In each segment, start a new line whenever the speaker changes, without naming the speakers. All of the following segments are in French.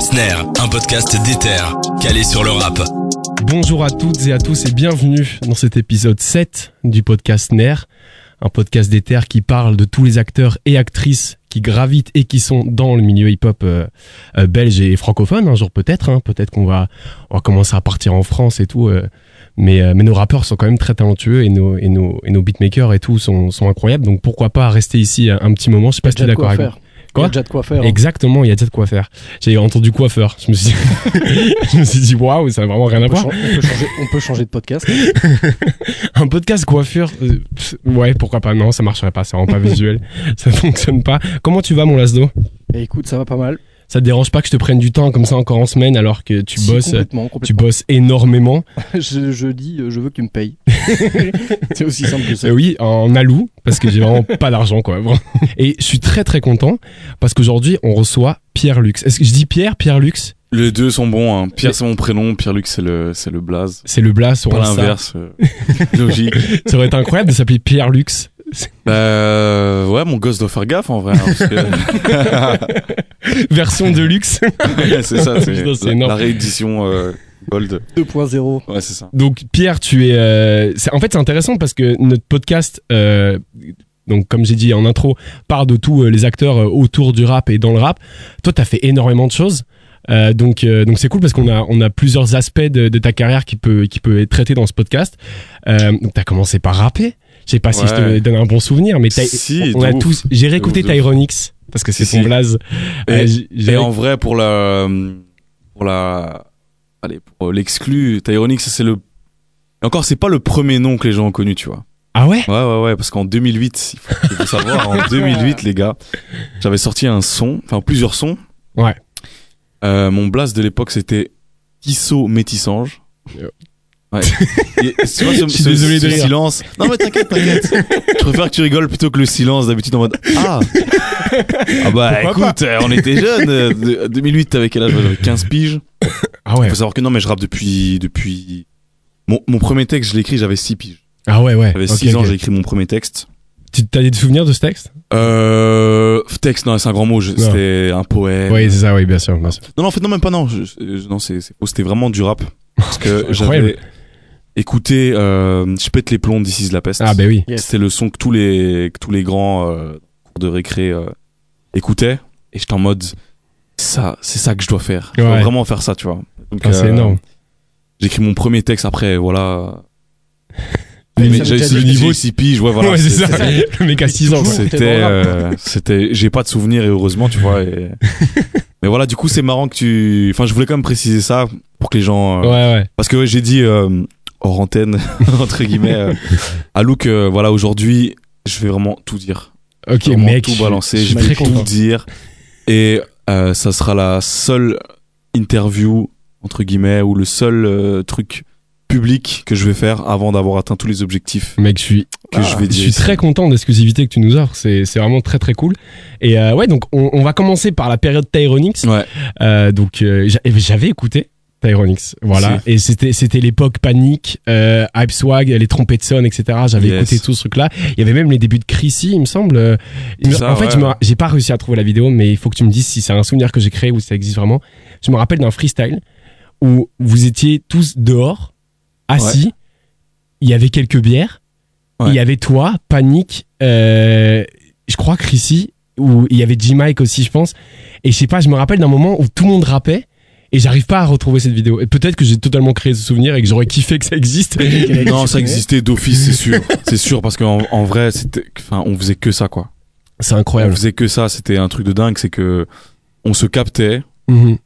Snare, un podcast d'Ether, calé sur le rap.
Bonjour à toutes et à tous et bienvenue dans cet épisode 7 du podcast Snare, un podcast d'Ether qui parle de tous les acteurs et actrices qui gravitent et qui sont dans le milieu hip-hop euh, euh, belge et francophone un jour peut-être. hein. peut-être qu'on va, on va commencer à partir en France et tout. euh, mais, euh, mais nos rappeurs sont quand même très talentueux et nos, et nos, et nos beatmakers et tout sont, sont incroyables. Donc pourquoi pas rester ici euh, un petit moment. Je sais pas si tu es d'accord avec moi. Quoi
Il y a déjà de quoi faire. hein.
Exactement, il y a déjà de quoi faire. J'ai entendu coiffeur. Je me suis dit, je me suis dit waouh, ça n'a vraiment rien à
On peut,
voir.
chan- hein. on peut changer, on peut changer de podcast.
Un podcast coiffure, euh, pff, ouais, pourquoi pas. Non, ça marcherait pas, c'est vraiment pas visuel. Ça fonctionne pas. Comment tu vas, mon Lasdo
Et écoute, ça va pas mal.
Ça te dérange pas que je te prenne du temps comme ça encore en semaine alors que tu
Si,
bosses,
complètement,
tu
complètement.
bosses énormément.
je, je dis, euh, je veux que tu me payes. c'est aussi simple que ça.
Euh, oui, en alou, parce que j'ai vraiment pas d'argent, quoi. vraiment. Et je suis très très content parce qu'aujourd'hui on reçoit Pierre Lux. Est-ce que je dis Pierre, Pierre Lux
Les deux sont bons. Hein.
Mais-
Pierre, c'est mon prénom. Pierre-Luc, c'est le, c'est le blaze.
C'est le blas sur
Pas l'inverse. euh, Logique.
Ça aurait été incroyable de s'appeler Pierre Lux.
Bah, euh, ouais, mon gosse doit faire gaffe en vrai. hein, parce que-
Version de luxe.
c'est ça, c'est
Putain, c'est
la,
énorme.
la réédition euh, Gold.
2.0.
Ouais, c'est ça.
Donc Pierre, tu es. euh, c'est- en fait, c'est intéressant parce que notre podcast, euh, donc comme j'ai dit en intro, part de tous euh, les acteurs euh, autour du rap et dans le rap. Toi, t'as fait énormément de choses. Euh, donc, euh, donc c'est cool parce qu'on a on a plusieurs aspects de, de ta carrière qui peut qui peut être traité dans ce podcast. Euh, donc t'as commencé par rapper. Je sais pas si je te
Ouais.
donne un bon souvenir, mais t'as-
Si,
on
de
a
ouf.
tous. J'ai réécouté
De ouf, de ouf.
Tyronix parce que c'est
Si,
son
si.
blaze.
Et-
Euh, j'ai- j'ai-
Et en vrai, pour la. euh, Pour la. Allez, pour l'exclu, Tyronix, c'est le. Et encore, c'est pas le premier nom que les gens ont connu, tu vois.
Ah ouais.
Ouais, ouais, ouais, parce qu'en 2008, il faut, il faut savoir, en 2008, les gars, j'avais sorti un son, enfin plusieurs sons.
Ouais.
Euh, mon blast de l'époque, c'était Tissot Métissange.
Yeah.
Ouais. Et, tu vois, ce,
Je suis
ce-
désolé de
ce
rire.
silence. Non, mais t'inquiète, t'inquiète. Je préfère que tu rigoles plutôt que le silence d'habitude en mode Ah Ah bah
Pourquoi
écoute, euh, on était jeunes. euh, de- 2008, t'avais quel âge J'avais 15 piges.
Ah ouais.
Faut savoir que non, mais je rappe depuis. depuis... Mon, mon premier texte, je l'ai écrit, j'avais 6 piges.
Ah ouais ouais.
J'avais
Ok,
6 ans,
ok.
j'ai écrit mon premier texte.
Tu t'as des souvenirs de ce texte
Euh, texte, non, c'est un grand mot. je-
Non.
C'était un poème.
Oui, c'est ça. Oui, bien sûr. Bien sûr.
Non, non, en fait, non, même pas. Non, je- je- non, c'est, c'est faux, c'était vraiment du rap parce que
Incroyable.
j'avais écouté. Euh, je pète les plombs d'ici de la peste.
Ah bah oui.
Yes.
C'était le son que tous les que tous les grands euh, cours de récré euh, écoutaient. Et j'étais en mode, ça, c'est ça que je dois faire. Je
Ouais.
dois vraiment faire ça, tu vois. Donc,
Putain, c'est
euh,
énorme.
J'écris mon premier texte après, voilà.
Mais
Mais
ça
j'avais
veut
six-
dire-
j'avais six piges, ouais, voilà.
ouais, c'est
c'est-
ça.
c'est-
Le mec a 6 ans. quoi.
Toujours.
c'était
t'es dans le
euh, c'était j'ai pas de souvenirs et heureusement tu vois et- mais voilà du coup c'est marrant que tu enfin je voulais quand même préciser ça pour que les gens euh,
Ouais, ouais.
parce que ouais, j'ai dit euh, hors antenne entre guillemets euh, à Luke euh, voilà aujourd'hui je vais vraiment tout dire
Ok,
vraiment
mec.
tout balancer
je suis
je
très
vais tout
content.
dire et euh, ça sera la seule interview entre guillemets ou le seul euh, truc public que je vais faire avant d'avoir atteint tous les objectifs
Mec, je suis,
que je vais
Ah, je
dire
suis
ici.
très content de l'exclusivité que tu nous offres. C'est c'est vraiment très très cool. Et euh, ouais, donc on, on va commencer par la période Tyronix.
ouais
Euh, donc euh, j'a- j'avais écouté Tyronix, voilà. Et c'était c'était l'époque panique, euh, Hype Swag, les trompettes sonnent, etc. J'avais
Yes.
écouté tout ce truc-là. Il y avait même les débuts de Chrissy, il me semble. Euh,
C'est
me-
ça,
en fait,
ouais.
je me ra- j'ai pas réussi à trouver la vidéo, mais il faut que tu me dises si c'est un souvenir que j'ai créé ou si ça existe vraiment. Je me rappelle d'un freestyle où vous étiez tous dehors, assis. Il y avait quelques bières.
Ouais.
Il y avait toi, Panique. euh, je crois Chrissy où il y avait G-Mike aussi, je pense. Et je sais pas, je me rappelle d'un moment où tout le monde rappait et j'arrive pas à retrouver cette vidéo. Et peut-être que j'ai totalement créé ce souvenir et que j'aurais kiffé que ça existe.
Quelle est-
Non, ça existait d'office, c'est sûr. c'est sûr parce qu'en en vrai, c'était, enfin, on faisait que ça quoi.
C'est
On
incroyable.
faisait que ça. C'était un truc de dingue, c'est que on se captait
Mhm.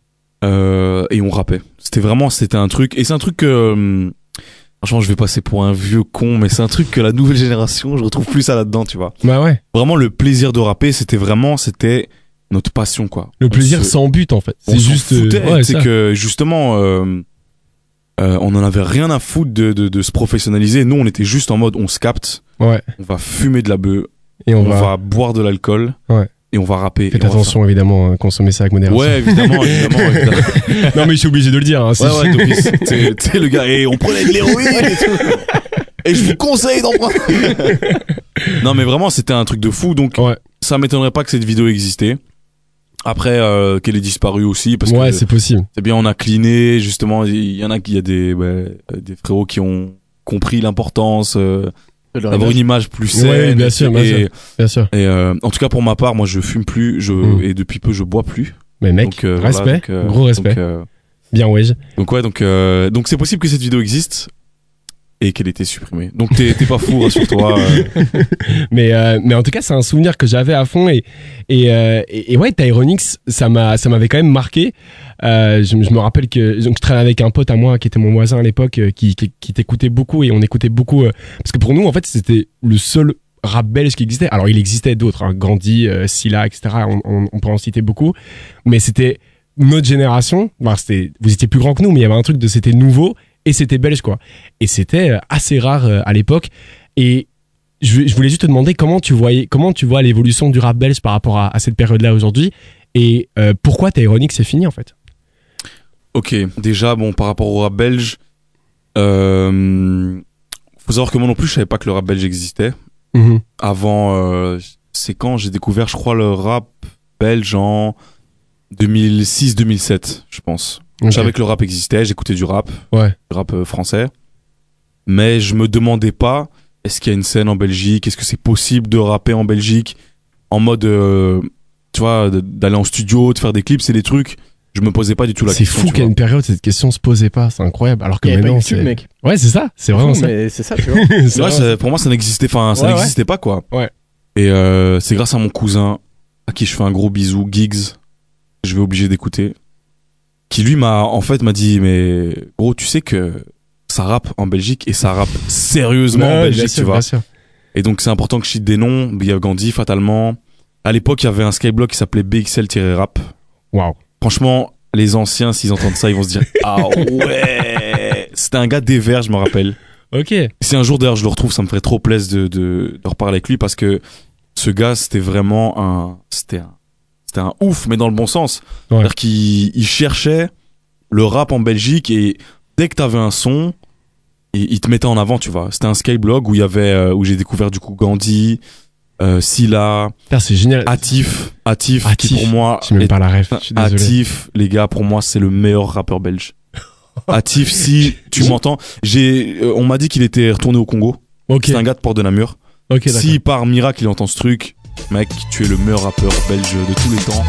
euh, et on rappait. C'était vraiment, c'était un truc. Et c'est un truc que, hum, franchement, je vais passer pour un vieux con, mais c'est un truc que la nouvelle génération, je retrouve plus ça là-dedans, tu vois.
Bah ouais.
Vraiment, le plaisir de rapper, c'était vraiment, c'était notre passion quoi.
Le
On
plaisir
se-
sans but en fait.
on
C'est
s'en
juste. euh,
foutait,
ouais,
c'est
ça.
que justement, euh, euh, on en avait rien à foutre de, de, de se professionnaliser. Nous, on était juste en mode, on se capte,
Ouais.
on va fumer de la bœuf,
Et on,
on,
va.
va boire de l'alcool
Ouais.
et on va rapper.
Faites
et on va
attention évidemment, hein, consommez ça avec
faire-
modération.
Ouais, évidemment, évidemment. évidemment.
non mais je suis obligé de le dire. hein, c'est-
Ouais, ouais, d'office. T'es- T'es le gars, et on prenait de l'héroïne et tout. et je vous conseille d'en prendre. non, mais vraiment, c'était un truc de fou. Donc,
Ouais.
ça m'étonnerait pas que cette vidéo existait. Après, euh, qu'elle ait disparu aussi, parce
ouais,
que
c'est possible.
c'est bien, on a cliné, justement. Il y en a qui, il y a des, ouais, euh, des frérots qui ont compris l'importance euh, d'avoir une image plus
Ouais,
saine.
bien sûr, bien
et,
sûr. Bien sûr.
et, euh, en tout cas, pour ma part, moi, je fume plus, je,
Mm.
et depuis peu, je bois plus.
Mais mec,
Donc, euh, voilà,
respect,
donc, euh,
gros respect.
Donc, euh,
Bien Wedge.
donc ouais, donc euh, donc c'est possible que cette vidéo existe et qu'elle ait été supprimée. Donc t'es t'es pas fou, rassure-toi. euh.
Mais, euh, mais en tout cas, c'est un souvenir que j'avais à fond. Et, et, euh, et, et ouais, Tyronix, ça m'a- ça m'avait quand même marqué. Euh, je, me- je me rappelle que donc, je travaillais avec un pote à moi qui était mon voisin à l'époque, euh, qui, qui, qui t'écoutait beaucoup et on écoutait beaucoup. euh, parce que pour nous, en fait, c'était le seul rap belge qui existait. Alors, il existait d'autres, hein, Gandhi, euh, Silla, etc. On, on, on peut en citer beaucoup. Mais c'était notre génération. Enfin, c'était- vous étiez plus grand que nous, mais il y avait un truc de c'était nouveau et c'était belge, quoi. Et c'était euh, assez rare euh, à l'époque. Et je, je voulais juste te demander comment tu voyais, comment tu vois l'évolution du rap belge par rapport à, à cette période-là aujourd'hui et euh, pourquoi t'es ironique, c'est fini en fait.
ok. Déjà bon par rapport au rap belge, euh, faut savoir que moi non plus je savais pas que le rap belge existait. Mm-hmm. Avant euh, c'est quand j'ai découvert je crois le rap belge en 2006-2007 je pense.
Ok.
Je savais que le rap existait, j'écoutais du rap,
Ouais.
du rap euh, français. Mais je me demandais pas, est-ce qu'il y a une scène en Belgique Est-ce que c'est possible de rapper en Belgique En mode, euh, tu vois, de- d'aller en studio, de faire des clips, c'est des trucs. Je me posais pas du tout la
C'est
question.
fou
tu
qu'à
vois.
une période cette question se posait pas, c'est incroyable. Alors que
Il y avait Eh, pas
maintenant,
YouTube,
c'est-
mec.
ouais, c'est ça, c'est
Non,
vraiment ça.
mais c'est ça, tu vois.
C'est
Ouais,
vraiment
ça- pour moi, ça n'existait, enfin, ça
Ouais,
n'existait pas, quoi.
Ouais.
Et euh, c'est grâce à mon cousin, à qui je fais un gros bisou, Giggs, que je vais obligé d'écouter, qui lui m'a, en fait, m'a dit, mais gros, tu sais que ça rappe en Belgique et ça rappe
ça.
sérieusement
Ouais,
en
ouais,
Belgique,
bien
tu
sûr,
vois.
bien sûr.
Et donc, c'est important que je cite des noms. Il y a Gandhi, fatalement. À l'époque, il y avait un skyblock qui s'appelait BXL-rap.
Waouh.
Franchement, les anciens, s'ils entendent ça, ils vont se dire, ah ouais! C'était un gars des verts, je me rappelle.
Ok.
Si un jour d'ailleurs je le retrouve, ça me ferait trop plaisir de, de, de reparler avec lui parce que ce gars, c'était vraiment un. C'était un, c'était un ouf, mais dans le bon sens.
Ouais.
C'est-à-dire qu'il il cherchait le rap en Belgique et dès que t'avais un son, il, il te mettait en avant, tu vois. C'était un skyblog où il y avait. euh, où j'ai découvert du coup Gandhi, euh, Silla,
Putain, c'est génial.
Ah, Atif, Atif, qui
Atif.
pour moi.
J'ai même
est-
pas la ref. Je suis désolé.
Atif, les gars, pour moi, c'est le meilleur rappeur belge. Atif, si tu m'entends, j'ai, euh, on m'a dit qu'il était retourné au Congo.
Ok.
C'est un gars de Port de Namur.
Ok. d'accord.
si par miracle il entend ce truc, mec, tu es le meilleur rappeur belge de tous les temps.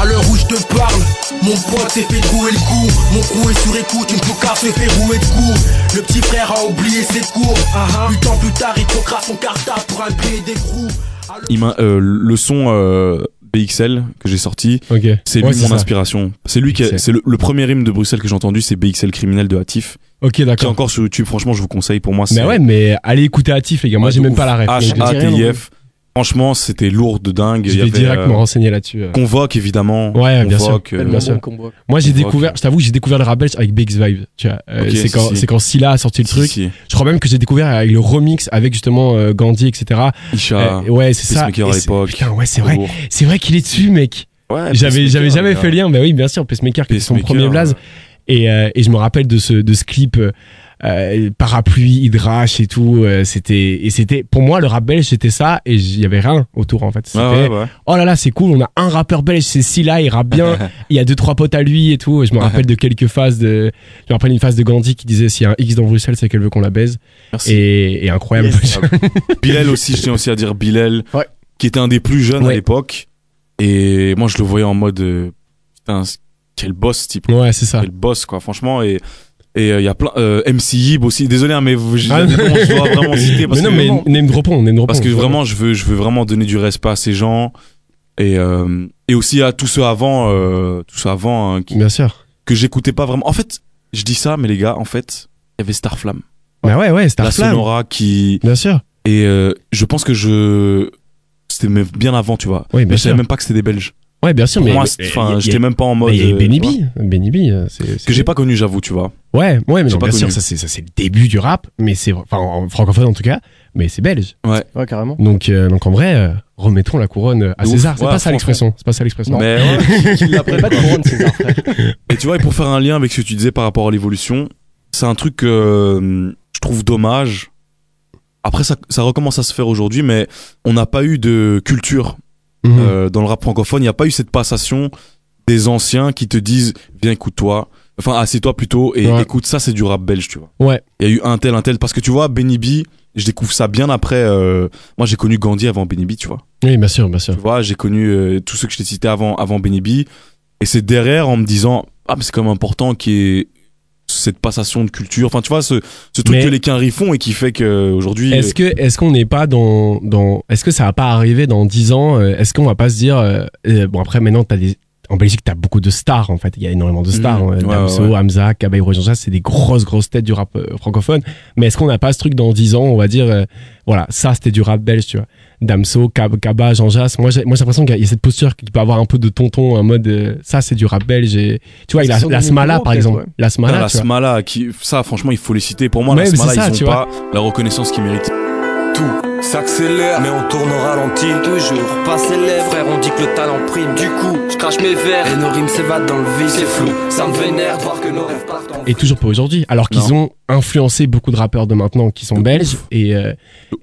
À l'heure où je te parle, mon pote s'est fait trouer le coup. Mon crew est sur écoute, une coca se fait rouer de coups. Le petit frère a oublié ses cours.
Ah,
Huit ans plus tard, il croquera son cartable pour un billet d'écrou. À l'heure-
Il m'a- euh, le son euh, BXL que j'ai sorti,
Ok.
c'est lui
Ouais,
mon
ça.
inspiration. C'est lui qui, a-
BXL.
c'est le, le premier rime de Bruxelles que j'ai entendu, c'est BXL criminel de Atif,
Ok,
qui est
d'accord.
encore sur YouTube. Franchement, je vous conseille. Pour moi, c'est
Mais ouais, mais allez écouter Atif, les gars. Moi, j'ai même pas la ref.
H
donc,
A T
rien,
I
non
F. Franchement, c'était lourd de dingue.
Je
Ah, Il y
vais
avait,
direct
euh,
me renseigner là-dessus. euh.
Convoque évidemment.
Ouais, bien sûr.
Convoque, euh,
Tellement
bien sûr.
bon qu'on voit.
Moi, j'ai
Convoque.
découvert, je t'avoue, j'ai découvert le rap belge avec Big Vibe. Tu vois, Euh,
Ok,
c'est
si,
quand,
si.
c'est quand Silla a sorti le
si,
truc.
si.
Je crois même que j'ai découvert avec le remix avec justement euh, Gandhi, etc.
Isha.
Euh, ouais, c'est ça.
Pacemaker Ah, à
Et c'est-
l'époque. Oh. Ah,
Putain, ouais, c'est vrai.
Lourd.
C'est vrai qu'il est dessus, mec.
Ouais,
J'avais,
Pacemaker,
j'avais jamais
les gars.
fait le lien. Bah oui, bien sûr, Pacemaker, qui est son
Pacemaker,
premier blaze.
euh,
Et, euh, et je me rappelle de ce, de ce clip euh, euh, parapluie, hydrache et tout. euh, c'était, et c'était, pour moi, le rap belge, c'était ça. Et il y avait rien autour, en fait. C'était,
Ah ouais, ouais, ouais.
oh là là, c'est cool. On a un rappeur belge, c'est Silla, il rappe bien. il y a deux trois potes à lui et tout et je me rappelle de quelques phases de je me rappelle une phase de Gandhi qui disait s'il y a un X dans Bruxelles c'est qu'elle veut qu'on la baise
Merci.
et, et incroyable
Yes.
Bilal aussi, je tiens aussi à dire Bilal,
Ouais.
qui était un des plus jeunes
Ouais.
à l'époque. Et moi, je le voyais en mode, euh, putain, c- quel boss, type.
ouais c'est ça
Quel boss, quoi, franchement. Et et il y a plein. Euh, MC Yib aussi, désolé, hein, mais vous- j'ai-
Ah,
non, je dois vraiment citer. Parce
mais non
que,
mais
vraiment,
name dropons name dropons
parce que vraiment, je veux, je veux vraiment donner du respect à ces gens. Et, euh, et aussi à tous ceux avant, euh, tous ceux avant hein, qui-
bien sûr
que j'écoutais pas vraiment. En fait, je dis ça, mais les gars, en fait, il y avait Starflam.
bah ouais ouais
La
Starflame
Sonora qui,
bien sûr
Et euh, je pense que je. C'était même bien avant, tu vois.
oui
Mais
Eh, bien
je savais
sûr
même pas que c'était des Belges.
ouais bien sûr
Pour
mais
moi,
mais-
c'est-
mais-
enfin,
mais-
j'étais même pas en mode.
mais
euh,
Benny
tu vois.
B Benny B euh, c'est c'est-
Que j'ai pas connu, j'avoue, tu vois.
ouais ouais mais
j'ai
non
pas
bien sûr
connu.
ça c'est ça c'est le début du rap mais c'est enfin en francophone en tout cas mais c'est belge
Ouais, carrément.
donc euh, donc en vrai euh, remettons la couronne à
De ouf.
César c'est
Ouais,
pas ça
franchement.
l'expression c'est pas ça l'expression
Mais ouais, qu'il
Il
l'apprenne,
pas de
quoi.
couronne, César, frère.
Et tu vois, et pour faire un lien avec ce que tu disais par rapport à l'évolution, c'est un truc que euh, je trouve dommage Après, ça, ça recommence à se faire aujourd'hui, mais on n'a pas eu de culture
Mhm.
euh, dans le rap francophone. Il n'y a pas eu cette passation des anciens qui te disent Viens, écoute-toi. Enfin, assieds-toi plutôt et
Ouais.
écoute, ça, c'est du rap belge, tu vois.
Ouais.
Il y a eu un tel, un tel. Parce que tu vois, Benny B, je découvre ça bien après. euh, moi, j'ai connu Gandhi avant Benny B, tu vois.
Oui, bien sûr, bien sûr.
Tu vois, j'ai connu euh, tous ceux que je t'ai cités avant, avant Benny B. Et c'est derrière en me disant Ah, mais c'est quand même important qu'il y ait cette passation de culture. Enfin, tu vois, ce, ce truc
Mais-
que les quinries font et qui fait euh, qu'aujourd'hui.
Est-ce
euh,
que est-ce qu'on n'est pas dans dans est-ce que ça va pas arriver dans 10 ans euh, Est-ce qu'on va pas se dire euh, euh, bon après maintenant t'as des en Belgique t'as beaucoup de stars en fait il y a énormément de
Mm.
stars
Mhm.
euh,
Ouais,
Damso,
ouais, ouais.
Hamza, Kabaïro Jean c'est des grosses grosses têtes du rap euh, francophone mais est-ce qu'on n'a pas ce truc dans 10 ans on va dire euh, voilà ça c'était du rap belge tu vois Damso, Kab- Kaba, Jean Jass moi j'ai moi j'ai l'impression qu'il y a- il y a cette posture qui peut avoir un peu de tonton en mode euh, ça c'est du rap belge et tu vois il
Ils
a
sont
la
devenus
Smala
gros,
par
en fait,
exemple
ouais.
la
Ah,
Smala
la
tu vois.
Smala, qui, ça, franchement, il faut les citer. Pour moi,
Ouais,
la
mais
Smala,
c'est ça,
ils
tu
ont
vois.
pas la reconnaissance qu'ils méritent.
Tout s'accélère, mais on tourne au ralenti.
Toujours pas célèbre, frère, on dit que le talent prime. Du coup, je crache mes verres et nos rimes s'évadent dans le vide. C'est flou, ça me vénère de voir que nos rêves partent en
et toujours pas aujourd'hui alors qu'ils ont influencé beaucoup de rappeurs de maintenant qui sont
De
belges et euh,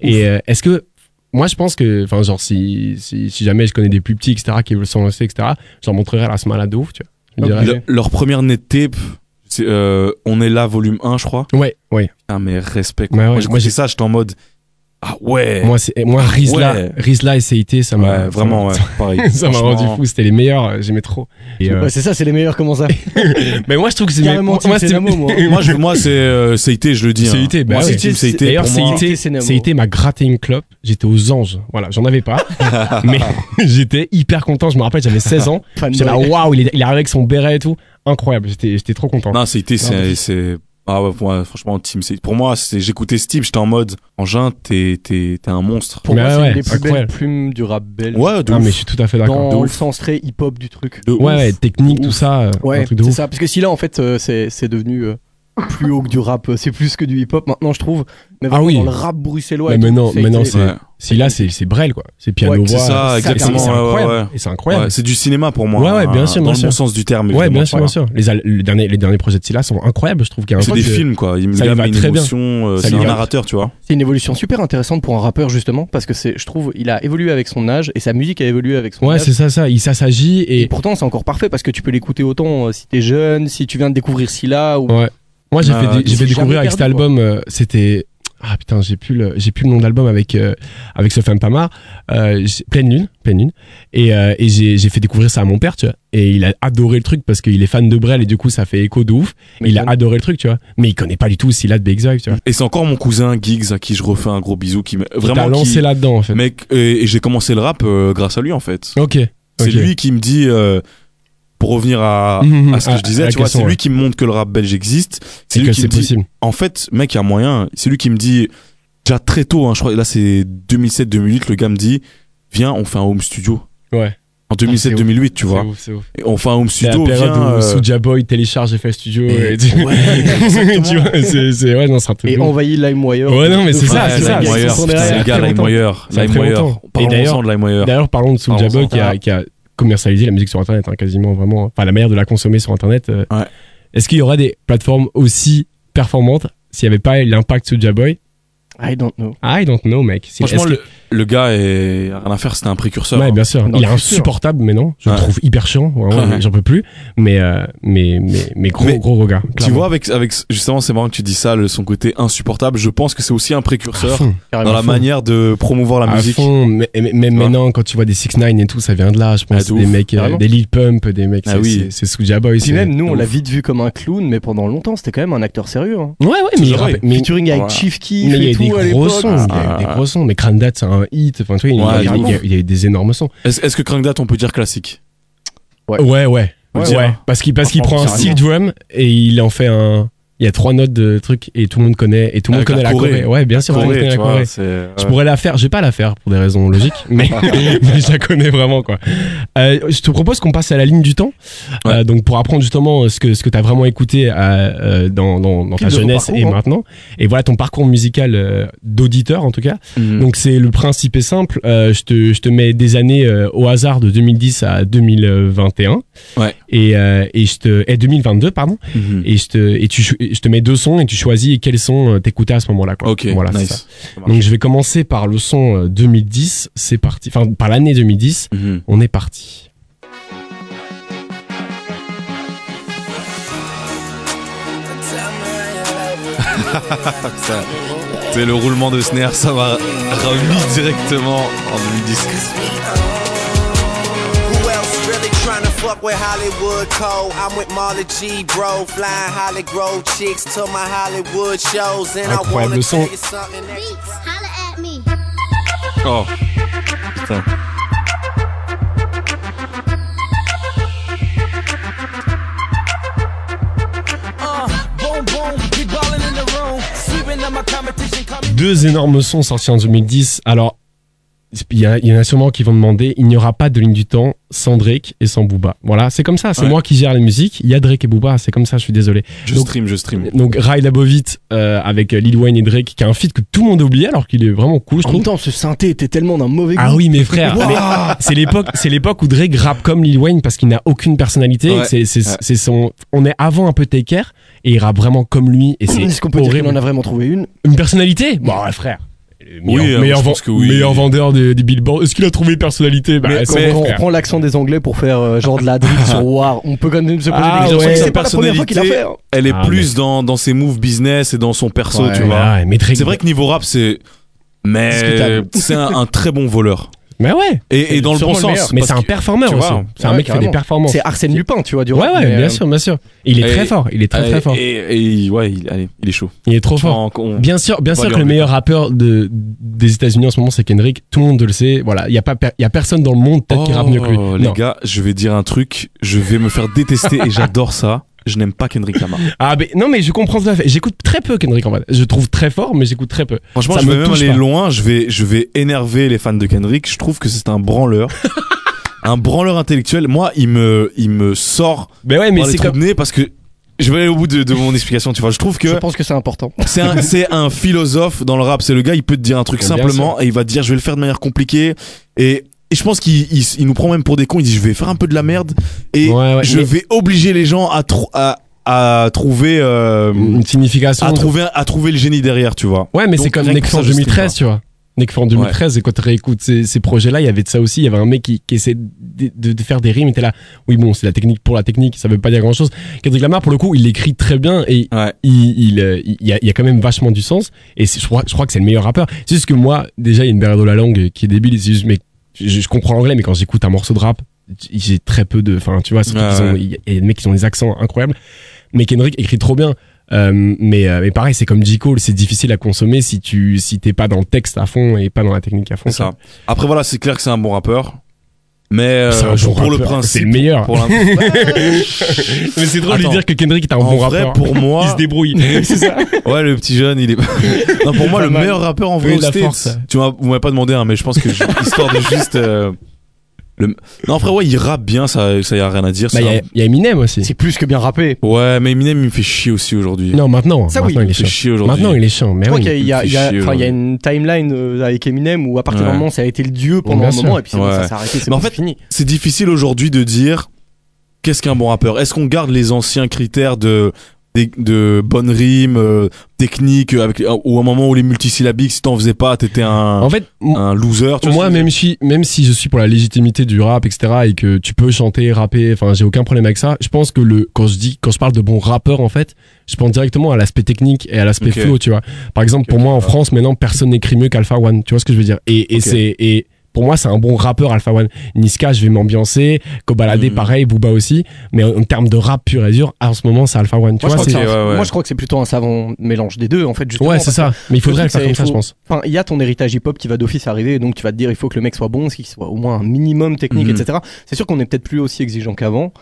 Et euh, est-ce que moi je pense que enfin genre si, si si jamais je connais des plus petits etc qui veulent s'en lancer etc je leur montrerai la smala de ouf tu vois. Je
Ah,
dirais,
Le- leur première net tape, c'est, euh, on est là, volume 1, je crois.
ouais ouais
Putain, mais respect. quoi.
Ouais, ouais,
moi, j'ai
moi,
écouté
j'ai-
ça, j'étais en mode Ah ouais.
moi c'est et moi Rizla
ouais.
Rizla et CIT ça m'a
ouais, vraiment, ouais, pareil.
ça m'a rendu
Franchement,
fou c'était les meilleurs euh, j'aimais trop Et, euh,
Ouais, c'est ça, c'est les meilleurs, comment ça
mais moi je trouve que c'est
Carrément,
moi,
Team
c'était-
Cénamo, moi.
Moi, je, moi c'est euh, CIT, je le dis. hein.
CIT, bah
moi,
ouais.
c'est Team CIT.
D'ailleurs,
pour moi.
CIT,
Cénamo.
CIT m'a gratté une clope. J'étais aux anges. Voilà, j'en avais pas. mais j'étais hyper content. Je me rappelle, j'avais 16 ans.
Fanboy.
J'étais là, waouh, il est, il est arrivé avec son béret et tout. Incroyable. J'étais j'étais trop content.
Non, CIT, c'est. c'est- Ah ouais, pour moi, franchement, Team CIT. Pour moi, c'est- j'écoutais ce type, j'étais en mode Engin, t'es t'es- t'es un monstre.
Pour
Mais
moi,
ouais,
Bah c'est une des plus belles
incroyable.
plumes du rap belge.
Ouais, de
Non,
ouf.
Ah, mais je suis tout à fait d'accord.
dans
De
le
ouf.
sens très hip-hop du truc.
De ouf.
Ouais, ouais, technique,
De
tout
ouf.
ça, euh, un
Ouais,
truc de
c'est
ouf.
ça. Parce que si là, en fait, euh, c'est c'est devenu euh, plus haut que du rap, euh, c'est plus que du hip-hop maintenant, je trouve. Mais
Ah
vraiment,
oui.
dans le rap bruxellois.
Mais
et tout,
maintenant-
c'est-
maintenant,
c'est-
c'est- Si là, c'est c'est Brel, quoi. C'est piano
Ouais,
voix.
c'est ça,
Et
exactement,
c'est
ouais, ouais,
incroyable.
ouais.
Et c'est incroyable.
Ouais, c'est du cinéma pour moi.
Ouais, ouais, bien
hein,
sûr,
Dans
bien
le
sûr.
bon sens du terme.
Ouais,
évidemment,
bien
tu
sûr,
vois.
bien sûr. Les, al- le dernier, les derniers projets de Silla sont incroyables, je trouve. qu'il y a un
C'est
truc,
des
euh,
films, quoi. Il
ça lui
me
va
met une
très bien.
émotion, euh,
Ça
c'est
lui
un
va.
narrateur, tu vois.
C'est une évolution super intéressante pour un rappeur, justement, parce que c'est, je trouve, il a évolué avec son âge et sa musique a évolué avec son
Ouais,
âge.
c'est ça, ça. Il ça s'agit
Et,
et
pourtant, c'est encore parfait parce que tu peux l'écouter autant euh, si t'es jeune, si tu viens de découvrir Scylla ou.
Ouais. Moi, j'ai
Ah,
fait, dé-
ils
j'ai fait
sont
découvrir
jamais
avec cet
perdus, quoi.
album. euh, c'était ah putain, j'ai plus le, j'ai plus le nom de l'album avec euh, avec Sofiane Pamar. Euh, j'ai- pleine lune, pleine lune. Et, euh, et j'ai, j'ai fait découvrir ça à mon père, tu vois. Et il a adoré le truc parce qu'il est fan de Brel et du coup, ça fait écho de ouf.
Mais
il a
fan.
adoré le truc, tu vois. Mais il connaît pas du tout Silla de Big Zive, tu vois.
Et c'est encore mon cousin Giggs à qui je refais un gros bisou qui m'a
Vraiment. T'as
vraiment
lancé
qui-
là-dedans, en fait.
mec et, et j'ai commencé le rap euh, grâce à lui en fait.
Ok.
C'est
ok.
lui qui me dit euh, pour revenir à,
Mhm,
à ce que
à-
je disais,
à la
tu vois,
question,
c'est
ouais.
lui qui me montre que le rap belge existe. C'est
Et
lui
que
qui
c'est
me dit
possible.
en fait, mec, il y a moyen. C'est lui qui me dit déjà très tôt hein, je crois là c'est 2007-2008 le gars me dit viens, on fait un home studio.
Ouais.
En 2007-2008, tu
C'est
vois.
Ah, ouf, c'est ouf.
Et on fait un home
C'est
studio
la période
viens,
où
euh,
Soulja Boy télécharge FS Studio.
et-
et tu-
exactement.
tu vois, c'est, c'est, ouais, non, c'est un truc
Et
de ouf.
envahit LimeWire.
Ouais, non, mais c'est ça,
Ouais,
c'est ça.
Lime
LimeWire,
Ils sont
putain,
derrière,
les
il y a
gars,
très longtemps.
LimeWire,
Ça fait très
LimeWire.
longtemps. Et d'ailleurs-
Parlons-en de LimeWire.
D'ailleurs, parlons de Soulja
Parlons-en.
Boy qui a, qui a commercialisé la musique sur Internet, hein, quasiment vraiment. Enfin, la manière de la consommer sur Internet. euh.
Ouais.
Est-ce qu'il y aurait des plateformes aussi performantes s'il n'y avait pas l'impact Soulja Boy
I don't know.
I don't know, mec. C'est-
Franchement,
est-ce que-
le, le gars est rien à faire, c'était un précurseur.
Ouais,
hein.
bien sûr.
Dans
Il est
le futur.
insupportable maintenant. Je le
Ouais.
trouve hyper chiant. vraiment,
Ouais, ouais.
J'en peux plus. Mais, euh, mais, mais, mais gros,
Mais
gros, gros gars.
Tu vois, avec, avec justement, c'est marrant que tu dis ça, le, son côté insupportable. Je pense que c'est aussi un
à
précurseur
fond,
dans la
Carrément.
manière de promouvoir la
à
musique.
fond. Mais- mais- Même
vois.
maintenant, quand tu vois des 6 9 et tout, ça vient de là. Je
Ah,
pense
de
des
ouf.
mecs, euh,
Carrément.
des Lil Pump, des mecs.
Ah
c'est-
oui.
c'est- C'est Soulja Boy.
Puis
c'est-
même, nous, on
ouf.
l'a vite vu comme un clown, mais pendant longtemps, c'était quand même un acteur sérieux. hein.
Ouais, ouais, mais, il
Soulja Boy.
rappelle- mais
Featuring avec
Ouais.
Chief Keef
Mais il y a
et tout à
des gros
l'époque.
sons, il y a
Ah.
des gros sons, mais Cran Date c'est un hit, enfin tu vois, il y a-
Ouais,
il y a- il y, a-
carrément.
il y a des énormes sons.
Est-ce est-ce que Crankdat, on peut dire classique
Ouais.
Ouais, ouais, ouais,
On dira.
parce qu'il parce qu'il prend un
Carrément.
steel drum et il en fait un, il y a trois notes de truc et tout le monde connaît et tout le monde
Avec
connaît
la
la Corée.
Corée.
Ouais, bien sûr, tout le monde
Corée,
connaît
tu
la
vois,
Corée.
c'est, euh,
Je pourrais la faire, je vais pas la faire pour des raisons logiques, mais, mais je la connais vraiment quoi. Euh, je te propose qu'on passe à la ligne du temps,
Ouais.
Euh, donc pour apprendre justement euh, ce que ce que t'as vraiment écouté euh, euh, dans dans, dans ta
Pile de ton
jeunesse
parcours,
et
hein.
maintenant, et voilà ton parcours musical euh, d'auditeur en tout cas.
Mhm.
Donc c'est le principe est simple. euh, je te je te mets des années euh, au hasard de 2010 à 2021.
Ouais.
Et euh, et je te et 2022 pardon.
Mhm.
Et je te et tu cho- et je te mets deux sons et tu choisis quel son euh, t'écoutais à ce moment-là. quoi.
Ok,
voilà, c'est ça.
nice.
Donc je vais commencer par le son euh, 2010, c'est parti. Enfin, par l'année 2010,
Mhm.
on est parti.
C'est le roulement de snare, ça va remis directement en 2010.
Who else really tryna fuck with Hollywood Cole? I'm with Marla G, bro, flying Hollywood chicks to my Hollywood shows, and I
Incroyable
wanna
son.
tell you something that you
Beats, holla at me.
Oh, putain.
Deux énormes sons sortis en 2010. Alors, il y, a- il y en a sûrement qui vont demander, il n'y aura pas de ligne du temps sans Drake et sans Booba. Voilà, c'est comme ça, c'est
Ouais.
moi qui gère la musique, il y a Drake et Booba, c'est comme ça, je suis désolé.
Je
Donc- Ah,
stream, je stream.
Donc Ride Above It euh, avec Lil Wayne et Drake, qui est un feat que tout le monde a oublié alors qu'il est vraiment cool, je
En même
trouve.
temps, ce synthé était tellement d'un mauvais goût.
Ah oui, mes frères,
Waouh.
mais c'est l'époque, c'est l'époque où Drake rappe comme Lil Wayne parce qu'il n'a aucune personnalité. et que
Ouais.
c'est, c'est,
Ouais.
c'est son, on est avant un peu Take Care et il rappe vraiment comme lui et c'est
Est-ce qu'on peut dire
horrible.
qu'on en a vraiment trouvé une
Une personnalité Bon, ouais, frère. Le
Oui, euh, je pense que oui.
meilleur vendeur des, des billboards. Est-ce qu'il a trouvé une personnalité Bah,
Mais
c'est
quand
mon
on
frère.
prend l'accent des Anglais pour faire euh, genre de la drill sur War, on peut quand même se poser
Ah
des questions.
ouais.
Parce que
Sa
C'est pas la première fois qu'il a
personnalité,
fait. hein.
Elle est
Ah,
plus dans, dans ses moves business et dans son perso,
Ouais,
tu
ouais.
vois.
Ah, ouais, mais Drake-
C'est vrai que niveau rap, c'est. Mais
Discutable.
c'est un, un très bon voleur.
Mais ouais.
Et, et dans le
Sûrement
bon
le
sens.
meilleur.
Mais
parce
c'est un
que-
performeur
tu
aussi.
vois,
C'est un
ouais,
mec qui fait des
carrément.
performances.
C'est Arsène Lupin, tu vois, du
Ouais,
rap,
ouais,
mais,
bien
euh,
sûr, bien sûr. Il est
Et-
très fort. Il est très,
et-
très fort.
Et, et- ouais, il, allez, il est chaud.
Il est trop fort.
Enfin, on-
Bien sûr, bien
Pas
sûr
lui
que le
enlever.
meilleur rappeur de, des États-Unis en ce moment, c'est Kendrick. Tout le monde le sait. Voilà, il y a pas, per- il y a personne dans le monde peut-être qui rappe mieux que lui.
Oh, les
Non.
gars, je vais dire un truc, je vais me faire détester et j'adore ça. Je n'aime pas Kendrick Lamar.
Ah, mais, non, mais je comprends tout à fait. J'écoute très peu Kendrick en fait. Je trouve très fort, mais j'écoute très peu.
Franchement,
Ça
je
me
vais même
touche
aller
pas.
loin, je vais, je vais énerver les fans de Kendrick. Je trouve que c'est un branleur. un branleur intellectuel. Moi, il me, il me sort
Mais ouais, mais
par les
c'est
trous
comme.
de nez parce que je vais aller au bout de, de mon explication, tu vois. Je trouve
Je
que
pense que c'est important.
c'est un, c'est un philosophe dans le rap. C'est le gars, il peut te dire un truc
Bien
simplement et il va te dire, je vais le faire de manière compliquée. Et, et je pense qu'il il, il nous prend même pour des cons. Il dit, je vais faire un peu de la merde et
Ouais, ouais,
je
mais-
vais obliger les gens à, trou- à, à trouver, euh,
Une signification.
à trouver, à trouver le génie derrière, tu vois.
Ouais, mais
Donc,
c'est comme
rien que
Nekfeu en
ça, je stream
2013,
pas.
tu vois. Nekfeu en 2013, et quand tu réécoutes ces, ces projets-là, il y avait de ça aussi. Il y avait un mec qui, qui essaie de, de- de faire des rimes, et t'es là. Oui, bon, c'est la technique pour la technique, ça veut pas dire grand-chose. Kendrick Lamar, pour le coup, il écrit très bien et
Ouais.
il, il, euh, il y, a, il y a quand même vachement du sens. Et c'est- je crois, je crois que c'est le meilleur rappeur. C'est juste que moi, déjà, il y a une barrière de la langue qui est débile. C'est juste, mais je, je comprends l'anglais, mais quand j'écoute un morceau de rap, j- j'ai très peu de. Enfin, tu vois, surtout
Ouais,
qu'ils ont-
ouais.
il y a- il y a des mecs qui ont des accents incroyables. Mais Kendrick écrit trop bien. Euh, mais, euh, mais pareil, c'est comme J. Cole, c'est difficile à consommer si tu si t'es pas dans le texte à fond et pas dans la technique à fond.
C'est ça. Après voilà, c'est clair que c'est un bon rappeur. Mais
C'est un
euh,
bon
pour le
rappeur,
principe.
c'est le meilleur.
Pour l'in-
Mais c'est drôle de
Attends.
dire que Kendrick est un
en
bon
vrai,
rappeur.
pour
Il se
moi.
débrouille. c'est ça.
ouais, le petit jeune, il est. non, pour moi,
Pas
le
mal.
meilleur rappeur en vrai
Oui,
aux
la
States.
force.
Tu m'as, vous m'avez pas demandé, hein, mais je pense que je- histoire de juste. euh, le... Non, frère, ouais, il rappe bien, ça, ça y a rien à dire.
Bah,
c'est
il y, a-
un-
il y a Eminem aussi.
C'est plus que bien rappé.
Ouais, mais Eminem, il me fait chier aussi aujourd'hui.
Non, maintenant.
Ça, oui.
maintenant, il
il
est
me fait
chiant.
chier aujourd'hui.
Maintenant, il est chiant. Mais
Je crois
oui.
qu'il y a- il y a- il y a-
il fait
enfin, il y a
chier,
une timeline euh, avec Eminem où à partir
Ouais.
du moment où ça a été le dieu pendant
Bien
un
sûr.
moment et puis c'est bon,
Ouais.
ça s'est arrêté, c'est
Mais en
bon,
fait,
c'est fini.
c'est difficile aujourd'hui de dire qu'est-ce qu'un bon rappeur. Est-ce qu'on garde les anciens critères de des- de bonnes rimes, euh, techniques, euh, avec ou un moment où les multisyllabiques, si t'en faisais pas, t'étais un
En fait, m-
un loser. Tu vois
moi,
ce que je veux
même si, même si je suis pour la légitimité du rap, etc., et que tu peux chanter, rapper, enfin, j'ai aucun problème avec ça. Je pense que le, quand je dis, quand je parle de bon rappeur, en fait, je pense directement à l'aspect technique et à l'aspect
Ok.
flow, tu vois. Par exemple, pour moi, en France, maintenant, personne n'écrit mieux qu'Alpha One. Tu vois ce que je veux dire? Et, et
Ok.
c'est, et pour moi, c'est un bon rappeur, Alpha One. Niska, je vais m'ambiancer. Kobalade,
Mm.
Mhm.
pareil. Booba aussi. Mais en, en termes de rap pur et dur, en ce moment, c'est Alpha One. Tu
Moi,
vois,
je crois que
c'est,
c'est un-
ouais, ouais.
moi, je crois que c'est plutôt un savant mélange des deux en fait. justement,
ouais, c'est
parce
ça. Mais il faudrait le
truc,
faire
c'est-
comme ça,
il
je
faut-
pense.
Enfin, il y a ton héritage hip-hop qui va d'office arriver, donc tu vas te dire il faut que le mec soit bon, qu'il soit au moins un minimum technique,
Mhm.
etc. C'est sûr qu'on est peut-être plus aussi exigeant qu'avant.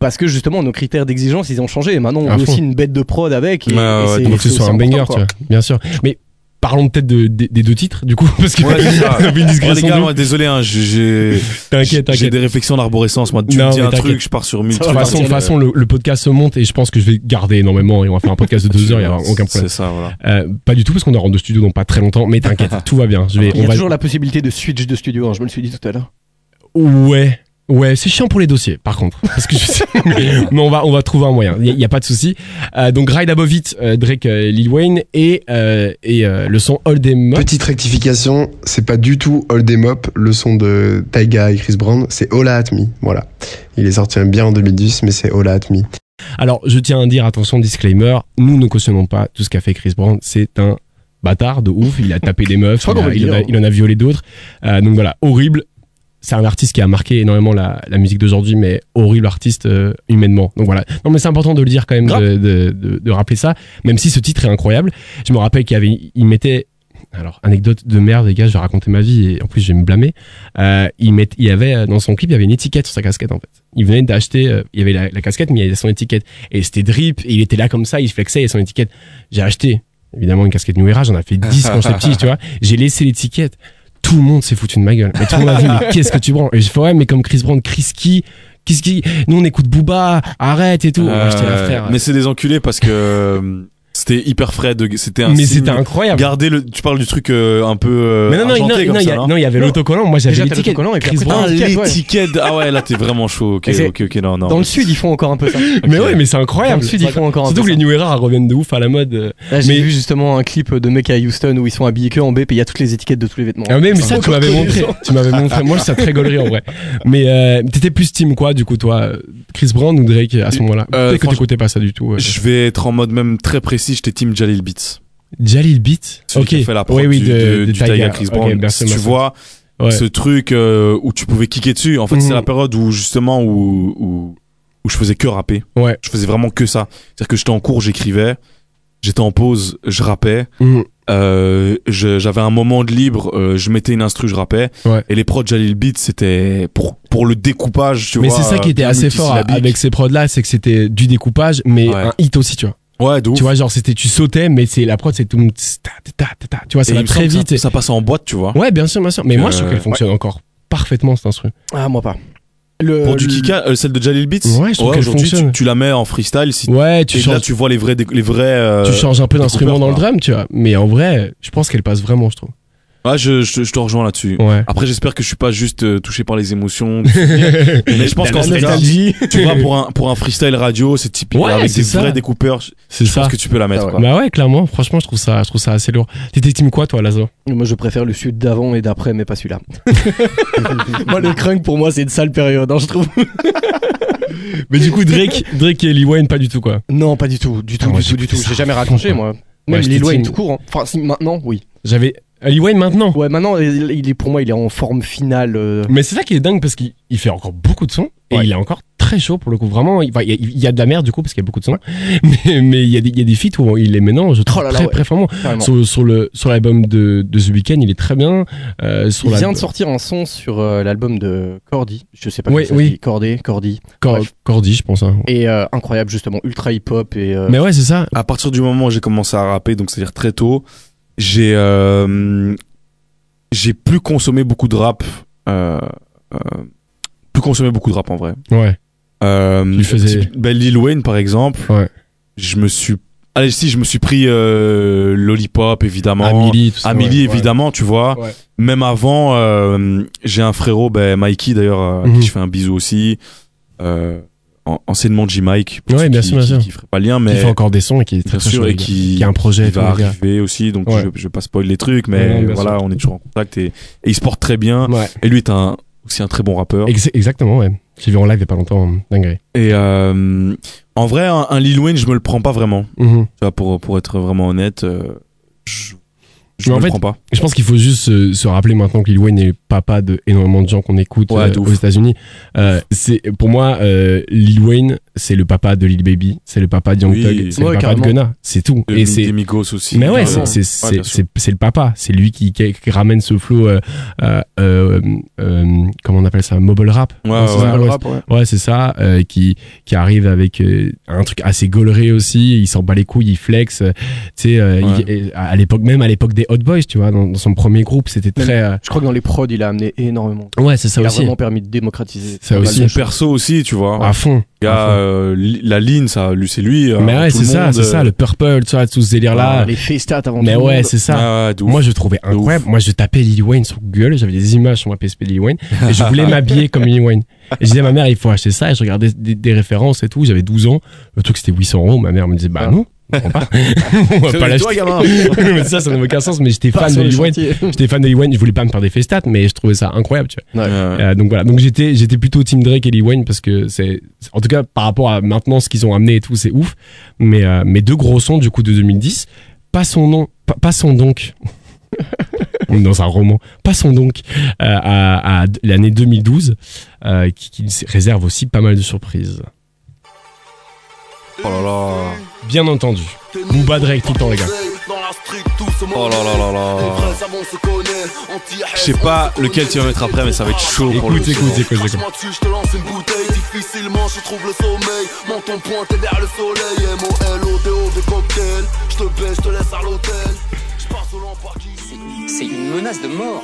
Parce que justement, nos critères d'exigence, ils ont changé. Et maintenant, on
À
veut
fond.
aussi une bête de prod avec. Et,
Ouais,
et
ouais,
c'est-
Il faut que ce
c'est
soit un
aussi
banger,
important,
tu vois. Bien sûr. Mais parlons peut-être de- des- des deux titres, du coup, parce que
Ouais, c'est ça.
on a fait une
dire Oh, les
digression.
gars,
de ouf.
moi, désolé, hein, j'ai j'ai
T'inquiète,
j'ai
t'inquiète.
des réflexions d'arborescence. Moi, tu
Non,
me dis
mais
un truc,
t'inquiète.
je pars sur mille.
De toute
trucs.
façon, de toute façon, le, le podcast se monte et je pense que je vais garder énormément et on va faire un podcast de deux heures, il n'y aura aucun problème.
C'est ça, voilà.
Euh, pas du tout parce qu'on est en de studio dans pas très longtemps, mais t'inquiète, tout va bien. Je vais,
Il y
on
a
va...
toujours la possibilité de switch de studio, hein, je me le suis dit tout à l'heure.
Ouais, Ouais, c'est chiant pour les dossiers, par contre. Parce que je sais- mais on va, on va trouver un moyen. Il n'y a, pas de souci. Euh, donc, Ride Above It, euh, Drake, euh, Lil Wayne et, euh, et euh, le son All Them Up.
Petite rectification, c'est pas du tout Hold Em Up, le son de Taiga et Chris Brown, c'est Ola At Me. Voilà. Il est sorti bien en 2010, mais c'est Ola At Me.
Alors, je tiens à dire, attention, disclaimer, nous ne cautionnons pas tout ce qu'a fait Chris Brown. C'est un bâtard de ouf. Il a tapé des meufs,
crois
il,
qu'on
a-
peut le
il en a,
dire.
il en a violé d'autres. Euh, donc voilà, horrible. C'est un artiste qui a marqué énormément la, la musique d'aujourd'hui, mais horrible artiste euh, humainement. Donc voilà. Non, mais c'est important de le dire quand même, de, de- de- de rappeler ça, même si ce titre est incroyable. Je me rappelle qu'il y avait, il mettait. Alors, anecdote de merde, les gars, je vais raconter ma vie et en plus je vais me blâmer. Euh, il, met, il y avait euh, dans son clip, il y avait une étiquette sur sa casquette en fait. Il venait d'acheter, euh, il y avait la, la casquette, mais il y avait son étiquette. Et c'était drip, et il était là comme ça, il se flexait, et son étiquette. J'ai acheté, évidemment, une casquette New Era, j'en ai fait 10 quand j'étais petit, tu vois. J'ai laissé l'étiquette. Tout le monde s'est foutu de ma gueule. Mais tout le monde a vu, mais qu'est-ce que tu branles Et je fais, ouais, mais comme Chris Brown, Chris qui Qu'est-ce qui Nous on écoute Booba, arrête et tout. Moi, j'étais là,
Euh,
frère.
Mais c'est des enculés parce que euh, c'était hyper frais. de- C'était un.
Mais
signe-
c'était incroyable.
Gardez le. Tu parles du truc euh, un peu. euh,
Mais non, non, il- non,
argenté
non,
comme
il y
ça,
a-
non
non, il y avait l'autocollant. Moi j'avais
Déjà, t'as
l'étiquette.
l'autocollant et puis
Chris
après, t'as
Brown.
Ah,
un ticket, ouais.
l'étiquette. Ah ouais, là t'es vraiment chaud. Ok,
Et c'est-
ok, ok, non, non.
Dans le sud, ils font encore un peu ça.
Mais ouais, mais c'est
Dans
incroyable.
le sud, ils font encore un
Surtout
peu
que
ça.
les New Era reviennent de ouf à la mode. euh.
Là, j'ai
Mais-
vu justement un clip de mecs à Houston où ils sont habillés que en bep et il y a toutes les étiquettes de tous les vêtements.
Ah, mais, mais ça, tu m'avais montré. Tu m'avais montré. Moi, ça te rigolerie en vrai. Mais euh, t'étais plus team quoi, du coup, toi euh, Chris Brown ou Drake à ce moment-là
Euh,
Peut-être que
franch-
t'écoutais pas ça du tout. euh. ouais.
Je vais être en mode même très précis. J'étais team Jalil Beats.
Jalil Beat.
Celui
Ok.
qui a fait la prod
oui, oui,
du,
de,
de-
de
du Tiger,
Tiger.
Chris
Ok,
Brown.
merci,
tu
merci.
vois
Ouais.
ce truc euh, où tu pouvais kicker dessus. En fait,
Mhm.
c'est la période où justement où, où où je faisais que rapper.
Ouais.
Je faisais vraiment que ça. C'est-à-dire que j'étais en cours, j'écrivais. J'étais en pause, je rappais.
Mhm.
Euh, je- j'avais un moment de libre, euh, je mettais une instru, je rappais.
Ouais.
Et les prods Jalil Beat, c'était pour, pour le découpage, tu
mais
vois.
c'est ça qui
euh,
était assez fort
multisyllabique.
avec ces prods là, c'est que c'était du découpage, mais
Ouais.
un hit aussi, tu vois.
Ouais, de ouf.
Tu vois, genre c'était tu sautais, mais c'est la prod, c'est tout. le monde, ta, ta, ta, ta, ta. Tu vois, ça
Et il
va
me
très
semble
vite.
que Ça, ça passe en boîte, tu vois.
Ouais, bien sûr, bien sûr. Mais moi, je trouve
Euh,
qu'elle fonctionne encore parfaitement cet instru.
Ah, moi pas. Le-
Pour du
le-
kika, euh, celle de Jalil Beats,
Ouais, je trouve qu'elle
aujourd'hui, tu,
fonctionne.
tu la mets en freestyle. Si
Ouais, tu
et là,
changes,
tu vois les vrais. dé- Les vrais euh,
tu changes un peu
des
d'instrument
coupeurs,
dans le
quoi.
drum, tu vois. Mais en vrai, je pense qu'elle passe vraiment, je trouve.
Ouais, je, je, je te rejoins là-dessus.
Ouais.
Après, j'espère que je suis pas juste euh, touché par les émotions. Mais je pense qu'en tout cas, tu vois, pour un, pour un freestyle radio, c'est typique.
Ouais,
avec
c'est
des
ça.
vrais découpeurs, je
c'est
pense
ça.
que tu peux la mettre. quoi.
Bah ouais, clairement. Franchement, je trouve ça, je trouve ça assez lourd. T'étais team quoi, toi, Lazo
Moi, je préfère le sud d'avant et d'après, mais pas celui-là. moi, le crunk, pour moi, c'est une sale période, hein, je trouve.
Mais du coup, Drake, Drake et Lil Wayne, pas du tout quoi.
Non, pas du tout, du tout,
Ah, moi,
du tout, du
j'écoutais
tout.
ça
J'ai
à
jamais
fond,
raccroché,
quoi.
moi.
Moi,
Même
j'étais
Lil Wayne
team-
tout court. hein. Enfin, si, maintenant, oui.
J'avais Ah, Lil Wayne maintenant.
Ouais, maintenant, il il est pour moi, il est en forme finale. euh,
Mais c'est ça qui est dingue parce qu'il il fait encore beaucoup de sons et
Ouais.
il est encore très chaud pour le coup. Vraiment, il enfin, il y, a- il y a de la merde du coup parce qu'il y a beaucoup de sons. Mais, mais il, y a des, il y a des feats où il est maintenant, je trouve
Oh là là,
très
ouais.
performant.
carrément.
Sur, sur le sur l'album de, de ce week-end, il est très bien. Euh, sur
Il
la-
vient de sortir un son sur euh, l'album de Cordy. Je sais pas
Oui,
comment ça
oui.
se dit. Cordy, Cordy.
Cor-
bref.
Cordy, je pense. hein.
Et euh, incroyable, justement, ultra hip-hop et. euh,
Mais ouais, c'est ça.
à partir du moment où j'ai commencé à rapper, donc c'est-à-dire très tôt, j'ai euh, j'ai plus consommé beaucoup de rap, euh, euh, plus consommé beaucoup de rap en vrai.
Ouais.
Euh,
Tu faisais-
typ- ben, Lil Wayne par exemple.
Ouais.
Je me suis, allez si, je me suis pris euh, Lollipop évidemment.
Amélie, tout ça.
Amélie,
ouais.
évidemment, tu vois.
Ouais.
Même avant, euh, j'ai un frérot, ben, Mikey d'ailleurs, euh, à
Mhm.
qui je fais un bisou aussi. Euh, en- anciennement G Mike.
Ouais, bien sûr, bien sûr.
Qui ferait pas le lien,
Qui
mais
fait encore des sons et qui est très,
bien
très
sûr
chaud.
et
le gars.
qui,
Qui a un projet.
qui
et tout,
va
le gars.
arriver aussi donc
Ouais.
je, je vais pas spoil les trucs
Ouais,
mais
non, bien
voilà on est toujours en contact et, et il se porte très bien
Ouais.
et lui est un aussi un très bon rappeur et,
Ex- exactement, ouais. J'ai vu en live il y a pas longtemps. hein. Dinguerie.
euh, en vrai un, un Lil Wayne je me le prends pas vraiment
Mhm.
tu vois pour pour être vraiment honnête euh, je,
Mais
je me
en
le
fait,
prends pas
Je pense qu'il faut juste se, se rappeler maintenant que Lil Wayne est le papa de énormément de gens qu'on écoute
Ouais,
euh,
de ouf.
aux États-Unis. Euh, c'est pour moi euh, Lil Wayne, c'est le papa de Lil Baby, c'est le papa de Young
Oui.
Thug, c'est
Ouais,
le papa de
carrément.
Gunna, c'est tout.
De-
et
des
c'est
Migos aussi
mais ouais, c'est
carrément.
c'est
Ouais,
c'est
bien sûr.
c'est- c'est le papa, c'est lui qui, qui- qui ramène ce flow euh, euh, euh, euh, comment on appelle ça, mobile rap.
Ouais,
euh,
Hein, c'est
ouais,
ça,
ouais.
ouais, Ouais, c'est ça, euh, qui, qui arrive avec euh, un truc assez gaulerie aussi, il s'en bat les couilles, il flex, euh, tu sais, euh,
Ouais.
il- et à à l'époque, même à l'époque des Hot Boys, tu vois, dans, dans son premier groupe, c'était
Même-
très... euh,
Je crois que dans les prods, il a amené énormément.
Ouais, c'est ça
il a
aussi,
vraiment permis de démocratiser.
Ça
Pas mal
aussi.
de
son
choses.
perso aussi tu vois
à fond,
gars,
Enfin.
euh, li- la ligne, ça, lui, c'est lui. euh,
mais ouais,
tout le
c'est ça,
monde,
c'est ça,
euh, Ah,
le purple, tout ça, tout ce délire-là.
Ah, les festats avant
mais
tout le
ouais,
monde.
c'est ça.
ouais, ouais, de ouf.
Moi, je trouvais
ouf.
incroyable. Moi, je tapais Lil Wayne sur Google, j'avais des images sur ma PSP Lil Wayne, et je voulais m'habiller comme Lil Wayne. Et je disais à ma mère, il faut acheter ça, et je regardais des, des références et tout. J'avais 12 ans, le truc c'était 800 euros. Ma mère me disait, bah
Ah.
non, on prend pas. on va pas l'acheter. Mais ça, ça n'avait aucun sens, mais j'étais
Pas
fan
sur
de
les
Lil Wayne.
chantiers.
J'étais fan de Lil Wayne, je voulais pas me faire des festats, mais je trouvais ça incroyable, tu vois.
Ouais.
Euh, donc voilà, donc j'étais j'étais plutôt Team Drake et Lil Wayne parce que c'est en tout cas par rapport à maintenant ce qu'ils ont amené et tout, c'est ouf. Mais euh, mais deux gros sons du coup de 2010, passons non, pa- passons donc. On est dans un roman. Passons donc euh, à, à d- l'année 2012, euh, qui, qui s- réserve aussi pas mal de surprises.
Oh là là.
Bien entendu. Booba Drake tout le temps, les gars.
Oh là là là là. Je sais pas lequel tu vas mettre après, mais ça va être chaud pour le
Écoute, écoute, écoute, écoute.
Crache-moi dessus, je te lance une bouteille. Difficilement, je trouve le sommeil. Menton pointé vers le soleil. MOLO, déo, des cocktails. Je te baisse, je te laisse à l'hôtel. Je pars sous l'embarquement.
C'est une menace de mort.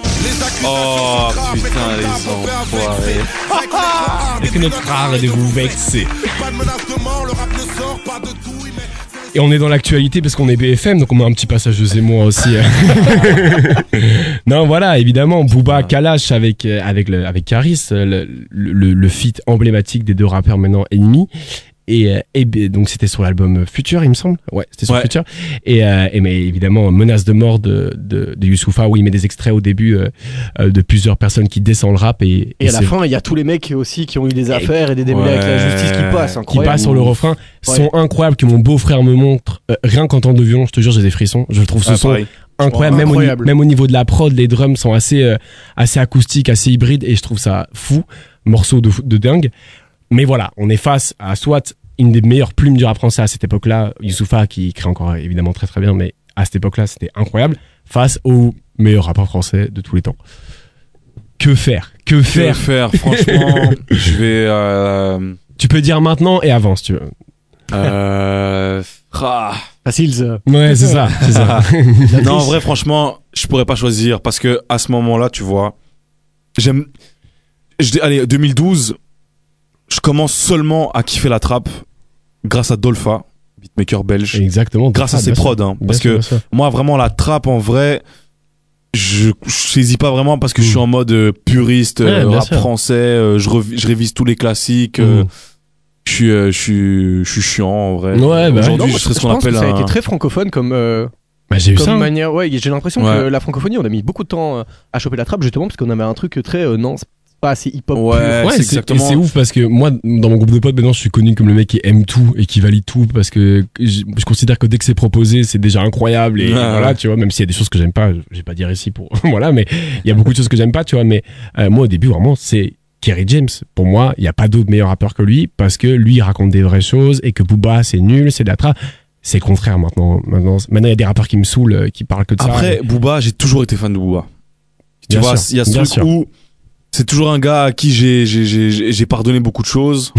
Oh putain, les enfoirés.
Est-ce que notre art est de vous vexer Et on est dans l'actualité parce qu'on est BFM, donc on a un petit passage de Zemmour aussi. non, voilà, évidemment, Booba Kalash avec, euh, avec, le, avec Karis, euh, le, le, le feat emblématique des deux rappeurs maintenant ennemis. Et, euh, et b- donc c'était sur l'album Future, il me semble. Ouais, c'était sur
Ouais.
Future. Et, euh, et mais évidemment, menace de mort de, de, de Youssoufa, où il met des extraits au début euh, euh, de plusieurs personnes qui descendent le rap. Et,
Et à la
c'est-
fin, il y a tous les mecs aussi qui ont eu des affaires et des démêlés avec la justice qui passent.
qui
Incroyable.
passe sur le refrain
Ouais.
sont incroyables que mon beau-frère me montre. Euh, rien qu'entendre le violon, je te jure, j'ai des frissons. Je trouve ce
Ah,
son
pareil.
incroyable.
Oh,
Même, au ni-
incroyable.
même au niveau de la prod, les drums sont assez, euh, assez acoustiques, assez hybrides et je trouve ça fou. Morceau de, fou- de dingue. Mais voilà, on est face à soit une des meilleures plumes du rap français à cette époque-là, Youssoufa qui crée encore euh, évidemment très très bien, mais à cette époque-là, c'était incroyable, face au meilleur rappeur français de tous les temps. Que faire Que
Que
faire
faire, franchement, je vais. Euh,
Tu peux dire maintenant et avance, tu veux.
euh, ah.
Facile. euh,
Ouais, c'est ça, c'est ça.
Non, en vrai, franchement, je pourrais pas choisir parce que à ce moment-là, tu vois, j'aime. je dis- Allez, 2012, je commence seulement à kiffer la trappe grâce à Dolpha, beatmaker belge.
Exactement.
grâce
Ah,
à ses
bien sûr.
prods, hein,
Bien
parce
sûr,
que
bien sûr.
moi vraiment la trappe en vrai je, je saisis pas vraiment parce que je suis en mode euh, puriste euh,
Hmm. Ouais, bien
rap
sûr.
français euh, je, revi- je révise tous les classiques euh,
Mm.
je suis euh, je suis je suis chiant en vrai
Ouais, bah,
aujourd'hui
non,
je
moi,
serais ce qu'on
pense que
appelle
Ça a
un
été très francophone comme, euh,
Bah, j'ai eu
comme
ça. hein.
manière. Ouais, j'ai l'impression que
Ouais.
la francophonie, on a mis beaucoup de temps euh, à choper la trappe justement parce qu'on avait un truc très euh, non, c'est pas assez hip-hop. pur.
ouais,
Ouais,
Euh, c'est
c'est-
exactement
et C'est ouf parce que moi, dans mon groupe de potes, maintenant, je suis connu comme le mec qui aime tout et qui valide tout parce que je, je considère que dès que c'est proposé, c'est déjà incroyable et
Ouais,
voilà,
ouais.
tu vois. Même s'il y a des choses que j'aime pas, je je vais pas dire ici pour voilà, mais il y a beaucoup de choses que j'aime pas, tu vois. Mais euh, moi, au début, vraiment, c'est Kerry James. Pour moi, il y a pas d'autre meilleur rappeur que lui parce que lui il raconte des vraies choses et que Booba, c'est nul, c'est de la trappe. C'est le contraire maintenant. Maintenant, maintenant, il y a des rappeurs qui me saoulent, euh, qui parlent que de ça.
après Booba j'ai toujours été fan de Booba tu
Bien
vois
sûr,
il y a ce
bien
truc
sûr.
où c'est toujours un gars à qui j'ai j'ai j'ai j'ai pardonné beaucoup de choses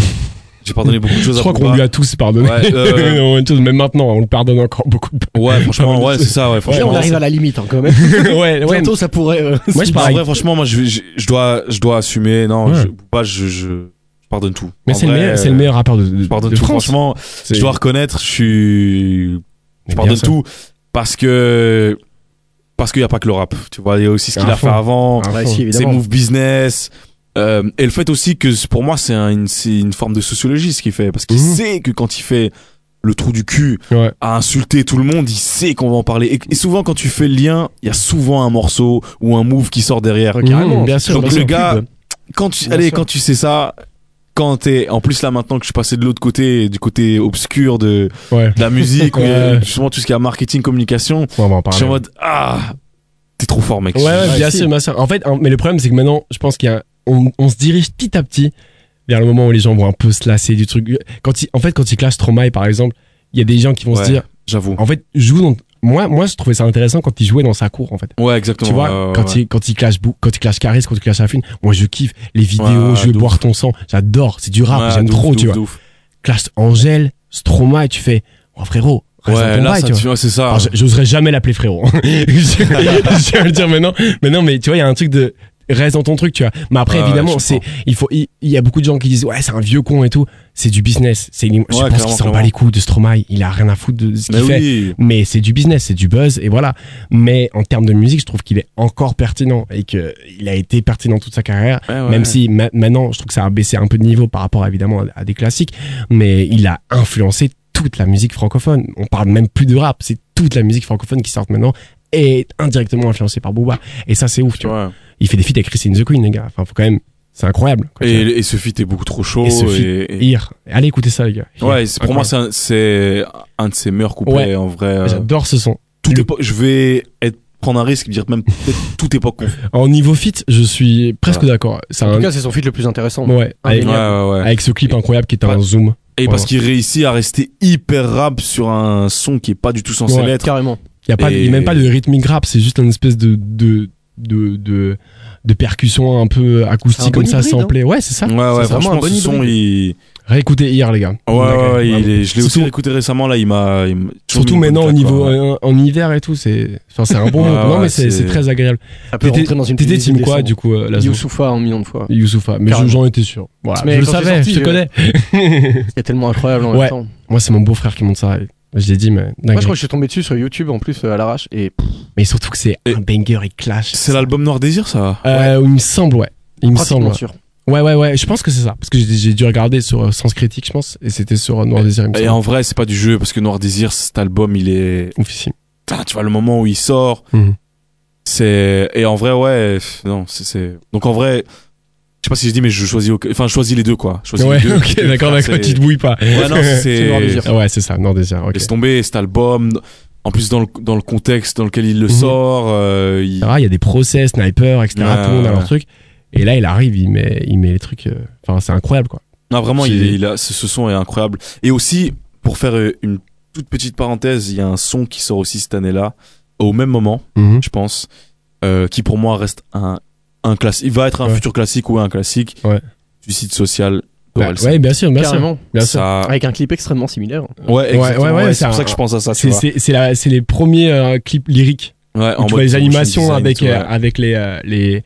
j'ai pardonné beaucoup de choses
Je
à
crois qu'on
Booba.
lui a tous pardonné.
Ouais, euh,
On a tous- même maintenant, on le pardonne encore beaucoup. de-
ouais franchement ouais c'est ça ouais
Là,
franchement
on arrive à la limite hein, quand même.
ouais, ouais.
Bientôt, ça pourrait. euh,
Moi, je
Non,
pareil.
en vrai, franchement, moi, je, je, je dois, je dois assumer. Non,
Ouais.
je, pas, je, je, je pardonne tout.
Mais
En
c'est le,
vrai, euh,
meilleur- c'est le meilleur rappeur de, de,
Je pardonne
de
tout.
France.
Franchement,
C'est-
je dois reconnaître, je suis, je
Bien
pardonne
sûr.
tout parce que, parce qu'il n'y a pas que le rap. Tu vois, il y a aussi ce qu'il
À
a fait
fond.
avant,
Ah,
ouais,
fond.
si,
ses
évidemment.
moves business. Euh, et le fait aussi que c'est- pour moi, c'est un- une, c'est une forme de sociologie ce qu'il fait parce qu'il
Mhm.
sait que quand il fait le trou du cul
Ouais.
à insulter tout le monde, il sait qu'on va en parler. Et, et souvent, quand tu fais le lien, il y a souvent un morceau ou un move qui sort derrière.
Mmh, bien
Donc,
sûr.
Donc
bien
le
sûr.
gars, quand tu,
Bien
allez,
sûr.
quand tu sais ça, quand t'es, en plus là maintenant que je suis passé de l'autre côté, du côté obscur de,
Ouais.
de la musique, où il y a
Ouais.
justement tout ce qui est marketing, communication,
On va en
je
parler.
suis en mode ah, t'es trop fort mec.
Ouais, ouais, bien
si.
sûr, bien sûr. En fait, hein, mais le problème, c'est que maintenant, je pense qu'il y a, on, on se dirige petit à petit vers le moment où les gens vont un peu se lasser du truc. Quand ils- en fait, quand ils classent Stromae, par exemple, il y a des gens qui vont
Ouais.
se dire,
J'avoue.
en fait, joue dans, moi, moi, je trouvais ça intéressant quand il jouait dans sa cour, en fait.
Ouais, exactement.
Tu vois,
ouais, ouais,
quand,
ouais.
Il, quand il clash Bou- quand il clash Caris, quand il clash Affine, moi je kiffe les vidéos,
Ouais, ouais,
je veux
de
boire ton sang, j'adore, c'est du rap,
Ouais,
Ah, j'aime
de
trop,
ouf,
tu
de
vois.
ouf,
Clash Angèle, Stroma, et tu fais, oh frérot,
de ouf.
reste dans
Ouais,
ton
là,
bail,
ça
tu vois.
devient- c'est ça.
Ah, Alors, j- J'oserais jamais l'appeler frérot. je, je vais le dire maintenant. Mais non, mais tu vois, il y a un truc de. reste dans ton truc, tu vois. Mais après,
Ouais, ouais,
évidemment,
je
c'est,
comprends.
il faut, il il y a beaucoup de gens qui disent, ouais, c'est un vieux con et tout. C'est du business. C'est, une- je
Ouais,
pense qu'il
clairement,
s'en bat
clairement.
les coups de Stromae. Il a rien à foutre de ce
Mais
qu'il fait.
oui.
Mais c'est du business, c'est du buzz, et voilà. Mais en termes de musique, je trouve qu'il est encore pertinent et que il a été pertinent toute sa carrière.
Ouais, ouais.
Même si ma- maintenant, je trouve que ça a baissé un peu de niveau par rapport évidemment à- à des classiques, mais il a influencé toute la musique francophone. On parle même plus de rap, c'est toute la musique francophone qui sort maintenant est indirectement influencée par Booba. Et ça, c'est ouf, tu
Tu
vois.
vois.
Il fait des feats avec Christine the Queen, les gars. Enfin, faut quand même, c'est incroyable. quoi,
Et,
tu vois.
et ce feat est beaucoup trop chaud.
Et ce feat
et- et-
Here. allez écouter ça, les gars. Here.
Ouais, c'est- pour moi, c'est un, c'est un de ses meilleurs couplets
Ouais.
en vrai. euh,
J'adore ce son.
toute
le-
époque- je vais être, prendre un risque, dire même peut-être toute époque qu'on fait.
En niveau feat, je suis presque d'accord. C'est
En
un
tout cas, c'est son feat le plus intéressant.
Ouais,
Un
avec,
Ouais, ouais, ouais.
avec ce clip incroyable qui est un
Ouais.
zoom.
Et parce
Voilà.
qu'il réussit à rester hyper rap sur un son qui est pas du tout censé
Ouais.
l'être.
Carrément.
Il n'y a, pas de-
Et-
y a même pas de rythmique rap, c'est juste une espèce de, de, de, de, de percussion un peu
C'est un
acoustique
bon
comme ça,
hybride, hein.
samplée. Ouais, c'est ça.
Ouais, ouais,
vraiment
franchement,
un bon
ce son,
hybride.
il.
Réécoutez hier, les gars.
Ouais,
Ouais,
ouais,
ouais,
ouais, il
bravo.
est- je l'ai aussi
Surtout-
écouté récemment, là, il m'a. il m'a- toujours
Surtout
mis une bonne
maintenant au
claque,
niveau
quoi.
euh, en hiver et tout, c'est enfin, c'est un bon
Ouais,
moment. Non,
ouais,
mais c'est
c'est-
c'est très agréable.
Ça peut
T'étais-
rentrer dans une
T'étais
playlist
team quoi,
décembre.
du coup, euh, la zone
Youssoufa un million de fois.
Youssoufa, mais je-
Carrément.
j'en étais sûr. Voilà,
Mais
je le
quand c'est
savais,
sorti,
je te
euh,
connais.
C'est tellement incroyable en
Ouais.
même temps.
Moi, c'est mon beau-frère qui monte ça. Je l'ai dit, mais
Moi,
dingue.
je crois que je suis tombé dessus sur YouTube en plus euh, à l'arrache et
Mais surtout que c'est
Et-
un banger et clash.
C'est l'album Noir Désir, ça
Euh, Il me semble, ouais. Il me semble.
pratiquement
ouais.
sûr.
Ouais, ouais, ouais, je pense que c'est ça. Parce que j'ai- j'ai dû regarder sur euh, Sens Critique, je pense, et c'était sur euh, Noir Désir, il me
Et
semble.
en vrai, c'est pas du jeu, parce que Noir Désir, cet album, il est.
Oufissime.
Putain, tu vois, le moment où il sort.
Mhm.
C'est. Et en vrai, ouais. pff, Non, c'est- c'est. Donc en vrai. Je sais pas si je dis, mais je choisis. aucun- Enfin, je choisis les deux, quoi. Je choisis
Ouais,
les deux.
ok, d'accord,
Frère,
d'accord,
c'est-
tu te bouilles pas.
Ouais, non, c'est-
C'est Noir Désir.
c'est.
Ah ouais, c'est ça, Noir Désir, ok.
Laisse tomber cet album. En plus, dans le, dans le contexte dans lequel il le
Mhm.
sort, euh, il-
Il y a des procès, sniper, etc.,
Ouais,
tout le monde a
ouais.
leur truc. Et là, il arrive, il met, il met les trucs. euh, Enfin, c'est incroyable, quoi.
Non, vraiment, il,
C'est-
est- il a, ce, ce son est incroyable. Et aussi, pour faire euh, une toute petite parenthèse, il y a un son qui sort aussi cette année-là, au même moment,
Mhm.
je pense, euh, qui pour moi reste un, un classique. Il va être un
Ouais.
futur classique ou un classique.
Ouais.
Suicide social.
Bah,
d'Orelsan.
ouais, bien sûr, bien sûr.
Carrément.
Bien sûr.
ça,
Avec un clip extrêmement similaire.
ouais, exactement,
ouais, ouais,
ouais,
c'est
c'est pour
un-
ça que je pense à ça. Tu
C'est-
vois.
C'est c'est la- c'est les premiers euh, clips lyriques.
Ouais,
Où
en
tu
mode
vois les
motion
animations
design et
avec,
tout,
euh,
ouais.
avec les, euh, les,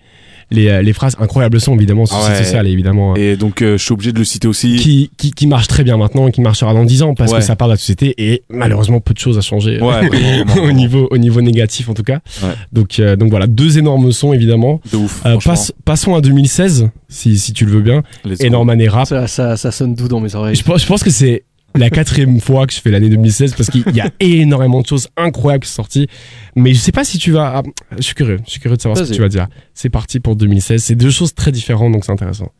les, euh, les phrases. Incroyable son, évidemment, sur
Ah
c'est
ouais.
social, évidemment. hein.
Et donc, euh, je suis obligé de le citer aussi.
qui, qui, qui marche très bien maintenant et qui marchera dans 10 ans parce
Ouais.
que ça part de la société et malheureusement peu de choses à changer
Ouais, vraiment, vraiment,
au,
vraiment.
niveau, au niveau négatif en tout cas.
Ouais.
Donc, euh, donc voilà, deux énormes sons évidemment.
De ouf.
Euh,
franchement.
passe- passons à 2016 si, si tu le veux bien.
Let's go.
Et Norman et rap.
Ça, ça, ça sonne doux dans mes oreilles.
Ah. Je pense, je pense que c'est la quatrième fois que je fais l'année 2016 parce qu'il y a énormément de choses incroyables qui sont sorties. Mais je sais pas si tu vas. ah, je suis curieux, je suis curieux de savoir ce que
Vas-y.
tu vas dire. C'est parti pour 2016. C'est deux choses très différentes donc c'est intéressant.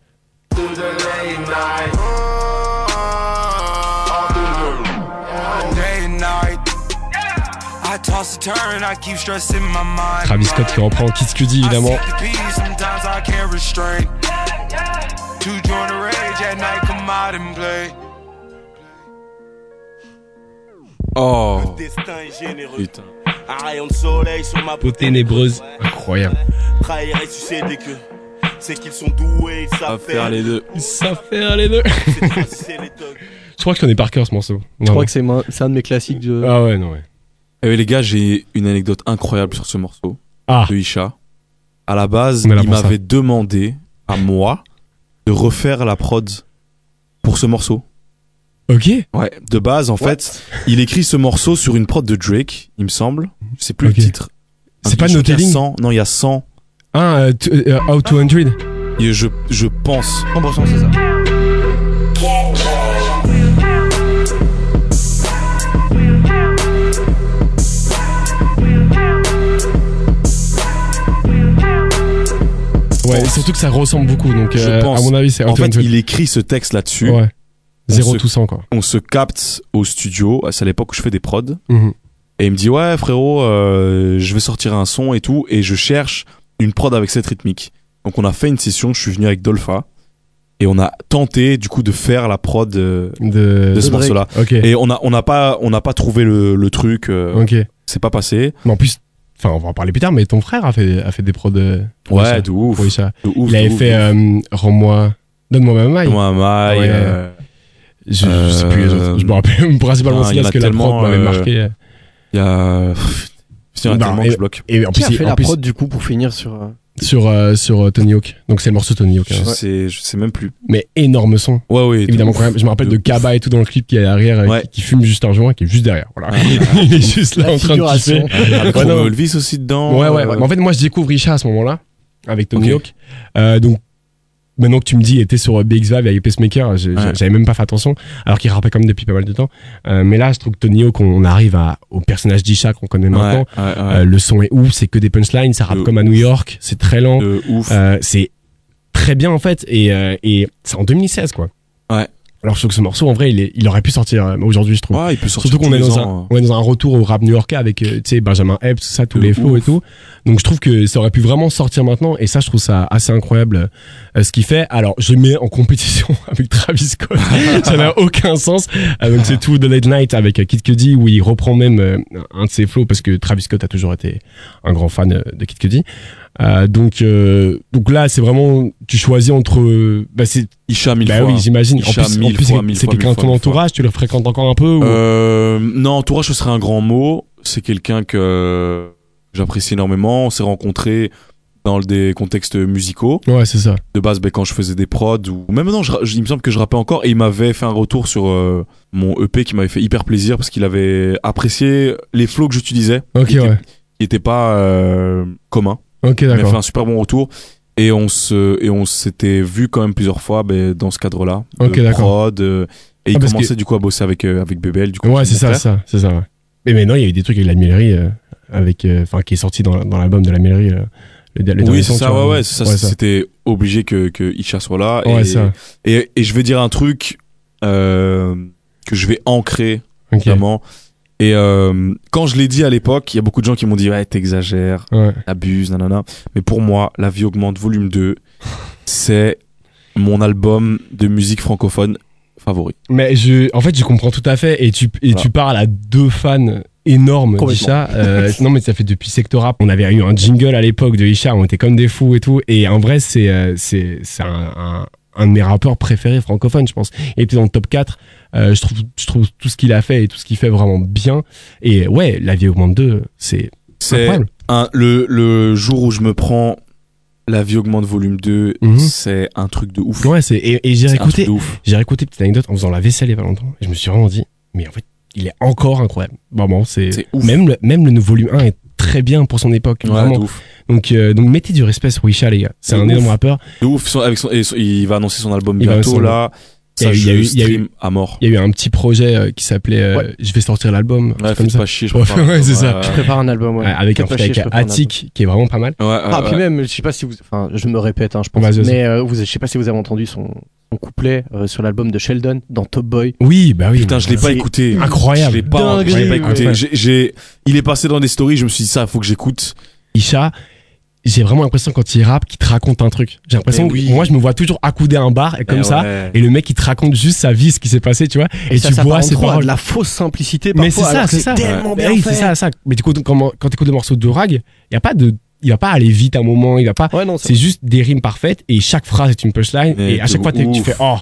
Day and night. I toss and turn, I keep stressing my mind.
Travis Scott qui reprend Kid Cudi évidemment.
I seek the peace, sometimes I can't restrain. To join the rage at night, come out and play.
Oh,
Destin généreux.
putain.
Un rayon de soleil sur ma
Peau ténébreuse. Incroyable.
Trahir et sucer des queues. C'est qu'ils sont doués, ils
À
savent
faire les deux.
Ils savent faire les deux.
C'est toi, c'est les thugs.
Je crois que je connais par cœur ce morceau.
Je crois que c'est moi- c'est un de mes classiques de.
Ah ouais, non, ouais.
Eh, les gars, j'ai une anecdote incroyable sur ce morceau.
Ah,
de Isha. À la base,
On est là
il
pour ça.
m'avait demandé à moi de refaire la prod pour ce morceau.
ok.
Ouais. De base, en fait, il écrit ce morceau sur une prod de Drake, il me semble. Je sais plus
Ok.
le titre.
C'est pas
Je crois qu'il y a
Notelling
100. Non, il y a 100.
Ah, euh, t- euh, Out to 100.
Et je, je pense.
100% c'est ça.
Ouais, et surtout que ça ressemble beaucoup, donc
Je
euh,
pense.
à mon avis, c'est Out
En
to
fait,
100.
il écrit ce texte là-dessus.
Ouais.
On
Zéro
se-
tout 100, quoi.
On se capte au studio. Ah, C'est à l'époque où je fais des prods.
Mhm.
Et il me dit ouais frérot, euh, je vais sortir un son et tout, et je cherche une prod avec cette rythmique. Donc on a fait une session, je suis venu avec Dolpha, et on a tenté du coup de faire la prod euh,
De,
de ce
Drake.
morceau-là.
Ok.
Et on a on n'a pas on n'a pas trouvé le, le truc, euh,
Ok.
c'est pas passé.
Mais en plus, enfin, on va en parler plus tard, mais ton frère a fait, a fait des prods de.
Ouais,
ça.
de ouf,
Pour Isha.
de ouf.
Il avait
de ouf,
fait
de ouf.
euh, Rends-moi. Donne-moi ma maille.
Thomas Maille,
Ouais.
euh,
Je, je sais plus les autres. Je me
euh,
rappelle principalement celui-là
putain, il y en
parce
a
que la prod
tellement,
m'avait
euh,
marqué.
il y a pff, il y en a
Bah,
tellement
et-
que je bloque.
Et en
Qui
plus,
a
il-
fait
en
la
plus,
prod du coup pour finir sur. euh,
sur, euh, sur euh, Tony Hawk. Donc c'est le morceau Tony Hawk. hein.
Je, sais, je sais même plus.
Mais énorme son.
Ouais, ouais.
Évidemment,
de
quand même. Je me rappelle de
ouf.
Kaba et tout dans le clip qui est derrière, euh,
Ouais.
qui, qui fume juste un joint, qui est juste derrière. Voilà. Il est juste là
La
en train de
figuration.
kiffer.
Avec
Ouais, non.
Romeo Elvis aussi dedans.
Ouais, ouais.
euh,
Mais en fait, moi, je découvre Isha à ce moment-là, avec Tony
Ok.
Hawk. Euh, donc, maintenant que tu me dis, il était sur euh, BX Vive et avec Pacemaker, je- je-
Ouais.
j'avais même pas fait attention, alors qu'il rappait quand même depuis pas mal de temps. Euh, mais là, je trouve que Tony Hawk, on, on arrive à, au personnage d'Isha qu'on connaît
ouais,
maintenant.
ouais, ouais.
Euh, le son est ouf, c'est que des punchlines, ça rappe
De
comme à New York, c'est très lent,
de ouf.
Euh, c'est très bien en fait, et, euh, et c'est en 2016 quoi.
Ouais.
Alors je trouve que ce morceau en vrai, il, est- il aurait pu sortir euh, aujourd'hui, je trouve.
ouais, il peut sortir
Surtout qu'on
tous
est
les
dans
ans, hein.
un, on est dans un retour au rap new-yorkais avec euh, tu sais Benjamin Epps, tout ça, tous
De
les flots et
ouf.
tout. Donc je trouve que ça aurait pu vraiment sortir maintenant et ça je trouve ça assez incroyable euh, ce qu'il fait. Alors je le mets en compétition avec Travis Scott, ça n'a aucun sens. Euh, donc c'est tout de Late Night avec euh, Kid Cudi où il reprend même euh, un de ses flots parce que Travis Scott a toujours été un grand fan euh, de Kid Cudi. Euh, donc euh, donc là c'est vraiment tu choisis entre euh, bah, c'est
Isha mille
bah
fois. hein.
oui j'imagine en
Isha,
plus, en
mille
plus,
fois,
c'est-
mille
c'est
fois,
quelqu'un de
mille
ton
fois, mille fois.
entourage tu le fréquentes encore un peu ou...
Euh, non, entourage, ce serait un grand mot. C'est quelqu'un que j'apprécie énormément. On s'est rencontrés dans des contextes musicaux.
ouais c'est ça
De base, ben, quand je faisais des prods, ou même non, je ra- je- il me semble que je rappais encore. Et il m'avait fait un retour sur euh, mon EP qui m'avait fait hyper plaisir parce qu'il avait apprécié les flows que j'utilisais.
ok
qui
ouais
n'étaient pas euh, communs.
Ok,
Il m'a fait
d'accord.
un super bon retour. Et on se, et on s'était vu quand même plusieurs fois ben, dans ce cadre-là. de
Ok, d'accord.
prod, euh, et il
Ah, parce
commençait du coup à bosser avec, euh, avec BBL. Du coup,
Ouais,
mon
c'est ça,
frère.
c'est ça, c'est ça. ouais. Mais maintenant, il y a eu des trucs avec la Millerie, euh, avec, euh, enfin, qui est sorti dans, dans l'album de la Millerie. euh, le, le dernier
Oui, c'est
son,
ça,
tu vois.
ouais, ouais, c'est ça, c'était obligé que, que Isha soit là.
Ouais,
et,
ça.
Et, et je vais dire un truc euh, que je vais ancrer,
Ok.
vraiment. Et euh, quand je l'ai dit à l'époque, il y a beaucoup de gens qui m'ont dit Ouais, t'exagères,
Ouais.
t'abuses, nanana. Mais pour moi, La vie augmente, volume 2, c'est mon album de musique francophone favori.
Mais je, en fait, je comprends tout à fait. Et tu, et
Voilà.
tu parles à deux fans énormes
Complètement.
d'Isha. Euh, non, mais ça fait depuis Sector Rap. On avait eu un jingle à l'époque de Isha. On était comme des fous et tout. Et en vrai, c'est, euh, c'est, c'est un, un, un de mes rappeurs préférés francophones, je pense. Il était dans le top 4. Euh, je trouve, je trouve tout ce qu'il a fait et tout ce qu'il fait vraiment bien. Et ouais, La vie augmente 2, c'est
C'est
incroyable.
un- le, le jour où je me prends La vie augmente, volume 2,
Mhm.
c'est un truc de ouf.
Ouais, c'est, et, et j'ai
C'est un truc
réécouté,
de ouf.
j'ai réécouté petite anecdote en faisant la vaisselle il y a pas longtemps. Et je me suis vraiment dit, mais en fait, il est encore incroyable. Vraiment, c'est,
C'est ouf.
même le, même le nouveau volume 1 est très bien pour son époque.
Ouais,
vraiment.
de ouf.
Donc, euh, donc mettez du respect sur Wisha, les gars. C'est
De
un
ouf.
énorme rappeur.
De ouf, son- avec son- et son- il va annoncer son album
Il va
bientôt
annoncer-
là.
Il y a
Ça,
eu- il y a
je
eu- il y a eu-
stream à mort.
Il y a eu un petit projet euh, qui s'appelait euh,
Ouais.
Je vais sortir l'album. un truc
Ouais,
comme
faites
ça.
pas chier, je
Ouais,
préfère.
ouais, c'est ça.
Je prépare un album, ouais.
Ouais, avec
Faites
un
pas
truc
chier,
avec
je prépare un album.
Attic qui est vraiment pas mal.
Ouais, ouais,
Ah, puis
ouais.
même, je sais pas si vous. Enfin, je me répète, hein, je pense.
Vas-y, vas-y.
Mais euh, vous, je sais pas si vous avez entendu son, son couplet euh, sur l'album de Sheldon dans Top Boy.
Oui, bah oui.
Putain, je l'ai pas
C'est
écouté.
incroyable.
Je l'ai pas, je l'ai
Dinguerie,
pas écouté.
ouais.
J'ai- j'ai- il est passé dans des stories, je me suis dit ça, faut que j'écoute.
Isha, j'ai vraiment l'impression quand il rappe qu'il te raconte un truc. J'ai l'impression
Mais
que
oui.
moi je me vois toujours accoudé à un bar et comme
Eh
ça.
ouais.
Et le mec il te raconte juste sa vie, ce qui s'est passé, tu vois. Et,
ça
tu vois
s'apparente
ses
trop à
paroles.
de la fausse simplicité parfois.
Mais c'est ça,
alors que
c'est ça.
tellement
Mais
bien
oui,
fait.
c'est ça, ça. Mais du coup, donc, quand quand t'écoutes le morceau d'Orag, il y a pas de, il va pas aller vite à un moment, il va pas.
Ouais, non,
C'est juste des rimes parfaites et chaque phrase est une punchline
Mais
et à
de
chaque fois t'es- tu
ouf.
fais oh,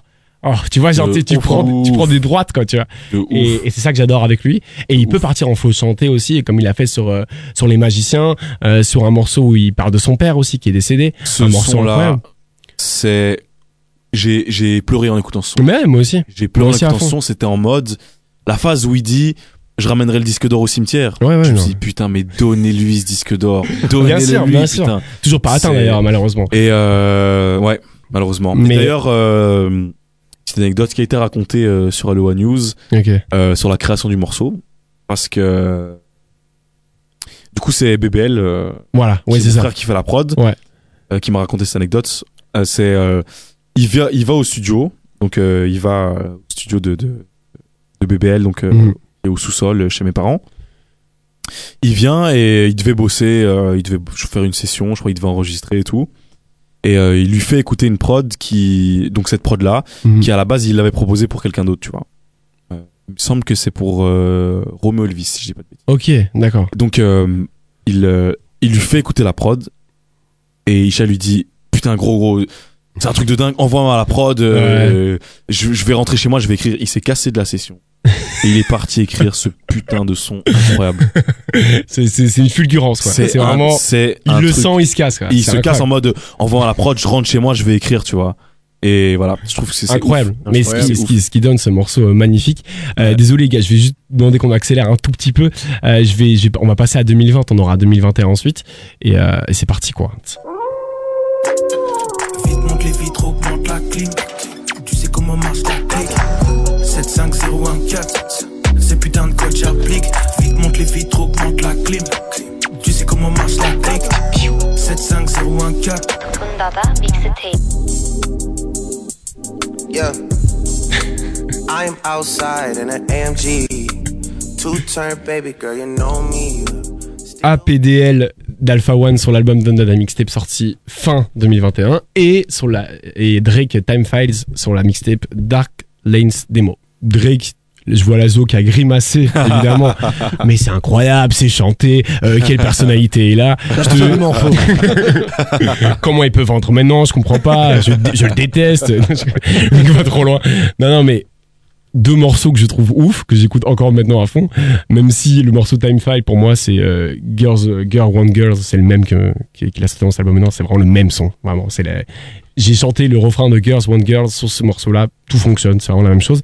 oh, tu vois genre
De
tu- tu
ouf.
prends, tu prends des droites quoi, tu vois.
De ouf.
Et, et c'est ça que j'adore avec lui. Et il
Ouf.
peut partir en faux chanté aussi, comme il a fait sur euh, sur les magiciens, euh, sur un morceau où il parle de son père aussi qui est décédé. un
ce
morceau
son là,
incroyable.
c'est. J'ai j'ai pleuré en écoutant ce son.
Mais ouais, moi aussi.
J'ai pleuré en
Moi aussi à
écoutant ce
fond.
son, c'était en mode. La phase où il dit Je ramènerai le disque d'or au cimetière.
Ouais, ouais,
je me
non.
suis dit, putain, mais donnez-lui ce disque d'or. Donnez-le
sûr,
lui,
bien sûr.
putain.
Toujours pas atteint
C'est-
d'ailleurs malheureusement.
Et euh, ouais, malheureusement. Mais
Mais-
d'ailleurs, euh, petite anecdote qui a été racontée euh, sur Aloha News
Ok.
euh, sur la création du morceau, parce que du coup c'est BBL, euh,
Voilà. Ouais,
c'est
c'est
mon
ça.
frère qui fait la prod,
Ouais.
euh, qui m'a raconté cette anecdote. Euh, c'est euh, il va, il va au studio, donc euh, il va euh, au studio de de, de BBL, donc euh,
Mhm.
et au sous-sol euh, chez mes parents. Il vient et il devait bosser, euh, il devait b- faire une session, je crois il devait enregistrer et tout. Et euh, il lui fait écouter une prod qui, donc cette prod là,
Mhm.
qui à la base il l'avait proposée pour quelqu'un d'autre, tu vois. Euh, il me semble que c'est pour euh, Romeo Elvis, si je dis pas de bêtises.
Ok, d'accord.
Donc euh, il, euh, il lui fait écouter la prod et Isha lui dit putain gros gros c'est un truc de dingue envoie-moi la prod euh, je, je vais rentrer chez moi je vais écrire il s'est cassé de la session Et il est parti écrire ce putain de son incroyable.
C'est- C'est c'est une fulgurance, quoi. C'est
un-
vraiment.
c'est
Il
un
le
truc.
sent, il se casse, quoi.
Il
C'est
se casse en
incroyable.
mode, en voyant la prod, je rentre chez moi, je vais écrire, tu vois. Et voilà, je trouve que c'est c'est
Incroyable.
ouf.
Mais ce
Ouais,
qui,
c'est
ce,
ouf.
qui, ce qui donne ce morceau euh, magnifique. Euh,
Ouais.
Désolé, les gars, je vais juste demander qu'on accélère un tout petit peu. Euh, je vais, je vais- on va passer à 2020, on aura 2021 ensuite. Et, euh, et c'est parti, quoi.
Vite monte les vitres, augmente la clim. Tu sais comment marche la clique. 75014, c'est putain de code j'applique. Vite monte les vitres, augmente la clim. Tu sais comment marche la clique. 75014.
Baba Mixtape.
Yeah. I'm outside in an AMG. Two turn, baby girl, you know me.
APDL d'Alpha One sur l'album Thunder la mixtape sorti fin 2021 et sur la et Drake Time Files sur la mixtape Dark Lanes Demo. Drake je vois Lazo qui a grimacé, évidemment. Mais c'est incroyable, c'est chanté. euh, quelle personnalité est là Je te-
Absolument faux.
Comment il peut vendre maintenant Je comprends pas. Je, je le déteste. Je va trop loin. Non, non, mais deux morceaux que je trouve ouf, que j'écoute encore maintenant à fond. Même si le morceau Time Fly, pour moi, c'est euh, Girls, Girl One Girls, c'est le même que qu'il a sorti dans cet album maintenant. C'est vraiment le même son. Vraiment, c'est la- J'ai chanté le refrain de Girls One Girls sur ce morceau-là. Tout fonctionne, c'est vraiment la même chose.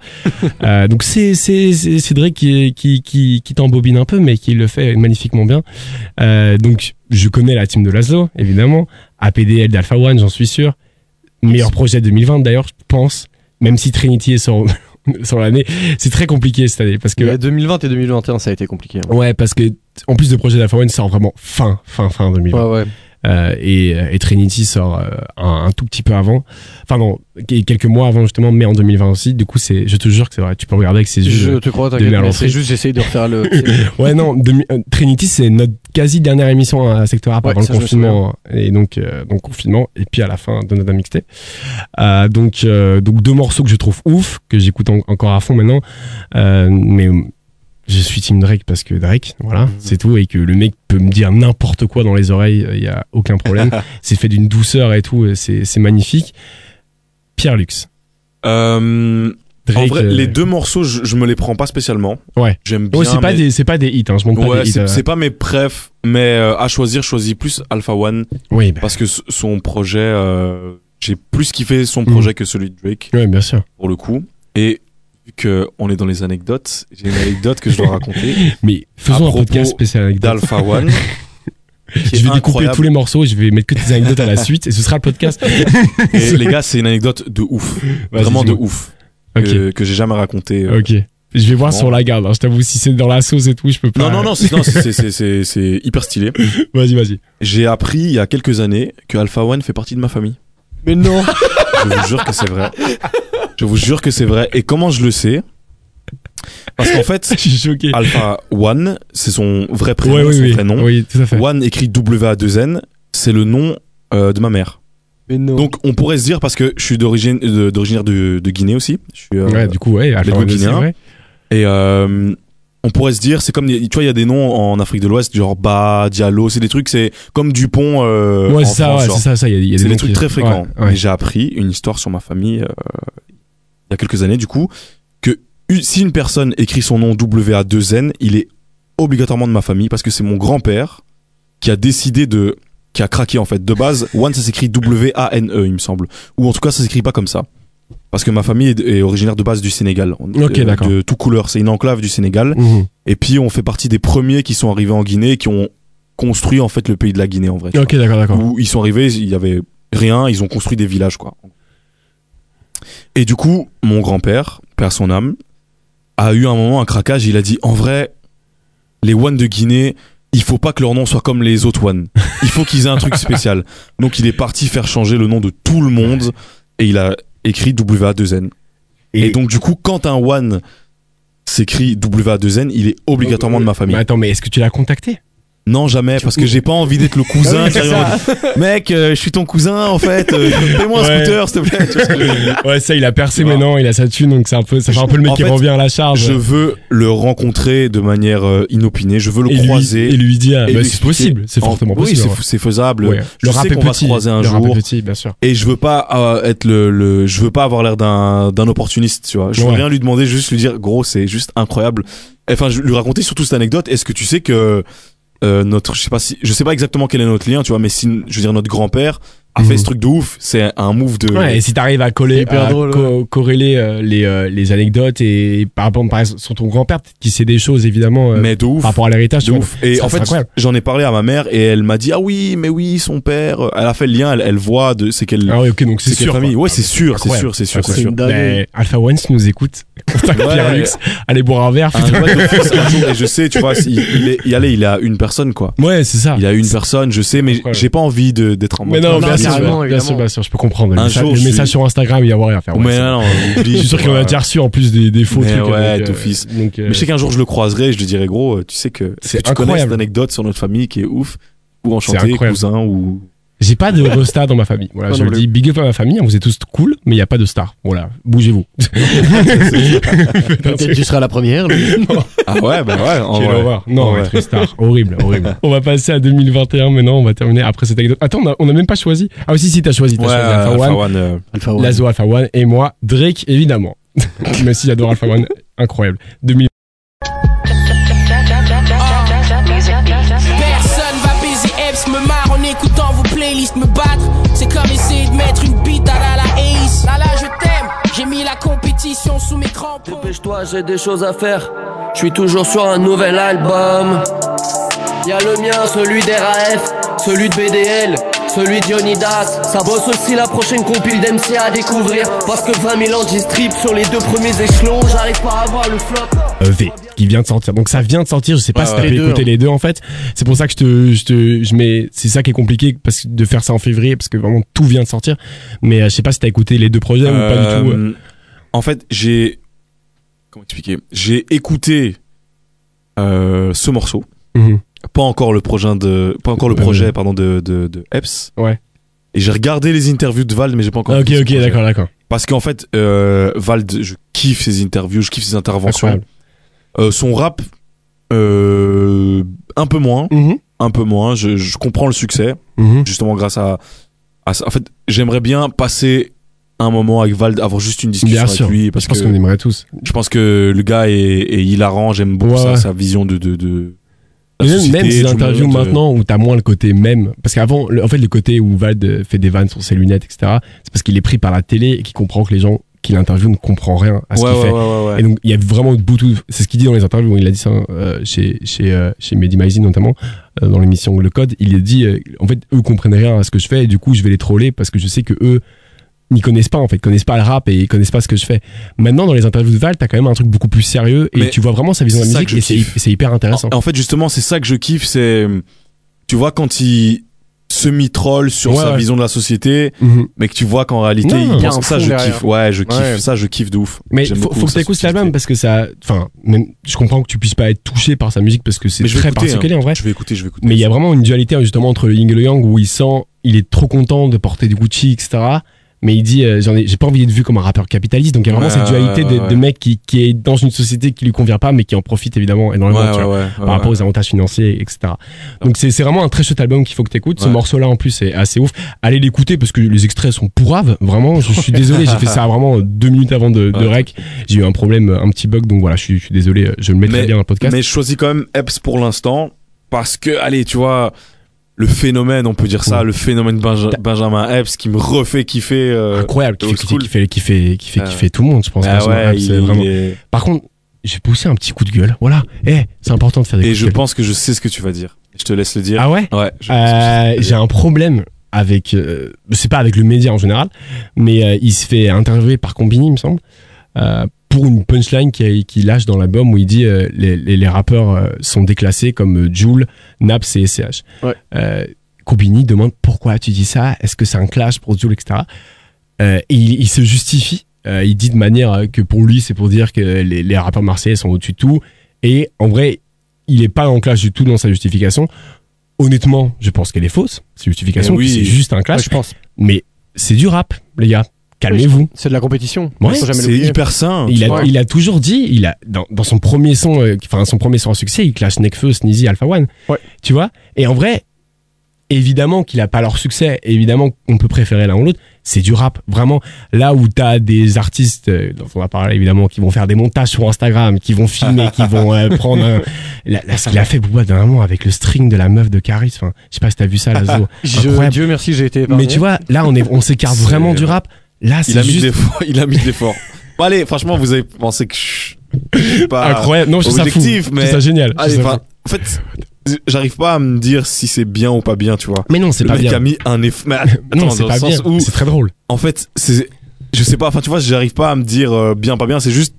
Euh, donc c'est c'est c'est c'est Drake qui est- qui qui qui t'embobine un peu, mais qui le fait magnifiquement bien. Euh, donc je connais la team de Laszlo, évidemment. APDL d'Alpha One, j'en suis sûr. Meilleur projet 2020 d'ailleurs, je pense. Même si Trinity est sur sur l'année, c'est très compliqué cette année parce que
Mais 2020 et 2021, ça a été compliqué. hein.
ouais parce que en plus de projet d'Alpha One sort vraiment fin fin fin 2020.
Ouais, ouais.
Euh, et, euh, et Trinity sort euh, un, un tout petit peu avant, enfin non, qu- quelques mois avant justement, mais en 2020 aussi. Du coup, c'est, je te jure que c'est vrai. Tu peux regarder avec ses yeux.
Je te crois, t'inquiète.
Demi à
mais
l'entrée.
C'est juste, j'essaye de refaire le.
Ouais, non, demi- euh, Trinity, c'est notre quasi dernière émission à Secteur Rap
Ouais,
avant le
ça, je me
confinement. Et donc, euh, donc, confinement, et puis à la fin, de notre mixtape. Euh, donc, euh, donc, deux morceaux que je trouve ouf, que j'écoute en- encore à fond maintenant. Euh, mais je suis Team Drake parce que Drake,
Mhm.
voilà, c'est tout. Et que le mec peut me dire n'importe quoi dans les oreilles, il n'y a aucun problème. c'est fait d'une douceur et tout, et c'est c'est magnifique. Pierre Lux.
Euh, en
Drake,
vrai,
euh,
les deux morceaux, je, je me les prends pas spécialement.
Ouais.
J'aime bien.
Ouais, c'est pas,
mais-
des- c'est pas des hits, hein, je manque pas
Ouais,
des hits.
c'est
euh.
c'est pas mes préfs, mais euh, à choisir, je choisis plus Alpha One
Oui, bah,
parce que s- son projet, euh, j'ai plus kiffé
Mm.
son projet que celui de Drake
ouais, bien sûr.
pour le coup. Et vu que on est dans les anecdotes, j'ai une anecdote que je dois raconter
Mais faisons
À
un podcast
propos
spécial avec Dalph.
d'Alpha One. qui est
Je vais découper
incroyable. Euh,
tous les morceaux, et je vais mettre que des anecdotes à la suite et ce sera le podcast.
Et les gars, c'est une anecdote de ouf,
Vas-y,
vraiment de
dis-moi.
ouf
Ok,
que, que j'ai jamais raconté. euh,
ok. Je vais voir
bon.
sur la garde. hein, Je t'avoue, si c'est dans la sauce et tout, je peux pas.
Non, non, non, c'est- non, c'est- c'est c'est- c'est- c'est hyper stylé.
Vas-y, vas-y.
J'ai appris il y a quelques années que Alpha One fait partie de ma famille.
Mais non
Je vous jure que c'est vrai. Je vous jure que c'est vrai. Et comment je le sais Parce qu'en fait,
Je suis choqué.
Alpha One, Ah, c'est son vrai prénom,
Ouais, oui,
son
oui.
prénom.
Oui, tout à fait.
One écrit W-A-2-N, c'est le nom euh, de ma mère.
Mais
Oh.
non
Donc on pourrait se dire, parce que je suis d'origine de- d'originaire de, de Guinée aussi, je suis, euh,
Ouais, du coup, ouais, Alpha
deux
One aussi,
Guinéens.
ouais.
et euh, on pourrait se dire, c'est comme, des- tu vois, il y a des noms en Afrique de l'Ouest, genre Ba, Diallo, c'est des trucs, c'est comme Dupont euh,
Ouais,
en
c'est ça,
France,
ouais,
genre.
c'est ça, ça. Il y a, il y a
C'est des
noms
trucs
qui-
très fréquents.
Ouais, ouais.
Mais j'ai appris une histoire sur ma famille euh, il y a quelques années, du coup, que u- si une personne écrit son nom WA2N, il est obligatoirement de ma famille parce que c'est mon grand-père qui a décidé de. qui a craqué en fait. De base, One, ça s'écrit W-A-N-E, E, il me semble. Ou en tout cas, ça s'écrit pas comme ça. Parce que ma famille est, est originaire de base du Sénégal. On-
Ok,
euh,
d'accord.
De tout couleur. C'est une enclave du Sénégal.
Mhm.
Et puis, on fait partie des premiers qui sont arrivés en Guinée et qui ont construit en fait le pays de la Guinée en vrai. tu vois
Ok, d'accord, d'accord.
où ils sont arrivés, il y avait rien, ils ont construit des villages quoi. Et du coup, mon grand-père, père son âme, a eu un moment un craquage, il a dit en vrai les One de Guinée, il faut pas que leur nom soit comme les autres One. Il faut qu'ils aient un truc spécial. Donc il est parti faire changer le nom de tout le monde et il a écrit WA2N. Et, donc du coup, quand un One s'écrit WA2N, il est obligatoirement de ma famille.
Mais attends, mais est-ce que tu l'as contacté
Non, jamais, parce que j'ai pas envie d'être le cousin.
Ah oui,
qui
c'est
arrive en mode, Mec, euh, je suis ton cousin en fait. euh, Fais-moi un
Ouais.
scooter, s'il te plaît. Tu vois ce que je veux dire
Ouais, ça, il a percé maintenant, il a sa thune, donc c'est un peu, ça fait un peu le mec
En
qui
fait,
revient à la charge.
Je veux le rencontrer de manière euh, inopinée. Je veux le
et lui,
croiser.
et lui dire,
et
bah,
lui
c'est
expliquer-
possible, c'est
en-
fortement
oui,
possible. hein.
c'est- c'est faisable.
Ouais.
Je
Le
sais
rap est
qu'on va
petit,
se croiser un
le rap est
jour.
petit, bien sûr.
Et je veux pas euh, être le, le- je veux pas avoir l'air d'un d'un opportuniste, tu vois. Je veux
Ouais.
rien lui demander, juste lui dire gros, c'est juste incroyable. Enfin, je lui raconter surtout cette anecdote. Est-ce que tu sais que euh, notre, je sais pas si, je sais pas exactement quel est notre lien, tu vois, mais si, je veux dire, notre grand-père a fait ce truc de ouf. C'est un move de.
Mhm. Ouais, et si t'arrives à
C'est
coller,
hyper
à
drôle,
co- corréler euh, les, euh, les anecdotes et, et par rapport, par exemple, sur ton grand-père, peut-être qu'il sait des choses, évidemment, euh,
mais de ouf.
par rapport à l'héritage, tu
de
vois.
ouf. Et
Ça,
en
c'est
fait,
incroyable.
j'en ai parlé à ma mère et elle m'a dit ah oui, mais oui, son père. euh, Elle a fait le lien, elle, elle voit de c'est quelle
Ah ouais, ok, donc c'est
c'est quelle
sûr.
famille.
quoi.
Ouais, c'est sûr, c'est
Incroyable.
sûr, c'est sûr, c'est
C'est
sûr.
une dinguerie.
Mais Alpha One, si nous écoute, contacte
Ouais.
Pierre Lux, allez boire un verre,
Un
putain.
doigt Ah, de fils un jour, et je sais, tu vois, il, il est, il, allez, il a une personne quoi.
Ouais, c'est ça.
Il a une personne, je sais, mais
Incroyable.
j'ai pas envie de- d'être en
Mais
mode.
non, bien,
bien
sûr,
sûr.
bien sûr, bien sûr, je peux comprendre. Le
Un
message,
jour,
le
je
message
suis-
sur Instagram, il y a rien à faire. ouais,
mais
c'est-
non, non,
je
oublie,
suis sûr
tu
qu'on
vois.
a déjà reçu en plus des, des faux
Mais
trucs.
ouais,
donc,
tout
euh,
fils.
donc, euh,
Mais je sais qu'un jour je le croiserai, et je lui dirai gros, euh, tu sais que, est-ce
C'est
que tu connais
incroyable.
cette anecdote sur notre famille qui est ouf ou
C'est
enchanté,
incroyable.
cousin ou.
J'ai pas de resta dans ma famille. Voilà,
Moi
je
non
le dis. Big up à ma famille. hein, Vous êtes tous cool, mais il y a pas de star. Voilà, bougez-vous.
Peut-être que tu seras la première. lui.
Ah ouais, bah ouais, en
Quelle
vrai.
horreur. Non,
En
on va
vrai.
être une star. horrible, horrible. On va passer à 2021 maintenant. On va terminer après cette anecdote. Attends, on a, on a même pas choisi. Ah, aussi, si, t'as choisi. T'as
Ouais,
choisi Alpha
Alpha
One,
One, euh,
Alpha One.
Lazo Alpha One et moi, Drake, évidemment. Même si j'adore Alpha One. Incroyable. 2000.
Personne va baiser Eps, me marre en écoutant vos playlists me battre. C'est comme essayer de mettre une bite à la Ace. Là là, je t'aime, j'ai mis la compétition sous mes crampons.
Dépêche-toi, j'ai des choses à faire. Je suis toujours sur un nouvel album. Y'a le mien, celui d'RAF, celui de BDL, celui de Johnny Das. Ça bosse aussi la prochaine compile d'MC à découvrir. Parce que 20 000 ans, j'y strip sur les deux premiers échelons. J'arrive pas à avoir le flop.
euh, V qui vient de sortir. Donc ça vient de sortir, je sais pas
Ouais,
si
ouais.
t'avais
Les deux,
écouté
hein.
les deux en fait. C'est pour ça que je te, je te, je mets, c'est ça qui est compliqué parce que de faire ça en février parce que vraiment tout vient de sortir. Mais euh, je sais pas si t'as écouté les deux projets ou pas du tout. euh.
Euh, En fait, j'ai. Comment expliquer J'ai écouté euh, ce morceau.
Mhm.
Pas encore le projet de. Pas encore le
Ouais,
projet, pardon, de, de, de Epps.
Euh, Ouais.
Et j'ai regardé les interviews de Vald, mais j'ai pas encore.
Ah, ok,
écouté ce
ok,
projet.
d'accord, d'accord.
Parce qu'en fait, euh, Vald, je kiffe ses interviews, je kiffe ses interventions.
Incroyable.
Euh, son rap, euh, un peu moins,
Mhm.
un peu moins. Je, je comprends le succès,
Mhm.
justement grâce à, à ça. En fait, j'aimerais bien passer un moment avec Vald, avoir juste une discussion
Bien
avec
sûr.
lui, parce
Je pense
que
qu'on aimerait tous.
je pense que le gars est, est hilarant, j'aime beaucoup
Ouais,
sa-
ouais.
sa vision de. de, de la
Et même,
société,
même ces
du
interviews
monde, euh,
maintenant où t'as moins le côté même, parce qu'avant, le- en fait, le côté où Vald euh, fait des vannes sur ses lunettes, etc. C'est parce qu'il est pris par la télé et qu'il comprend que les gens qui l'interviewent ne comprend rien à ce
ouais,
qu'il
ouais,
fait.
ouais, ouais, ouais.
Et donc, il y a vraiment Bluetooth. C'est ce qu'il dit dans les interviews. Il a dit ça euh, chez, chez, euh, chez Mehdi Maizi notamment, euh, dans l'émission Le Code. Il a dit, euh, en fait, eux comprennent rien à ce que je fais et du coup, je vais les troller parce que je sais que eux n'y connaissent pas, en fait, connaissent pas le rap et ils connaissent pas ce que je fais. Maintenant, dans les interviews de Val, t'as quand même un truc beaucoup plus sérieux et
Mais
tu vois vraiment sa vision de
c'est
la
ça
musique
que je
et c'est,
kiffe.
et c'est hyper intéressant.
En, en fait, justement, c'est ça que je kiffe, c'est. Tu vois, quand il semi-troll sur
Ouais,
sa
ouais.
vision de la société,
Mhm.
mais que tu vois qu'en réalité,
Non,
il
il y a
pense
un
que ça,
fond
je
derrière.
kiffe. Ouais, je kiffe,
Ouais.
ça, je kiffe de ouf.
Mais
J'aime
faut,
beaucoup
faut que
sa
t'écoutes
subtilité.
l'album parce que ça, enfin, même, je comprends que tu puisses pas être touché par sa musique parce que c'est
Mais je vais
très
hein. écouter,
particulier en vrai.
Je vais écouter, je vais écouter.
Mais il y a vraiment une dualité justement entre le yin et le yang où il sent, il est trop content de porter du Gucci, etc. Mais il dit, euh, j'en ai, j'ai pas envie d'être vu comme un rappeur capitaliste. Donc il y a vraiment
Ouais,
cette dualité
ouais,
de,
ouais,
de
ouais.
mec qui, qui est dans une société qui lui convient pas, mais qui en profite évidemment
Ouais,
énormément
ouais,
tu vois,
ouais, ouais,
par rapport aux avantages financiers, etc. Donc c'est, c'est vraiment un très chouette album qu'il faut que t'écoutes. Ce
Ouais.
morceau-là en plus est assez ouf. Allez l'écouter parce que les extraits sont pourraves. Vraiment, je suis désolé. j'ai fait ça vraiment deux minutes avant de, de
Ouais.
rec. J'ai eu un problème, un petit bug. Donc voilà, je suis, je suis désolé. Je le mettrai
Mais-
bien dans le podcast.
Mais je choisis quand même Epps pour l'instant parce que, allez, tu vois, le phénomène, on peut dire ça,
Ouais.
le phénomène Benja- Benjamin Epps qui me refait kiffer. euh,
incroyable qui
old
fait, qui fait,
school.
qui fait, qui fait, qui fait,
Ah
qui
ouais.
fait tout le monde, je pense.
ah
Ah, Benjamin
ouais,
Epps,
il-
c'est vraiment.
il est-
Par contre, j'ai poussé un petit coup de gueule. Voilà. Eh, c'est important de faire des
Et
coups
je
de gueule.
pense que je sais ce que tu vas dire. Je te laisse le dire.
Ah ouais
Ouais. je-
Euh, J'ai un problème avec. euh, c'est pas avec le média en général, mais euh, il se fait interviewer par Combini, il me semble, euh, pour une punchline qu'il qui lâche dans l'album où il dit euh, les, les, les rappeurs euh, sont déclassés comme euh, Jul, Naps et SCH.
Ouais.
Euh, Combini demande pourquoi tu dis ça Est-ce que c'est un clash pour Jul, etc. Euh, et il, il se justifie. Euh, il dit de manière euh, que pour lui, c'est pour dire que les, les rappeurs marseillais sont au-dessus de tout. Et en vrai, il est pas en clash du tout dans sa justification. Honnêtement, je pense qu'elle est fausse. C'est justification,
Eh oui.
puis c'est juste un clash.
Ouais, je pense.
Mais c'est du rap, les gars. Calmez-vous.
C'est de la compétition.
Ouais.
Faut jamais
C'est
l'oublier.
hyper sain.
Il
tu
a,
vois.
il a toujours dit, il a dans, dans son premier son, euh, qui- enfin son premier son en succès, il clash Nekfeu, Sneezy, Alpha One.
Ouais.
Tu vois Et en vrai, évidemment qu'il a pas leur succès, évidemment qu'on peut préférer l'un ou l'autre. C'est du rap, vraiment. Là où t'as des artistes euh, dont on va parler évidemment, qui vont faire des montages sur Instagram, qui vont filmer, qui vont euh, prendre un- la, la- ce qu'il a fait Booba dernièrement avec le string de la meuf de Caris. Enfin, je sais pas si t'as vu ça, la Zo.
Je-
Incroyable.
Dieu merci, j'ai été épargné.
Mais tu vois, là on est, on s'écarte
C'est-
vraiment du rap. Là,
Il a
c'est
mis de
juste
l'effort. Il a mis de l'effort. Bon, allez, franchement, vous avez pensé que je je suis pas
incroyable. Non, je trouve ça fou.
objectif,
Je trouve
mais-
ça génial. Je
Allez,
trouve ça
enfin,
fou.
en fait, j'arrive pas à me dire si c'est bien ou pas bien, tu vois.
Mais non, c'est
Le
pas
mec
bien.
a mis un effort. Mais attends,
Non,
dans
c'est
le
pas bien.
sens où,
C'est très drôle.
en fait, c'est, je sais pas. Enfin, tu vois, j'arrive pas à me dire euh, bien, pas bien. C'est juste,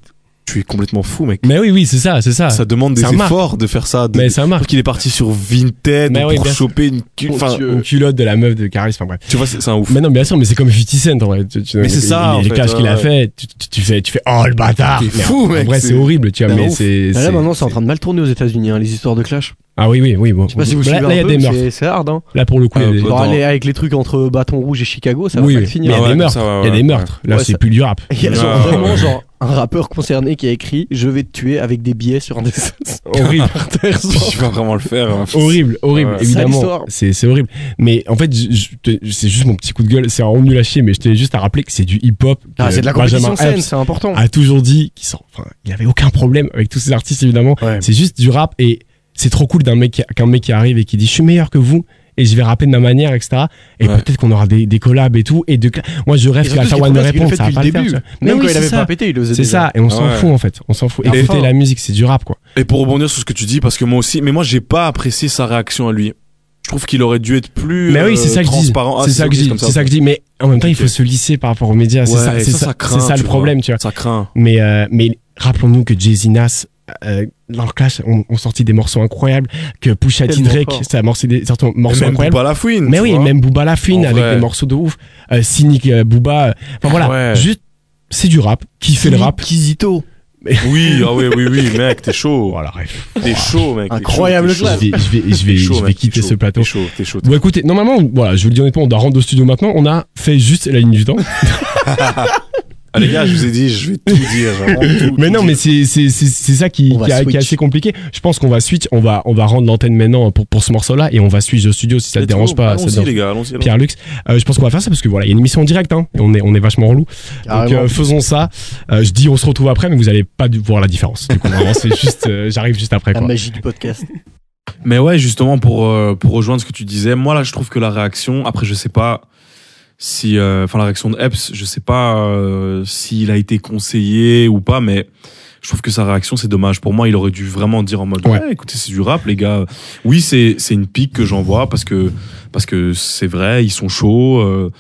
tu es complètement fou, mec.
Mais oui, oui, c'est ça, c'est ça.
Ça demande des
Ah, ça marque.
efforts de faire ça. de-
Mais ça
Parce
marque.
qu'il est parti sur Vinted
Mais
pour
oui, bien sûr.
choper une. cu-
Mon
Enfin,
Dieu.
Une culotte de la meuf de Caris, enfin bref.
tu vois, c'est c'est un ouf.
Mais non, bien sûr, mais c'est comme 50 Cent en vrai. Tu- tu-
Mais c'est
il-
ça,
il-
en
Les
fait,
clashs qu'il a
ouais.
fait, tu, tu- tu fais, tu fais, oh le bâtard.
T'es
Mais
fou,
en- En
mec,
vrai, c'est
c'est-
horrible, tu vois.
Mais
Mais
ouf.
c'est.
Ah Là
c'est-
maintenant c'est en train de mal tourner aux États-Unis hein, les histoires de clash.
Ah oui, oui, oui. Bon.
Je sais pas si vous
Là-
suivez
Là,
un
il y a
peu,
des
mais
meurtres.
c'est- C'est hard hein.
Là, pour le coup, il y a
Ah,
des-
bah,
Bon,
Attends.
allez, avec les trucs entre Bâton Rouge et Chicago, ça
Oui, Ah
va
oui.
pas
Mais il
finir.
y a
Ah ouais,
des
mais
meurtres.
ça, ouais,
Il y a
ouais.
des meurtres. Là,
Ouais,
c'est
ça-
plus du rap.
Il y a
Ouais,
genre
ouais,
vraiment
ouais.
genre un rappeur concerné qui a écrit Je vais te tuer avec des billets sur un des
Horrible.
Je vais pas vraiment le faire. hein.
Horrible, horrible,
Ouais.
Sale
évidemment.
histoire.
C'est c'est horrible. Mais en fait, je- je te- c'est juste mon petit coup de gueule. C'est un nul à chier, mais je tenais juste à rappeler que c'est du hip-hop.
Ah,
que
c'est de la
Benjamin
compétition saine,
Epps
c'est important.
a toujours dit qu'il s'en- enfin, il avait aucun problème avec tous ces artistes évidemment.
Ouais.
C'est juste du rap et c'est trop cool d'un mec qui- qu'un mec qui arrive et qui dit je suis meilleur que vous et je vais rapper de ma manière etc. Et
Ouais.
peut-être qu'on aura des, des collabs et tout et de moi je rêve
Et
que
surtout, ce
Alpha
qui est
One me
drôle, c'est qu'il le
réponde
fait
ça va
depuis
pas
le
le faire. tu
début.
vois. Mais
Même
oui,
quand il
c'est
avait
ça.
pas pété, il le faisait.
C'est
déjà.
ça et on s'en
Ouais.
fout en fait, on s'en fout.
Et
Écoutez
enfin-
la musique, c'est du rap quoi.
Et pour rebondir sur ce que tu dis, parce que moi aussi, mais moi j'ai pas apprécié sa réaction à lui. Je trouve qu'il aurait dû être plus
Mais oui,
euh,
c'est ça que je dis.
transparent. Ah,
C'est ça que je dis.
comme
C'est ça que je dis. Mais en même temps, il
Ok.
faut se lisser par rapport aux médias. C'est
Ouais,
ça, c'est
ça,
ça,
ça
c'est
craint,
ça le
tu vois.
problème, tu vois.
Ça craint.
Mais, euh, mais rappelons-nous que Jay-Z Nas, euh, dans le clash, ont, ont sorti des morceaux incroyables, que Pusha T
Tellement
Drake,
fort.
ça a morcé des sorti des morceaux
même
incroyables.
pas la fouine.
Mais
tu
oui,
vois.
même Booba La Fouine
En
avec
vrai.
des morceaux de ouf. Euh, Cynic, euh, Booba. euh, Enfin voilà,
Ouais.
juste, c'est du rap. Qui fait le rap
Kizito.
Oui, ah oui, oui, oui, mec, t'es chaud.
Voilà, bref.
T'es chaud, mec. t'es
Incroyable
chaud, t'es
clash.
Oh, Je vais, je vais, je vais,
T'es chaud,
je vais
mec,
quitter
t'es
ce
chaud,
plateau.
T'es chaud, t'es chaud. t'es
Bon écoutez, normalement, voilà, je vous le dis honnêtement, on doit rentrer au studio maintenant. On a fait juste la ligne du temps.
Ah, les gars, je vous ai dit, je vais tout dire. vraiment tout,
mais
tout
non,
dire.
mais c'est c'est c'est c'est ça qui
On va
qui, a- qui est
switch.
assez compliqué. Je pense qu'on va switch, on va on va rendre l'antenne maintenant pour pour ce morceau-là et on va switch au studio si ça te
Let's
dérange
go,
pas. ça te
Allons-y,
dérange-
les gars, allons-y. allons-y.
Pierre Lux, Euh, je pense qu'on va faire ça parce que voilà, il y a une émission en direct, hein, et on est on est vachement relou. Donc
Carrément.
euh, faisons ça. Euh, je dis on se retrouve après, mais vous allez pas du- voir la différence. Du coup, vraiment, c'est juste, euh, j'arrive juste après.
La
Quoi.
magie du podcast.
Mais ouais, justement, pour, euh, pour rejoindre ce que tu disais, moi là, je trouve que la réaction, après, je sais pas si. euh, Enfin, la réaction de Epps, je sais pas euh, s'il a été conseillé ou pas, mais je trouve que sa réaction, c'est dommage. Pour moi, il aurait dû vraiment dire en mode
Ouais.
Ouais, écoutez, c'est du rap, les gars. Oui, c'est c'est une pique que j'envoie parce que parce que c'est vrai, ils sont chauds. euh,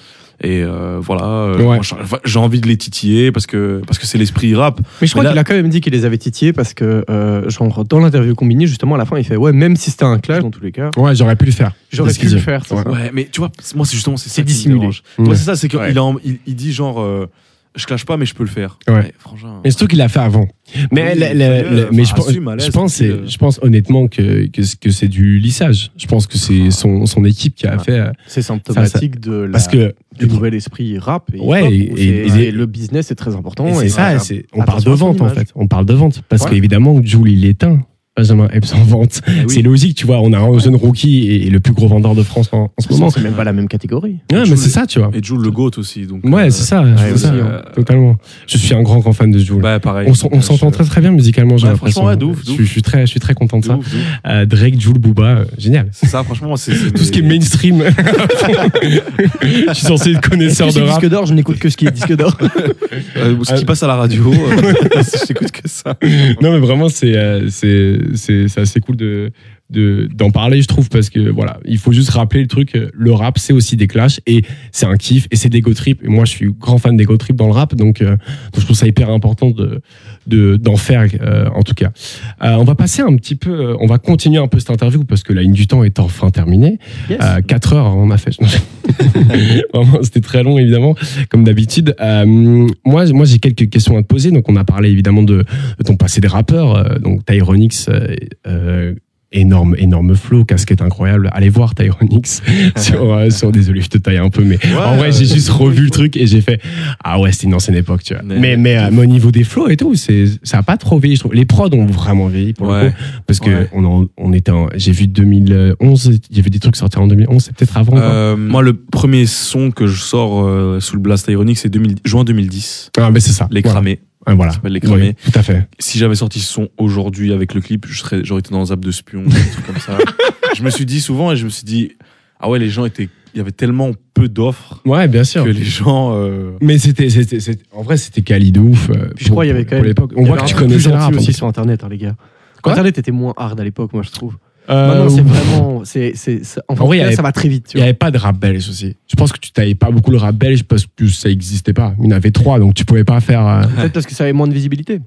et euh, voilà, euh,
Ouais.
moi, j'ai- enfin, j'ai envie de les titiller parce que parce que c'est l'esprit rap.
Mais je crois
Mais là-
qu'il a quand même dit qu'il les avait titillés parce que, euh, genre, dans l'interview combinée, justement, à la fin, il fait Ouais, même si c'était un clash, dans tous les cas,
Ouais, j'aurais pu le faire.
j'aurais
C'est ce
pu
qu'il
le
dit.
faire. c'est ça.
Ouais, mais tu vois, c'est- moi, c'est justement, c'est ça
C'est
qui me
dissimulé.
dérange. Moi,
Hein Ouais.
c'est ça, c'est qu'il
Ouais.
en- il, il dit genre, euh, je clash pas, mais je peux le faire.
Ouais.
franchement.
Et surtout qu'il l'a fait avant. Mais, le-
Oui,
le-
fais-le,
le-
enfin,
mais je, pense-
assume, à l'aise,
je pense, c'est-
tranquille.
je pense honnêtement que, que, c'est- que c'est du lissage. Je pense que
Ah.
c'est son, son équipe qui a
Ouais.
fait. euh,
C'est symptomatique de la,
Parce que
du nouvel esprit rap. Et
Ouais,
hip-hop, où
et- et-
c'est-
et-
le business est très important.
Et c'est
et
ça,
voilà.
c'est- on parle de
attention à son
vente en
image.
fait. On parle de vente. Parce
Ouais.
qu'évidemment, Jules, il éteint Benjamin Epps en vente.
Eh oui.
C'est logique, tu vois. On a un jeune rookie et le plus gros vendeur de France en, en ce moment.
C'est même pas la même catégorie.
Ouais, mais
Jul-
c'est ça, tu vois.
Et Jules le goat aussi. Donc,
Ouais,
euh,
c'est ça,
ouais,
c'est
aussi,
ça,
euh,
totalement. Je suis un grand grand fan de Jules.
Bah, pareil.
on s'en- on
Je-
s'entend très très bien musicalement, j'ai
Ouais,
l'impression.
franchement, ouais, de ouf, de
je, suis-
ouf.
je suis très, je suis très content de
de
ça.
ouf, de ouf.
Euh, Drake, Jules, Booba, euh, génial.
C'est ça, franchement, c'est. c'est
Tout ce qui est
mes-
mainstream. je suis censé être connaisseur de
c'est
rap.
disque d'or, je n'écoute que ce qui est disque d'or.
euh, ce qui passe à la radio, euh, j'écoute que ça.
Non, mais vraiment, c'est euh, c'est- c'est- c'est assez cool de, de d'en parler, je trouve, parce que voilà, il faut juste rappeler le truc. euh, Le rap, c'est aussi des clashs et c'est un kiff et c'est des go trip. Et moi, je suis grand fan des go trip dans le rap, donc, euh, donc je trouve ça hyper important de de- d'en faire, euh, en tout cas. Euh, on va passer un petit peu, euh, on va continuer un peu cette interview parce que la ligne du temps est enfin terminée.
Yes.
4 heures, on a fait. Vraiment, c'était très long, évidemment, comme d'habitude. Euh, moi, moi j'ai quelques questions à te poser. Donc, on a parlé évidemment de, de ton passé de rappeur, euh, donc Tyronix. euh, euh, Énorme, énorme flow, casquette incroyable. Allez voir Tyronix sur, euh, sur- désolé, je te taille un peu, mais en vrai, j'ai juste revu le truc et j'ai fait, ah ouais, c'était une ancienne époque, tu vois.
Mais-
Mais, mais, euh, mais au niveau des flows et tout, c'est, ça a pas trop vieilli, je trouve. Les prods ont vraiment vieilli pour le
Ouais.
coup. Parce que
Ouais.
on, en- on était en, j'ai vu 2011, il y avait des trucs sortis en 2011, c'est peut-être avant. quoi.
Euh, moi, le premier son que je sors euh, sous le Blast Ironic, c'est 2000 juin 2010.
Ah, mais c'est ça.
Les
Voilà.
cramés.
Ah, Voilà.
Ça s'appelle Les Cramés.
Oui, tout à fait.
Si j'avais sorti ce son aujourd'hui avec le clip, je serais- j'aurais été dans un zap de spion, des trucs comme ça. Je me suis dit souvent et je me suis dit, ah ouais, les gens étaient. Il y avait tellement peu d'offres
Ouais, bien sûr.
que les gens. euh,
Mais c'était, c'était, c'était- en vrai, c'était quali de ouf. euh,
Puis je
pour-
crois qu'il y avait
pour
quand même-
l'époque.
Il
On
y
voit
avait
que
un
tu
truc
connais
plus
le
gentil
rap, en
aussi
fait.
sur Internet, hein, les gars.
Quoi
Internet était moins hard à l'époque, moi, je trouve.
Euh,
Maintenant, c'est vraiment. c'est c'est ça- enfin,
En vrai,
en tout
il y
cas,
avait-
ça va très vite. tu
Il n'y avait pas de rap belge aussi. Je pense que tu t'avais pas beaucoup le rap belge parce que ça n'existait pas. Il y en avait trois, donc tu pouvais pas faire. euh,
vois. Peut-être parce que ça avait moins de visibilité.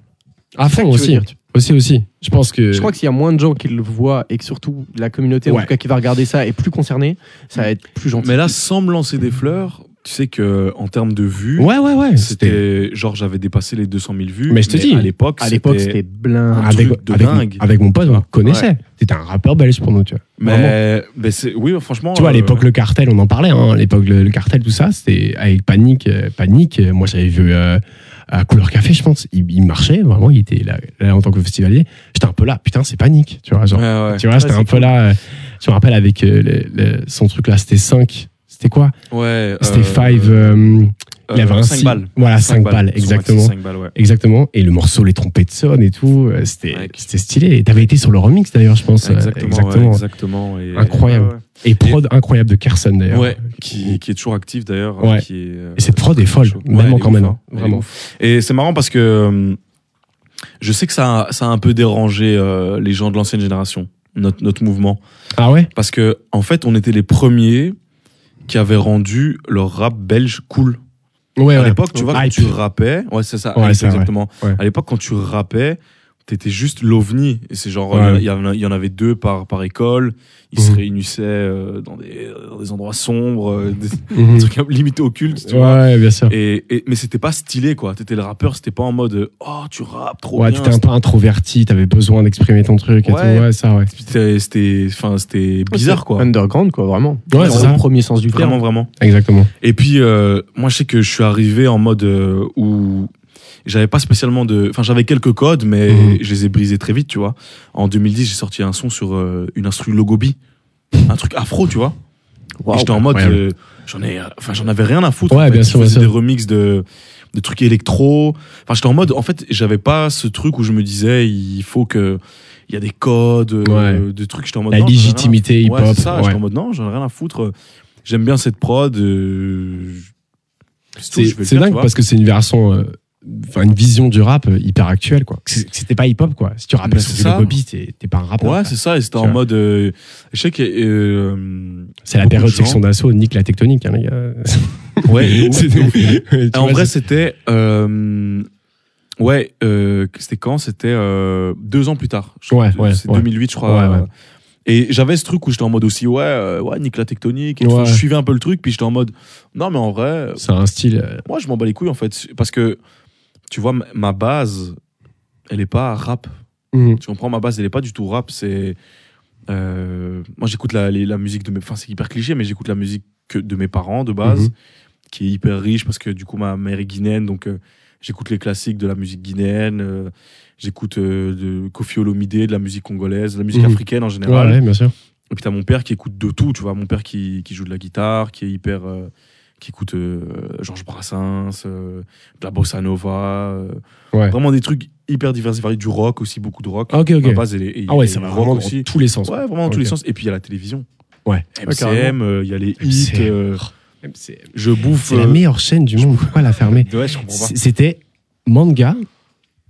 à fond
Tu veux
aussi.
dire, tu-
Aussi, aussi. Je pense que.
Je crois qu'il y a moins de gens qui le voient et que surtout la communauté,
Euh, Ouais.
en tout cas, qui va regarder ça est plus concernée. Ça va être plus gentil.
Mais là, sans me lancer des fleurs, tu sais que en termes de vues,
Ouais, ouais, ouais. C'était.
c'était genre j'avais dépassé les 200 000 vues.
Mais je te dis,
à l'époque,
à l'époque, c'était blindé.
un
Avec,
truc de
avec,
dingue.
avec mon pote, on le connaissait. C'était un rappeur belge pour nous, tu vois. Vraiment.
Mais, mais c'est- oui, franchement.
Tu vois, à
euh,
l'époque, le cartel, on en parlait, hein, à l'époque, le, le cartel, tout ça, c'était avec Panique. euh, Panique, euh, moi, j'avais vu euh, à Couleur Café, je pense. Il, il marchait, vraiment, il était là, là en tant que festivalier. J'étais un peu là, putain, c'est Panique, tu vois. Genre,
ouais, ouais.
tu vois, j'étais un peu là. euh, je me rappelle avec euh, le- le- son truc là, c'était 5. C'était quoi
Ouais,
C'était
euh,
5. il
euh,
avait un
cinq
six-
balles.
Voilà,
Cinq
5 balles,
Son
exactement.
maxi cinq balles, ouais.
Exactement. Et le morceau Les trompettes sonnent et tout, euh, c'était
Ouais.
c'était stylé. Et t'avais été sur le remix d'ailleurs, je pense. euh,
Exactement, ouais, exactement. Et-
Incroyable.
Ouais, ouais.
Et prod incroyable de Carson
Ouais,
d'ailleurs.
euh, qui, qui est toujours actif d'ailleurs.
Ouais.
qui est, euh,
Et cette prod est folle,
Ouais, elle
même
est
encore
ouf,
maintenant.
hein. Elle est
Vraiment.
Et c'est marrant parce que euh, je sais que ça, a- ça a un peu dérangé euh, les gens de l'ancienne génération, notre, notre mouvement.
Ah ouais
Parce que, en fait, on était les premiers qui avaient rendu leur rap belge cool.
Ouais,
à
ouais.
l'époque, tu vois, quand
Hype. Mhm.
tu rappais, ouais, c'est ça,
Ouais,
hype,
c'est vrai.
exactement.
Ouais.
À l'époque, quand tu rappais, t'étais juste l'ovni. Et c'est genre,
Ouais.
il y, en a- il y en avait deux par, par école. Ils se
Mhm.
réunissaient euh, dans des, dans des endroits sombres, euh, des,
Mhm.
des trucs limités occultes, tu
Ouais,
vois.
ouais, bien sûr.
Et, et- mais c'était pas stylé, quoi. T'étais le rappeur, c'était pas en mode, euh, oh, tu rappes trop
Ouais, tu
bien.
t'es un peu introverti, t'avais besoin d'exprimer ton truc et
Ouais.
tout. Ouais, ça, ouais.
C'était, c'était, enfin, c'était bizarre, quoi.
Underground, quoi, vraiment.
Ouais,
Dans
c'est ça.
le premier sens du terme.
Vraiment, vraiment.
Exactement.
Et puis, euh, moi, je sais que je suis arrivé en mode euh, où j'avais pas spécialement de. Enfin, j'avais quelques codes, mais
Mhm.
je les ai brisés très vite, tu vois. En 2010, j'ai sorti un son sur euh, une instru Logobi. Un truc afro, tu vois. Et j'étais en mode.
incroyable.
euh, j'en ai. Enfin, j'en avais rien à foutre.
Ouais,
en fait.
bien
Je
sûr, bien
faisais
sûr.
des remixes de, de trucs électro. Enfin, j'étais en mode. En fait, j'avais pas ce truc où je me disais, il faut que. Il y a des codes, euh, de trucs. J'étais en mode.
La
non, j'en ai rien à
légitimité hip-hop.
Ouais, c'est ça,
ouais.
j'étais en mode non, j'en ai rien à foutre. J'aime bien cette prod. euh, c'est tout, je vais
C'est c'est
le faire, tu
dingue
vois.
parce que c'est une version, euh, enfin une vision du rap euh, hyper actuelle quoi. C'est- C'était pas hip hop quoi. Si tu rappelles
Bah,
sur
c'est
du
ça.
Bobby, t'es t'es pas un rappeur.
Ouais,
quoi.
c'est ça, et c'était
Tu
en
vois.
mode. euh, je sais que. euh,
c'est la
beaucoup de
période
gens-
section d'assaut, nique la tectonique hein, les gars.
ouais, Ah,
C'est- tu
en
vois,
vrai,
c'est-
c'était. euh, ouais, euh, c'était quand C'était euh, deux ans plus tard. Je crois
Ouais,
que
ouais,
c'est
ouais.
2008, je crois.
Ouais, ouais.
euh, Et j'avais ce truc où j'étais en mode aussi, ouais, euh, ouais, nique la tectonique. Et tout.
Ouais.
Enfin, je suivais un peu le truc, puis j'étais en mode, non, mais en vrai,
c'est un style. euh,
Moi, je m'en bats les couilles en fait, parce que tu vois, ma- ma base, elle est pas rap.
Mhm.
Tu comprends, ma base, elle est pas du tout rap. C'est euh, moi, j'écoute la, les- la musique de mes, enfin, c'est hyper cliché, mais j'écoute la musique que de mes parents de base,
Mhm.
qui est hyper riche parce que du coup, ma mère est guinéenne, donc euh, j'écoute les classiques de la musique guinéenne. euh, j'écoute euh, de Kofi Olomide, de la musique congolaise, de la musique
Mhm.
africaine en
Ouais,
général.
ouais, bien sûr.
Et puis t'as mon père qui écoute de tout, tu vois, mon père qui, qui joue de la guitare, qui est hyper, euh, qui écoute euh, Georges Brassens, euh, de la bossa nova, euh,
Ouais.
vraiment des trucs hyper divers et variés, du rock aussi, beaucoup de rock.
Ah, ok, ok.
Ma base, elle est-
Ah ouais,
elle
ça
est
va
rock
vraiment dans
aussi.
tous les sens.
Ouais, vraiment dans tous
Ok.
les sens. Et puis il y a la télévision.
Ouais.
MCM, euh, il y a les hits,
MCM.
euh,
C'est
je bouffe.
c'est la
euh,
meilleure chaîne du monde. Pourquoi la fermer
Ouais, je comprends pas.
C- C'était manga,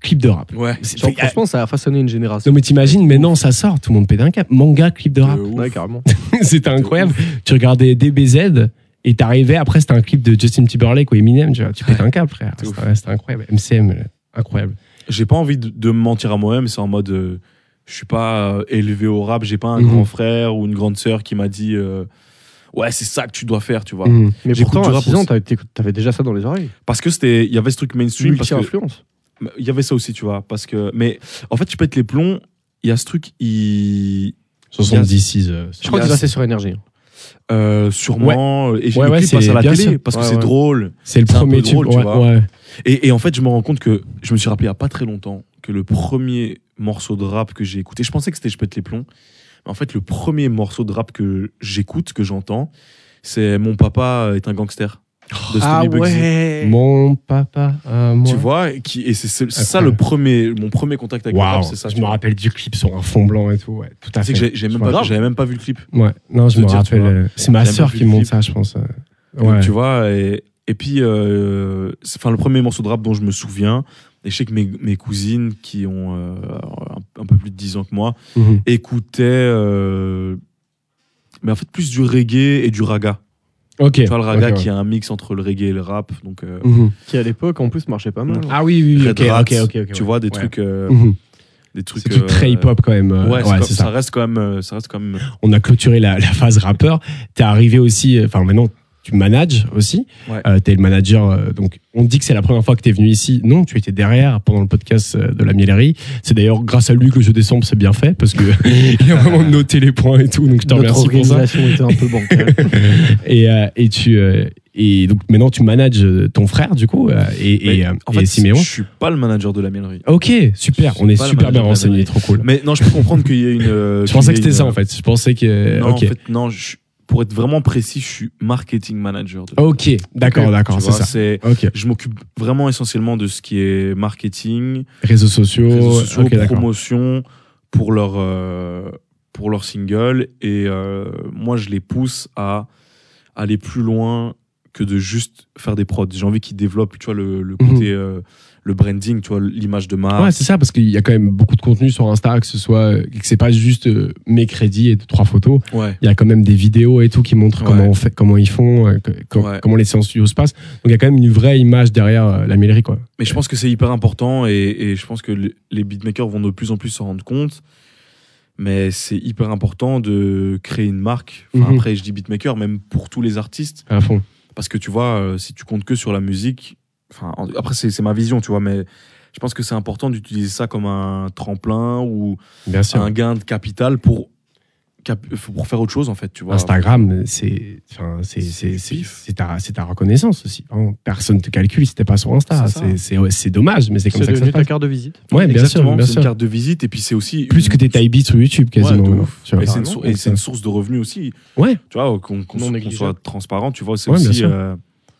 clip de rap.
Ouais.
Genre,
franchement, ça a façonné une génération.
Non mais t'imagines, mais non, ça sort, tout le monde pète un cap. Manga, clip de rap.
Ouais, carrément.
c'était incroyable. Tu regardais DBZ et t'arrivais après, c'était un clip de Justin Timberlake ou Eminem, tu vois. Tu pètes un câble, frère.
C'est ouf.
C'était c'était incroyable. MCM, euh, incroyable.
J'ai pas envie de, de me mentir à moi-même, c'est en mode. euh, je suis pas euh, élevé au rap, j'ai pas un
Mhm.
grand frère ou une grande sœur qui m'a dit. euh, ouais, c'est ça que tu dois faire, tu vois.
Mhm.
Mais
J'écoute
pourtant,
du
à
rap
6 ans,
aussi.
t'avais t'écoutes- t'avais déjà ça dans les oreilles.
Parce que c'était. Il y avait ce truc mainstream. Parce que
Multi-influence.
Il y avait ça aussi, tu vois. Parce que, mais en fait, tu pètes les plombs. Il y a ce truc, il.
76. euh,
Je crois
Il y
que
a-
c'est passé sur énergie. hein.
euh, sûrement. Et j'ai
Ouais,
le
ouais,
clip passe
c'est
à la
bien
télé
ça.
parce que
Ouais,
c'est
ouais.
drôle.
C'est le
C'est un
premier
peu
tube.
drôle, tu
ouais,
vois.
ouais.
Et, et en fait, je me rends compte que je me suis rappelé il y a pas très longtemps que le premier morceau de rap que j'ai écouté, je pensais que c'était Je pète les plombs. Mais en fait, le premier morceau de rap que j'écoute, que j'entends, c'est Mon papa est un gangster. De
Ah
Stony Bugsy.
Mon papa à moi.
Tu vois, et qui, et c'est c'est- c'est ça
Incroyable.
le premier, mon premier contact avec le
Waouh,
rap, c'est ça.
je
tu
me
vois.
rappelle du clip sur un fond blanc et tout. Ouais, tout à
Tu
fait.
sais que j'ai- j'ai même
Je me
pas-
rappelle.
j'avais même pas vu le clip.
Ouais, non, je
Je
me
veux dire, tu
rappelle.
vois,
euh, C'est ma
j'aime
sœur
pas
qui
plus le
monte
clip.
ça, je pense. euh.
Donc,
Ouais.
tu vois, et, et puis, euh, c'est- enfin, le premier morceau de rap dont je me souviens, et je sais que mes, mes cousines qui ont euh, un, un peu plus de 10 ans que moi
Mhm.
écoutaient, euh, mais en fait, plus du reggae et du raga.
Ok.
Tu vois, le raga
ok, ouais.
qui a un mix entre le reggae et le rap, donc euh,
Mhm.
Qui à l'époque, en plus, marchait pas mal. hein.
Ah oui, oui, oui.
Red
Ok,
Rats,
ok, ok. ok,
tu
ouais.
vois, des
Ouais.
trucs, euh,
Mhm.
des trucs,
C'est du
euh,
très hip-hop quand même. euh,
Ouais, c'est
Ouais,
comme-
c'est
ça.
ça.
reste quand même, euh, ça reste quand même.
On a clôturé la la phase rappeur. T'es arrivé aussi. euh, Enfin, maintenant. Tu manages aussi.
Ouais.
Euh, t'es le manager. euh, donc, on dit que c'est la première fois que t'es venu ici. Non, tu étais derrière pendant le podcast euh, de la Miellerie. C'est d'ailleurs grâce à lui que le jeu des sombres s'est bien fait parce que il a vraiment noté les points et tout. Donc, je te
Notre
remercie pour ça.
organisation était un peu bancale.
et, euh, et tu euh, et donc maintenant tu manages euh, ton frère du coup euh, et, et,
Mais
euh,
en
et
fait,
Siméon.
je suis pas le manager de la minerie.
Ok, super,
je
on est
suis pas le
super bien
manager de la
renseigné,
mairie.
trop cool.
Mais non, je peux comprendre qu'il y ait une. euh,
je
qu'il
pensais
y
que
ait
c'était ça
une-
en fait. Je pensais que
Non,
ok,
en fait, non, je- pour être vraiment précis, je suis marketing manager. de-
ok, Oh, d'accord,
Tu
d'accord, c'est
vois,
ça.
c'est-
Ok,
Je m'occupe vraiment essentiellement de ce qui est marketing,
réseaux sociaux,
réseaux sociaux,
ok, d'accord.
promotion pour leur, euh, pour leur single. Et euh, moi, je les pousse à aller plus loin que de juste faire des prods. J'ai envie qu'ils développent, tu vois, le, le
Mhm.
côté, euh, le branding, tu vois, l'image de marque.
Ouais, c'est ça parce qu'il y a quand même beaucoup de contenu sur Insta, que ce soit euh, que c'est pas juste euh, mes crédits et deux, trois photos.
Ouais.
Il y a quand même des vidéos et tout qui montrent
Ouais.
comment on fait, comment ils font, euh, que- co-
Ouais.
comment les séances studio se passent. Donc il y a quand même une vraie image derrière euh, la mêlerie quoi.
Mais je pense que c'est hyper important et, et je pense que le- les beatmakers vont de plus en plus s'en rendre compte. Mais c'est hyper important de créer une marque. Enfin,
Mhm.
Après, je dis beatmaker, même pour tous les artistes.
À fond.
Parce que tu vois, euh, si tu comptes que sur la musique, enfin, en- après, c'est c'est ma vision, tu vois, mais je pense que c'est important d'utiliser ça comme un tremplin ou
Bien sûr.
un gain de capital pour, cap- pour faire autre chose, en fait, tu vois.
Instagram, c'est, enfin, c'est, c'est,
C'est
c'est,
pif.
c'est ta, c'est ta reconnaissance aussi. Vraiment, Personne te calcule si t'es pas sur Insta.
C'est ça.
C'est, c'est, ouais, c'est dommage, mais c'est comme
C'est
ça que ça se
devenu ta
passe.
carte de visite.
Ouais, bien sûr,
Exactement,
bien
c'est une
sûr.
carte de visite et puis c'est aussi.
Plus
une-
que des taille beats sur YouTube quasiment.
Ouais, de
maintenant,
ouf.
tu vois. Ah,
Et c'est une, sou- et c'est une source de revenus aussi.
Ouais.
Tu vois, qu'on qu'on
Non
soit- qu'on
négligeable.
soit transparent, tu vois, c'est
Ouais, bien
aussi.
sûr.
euh,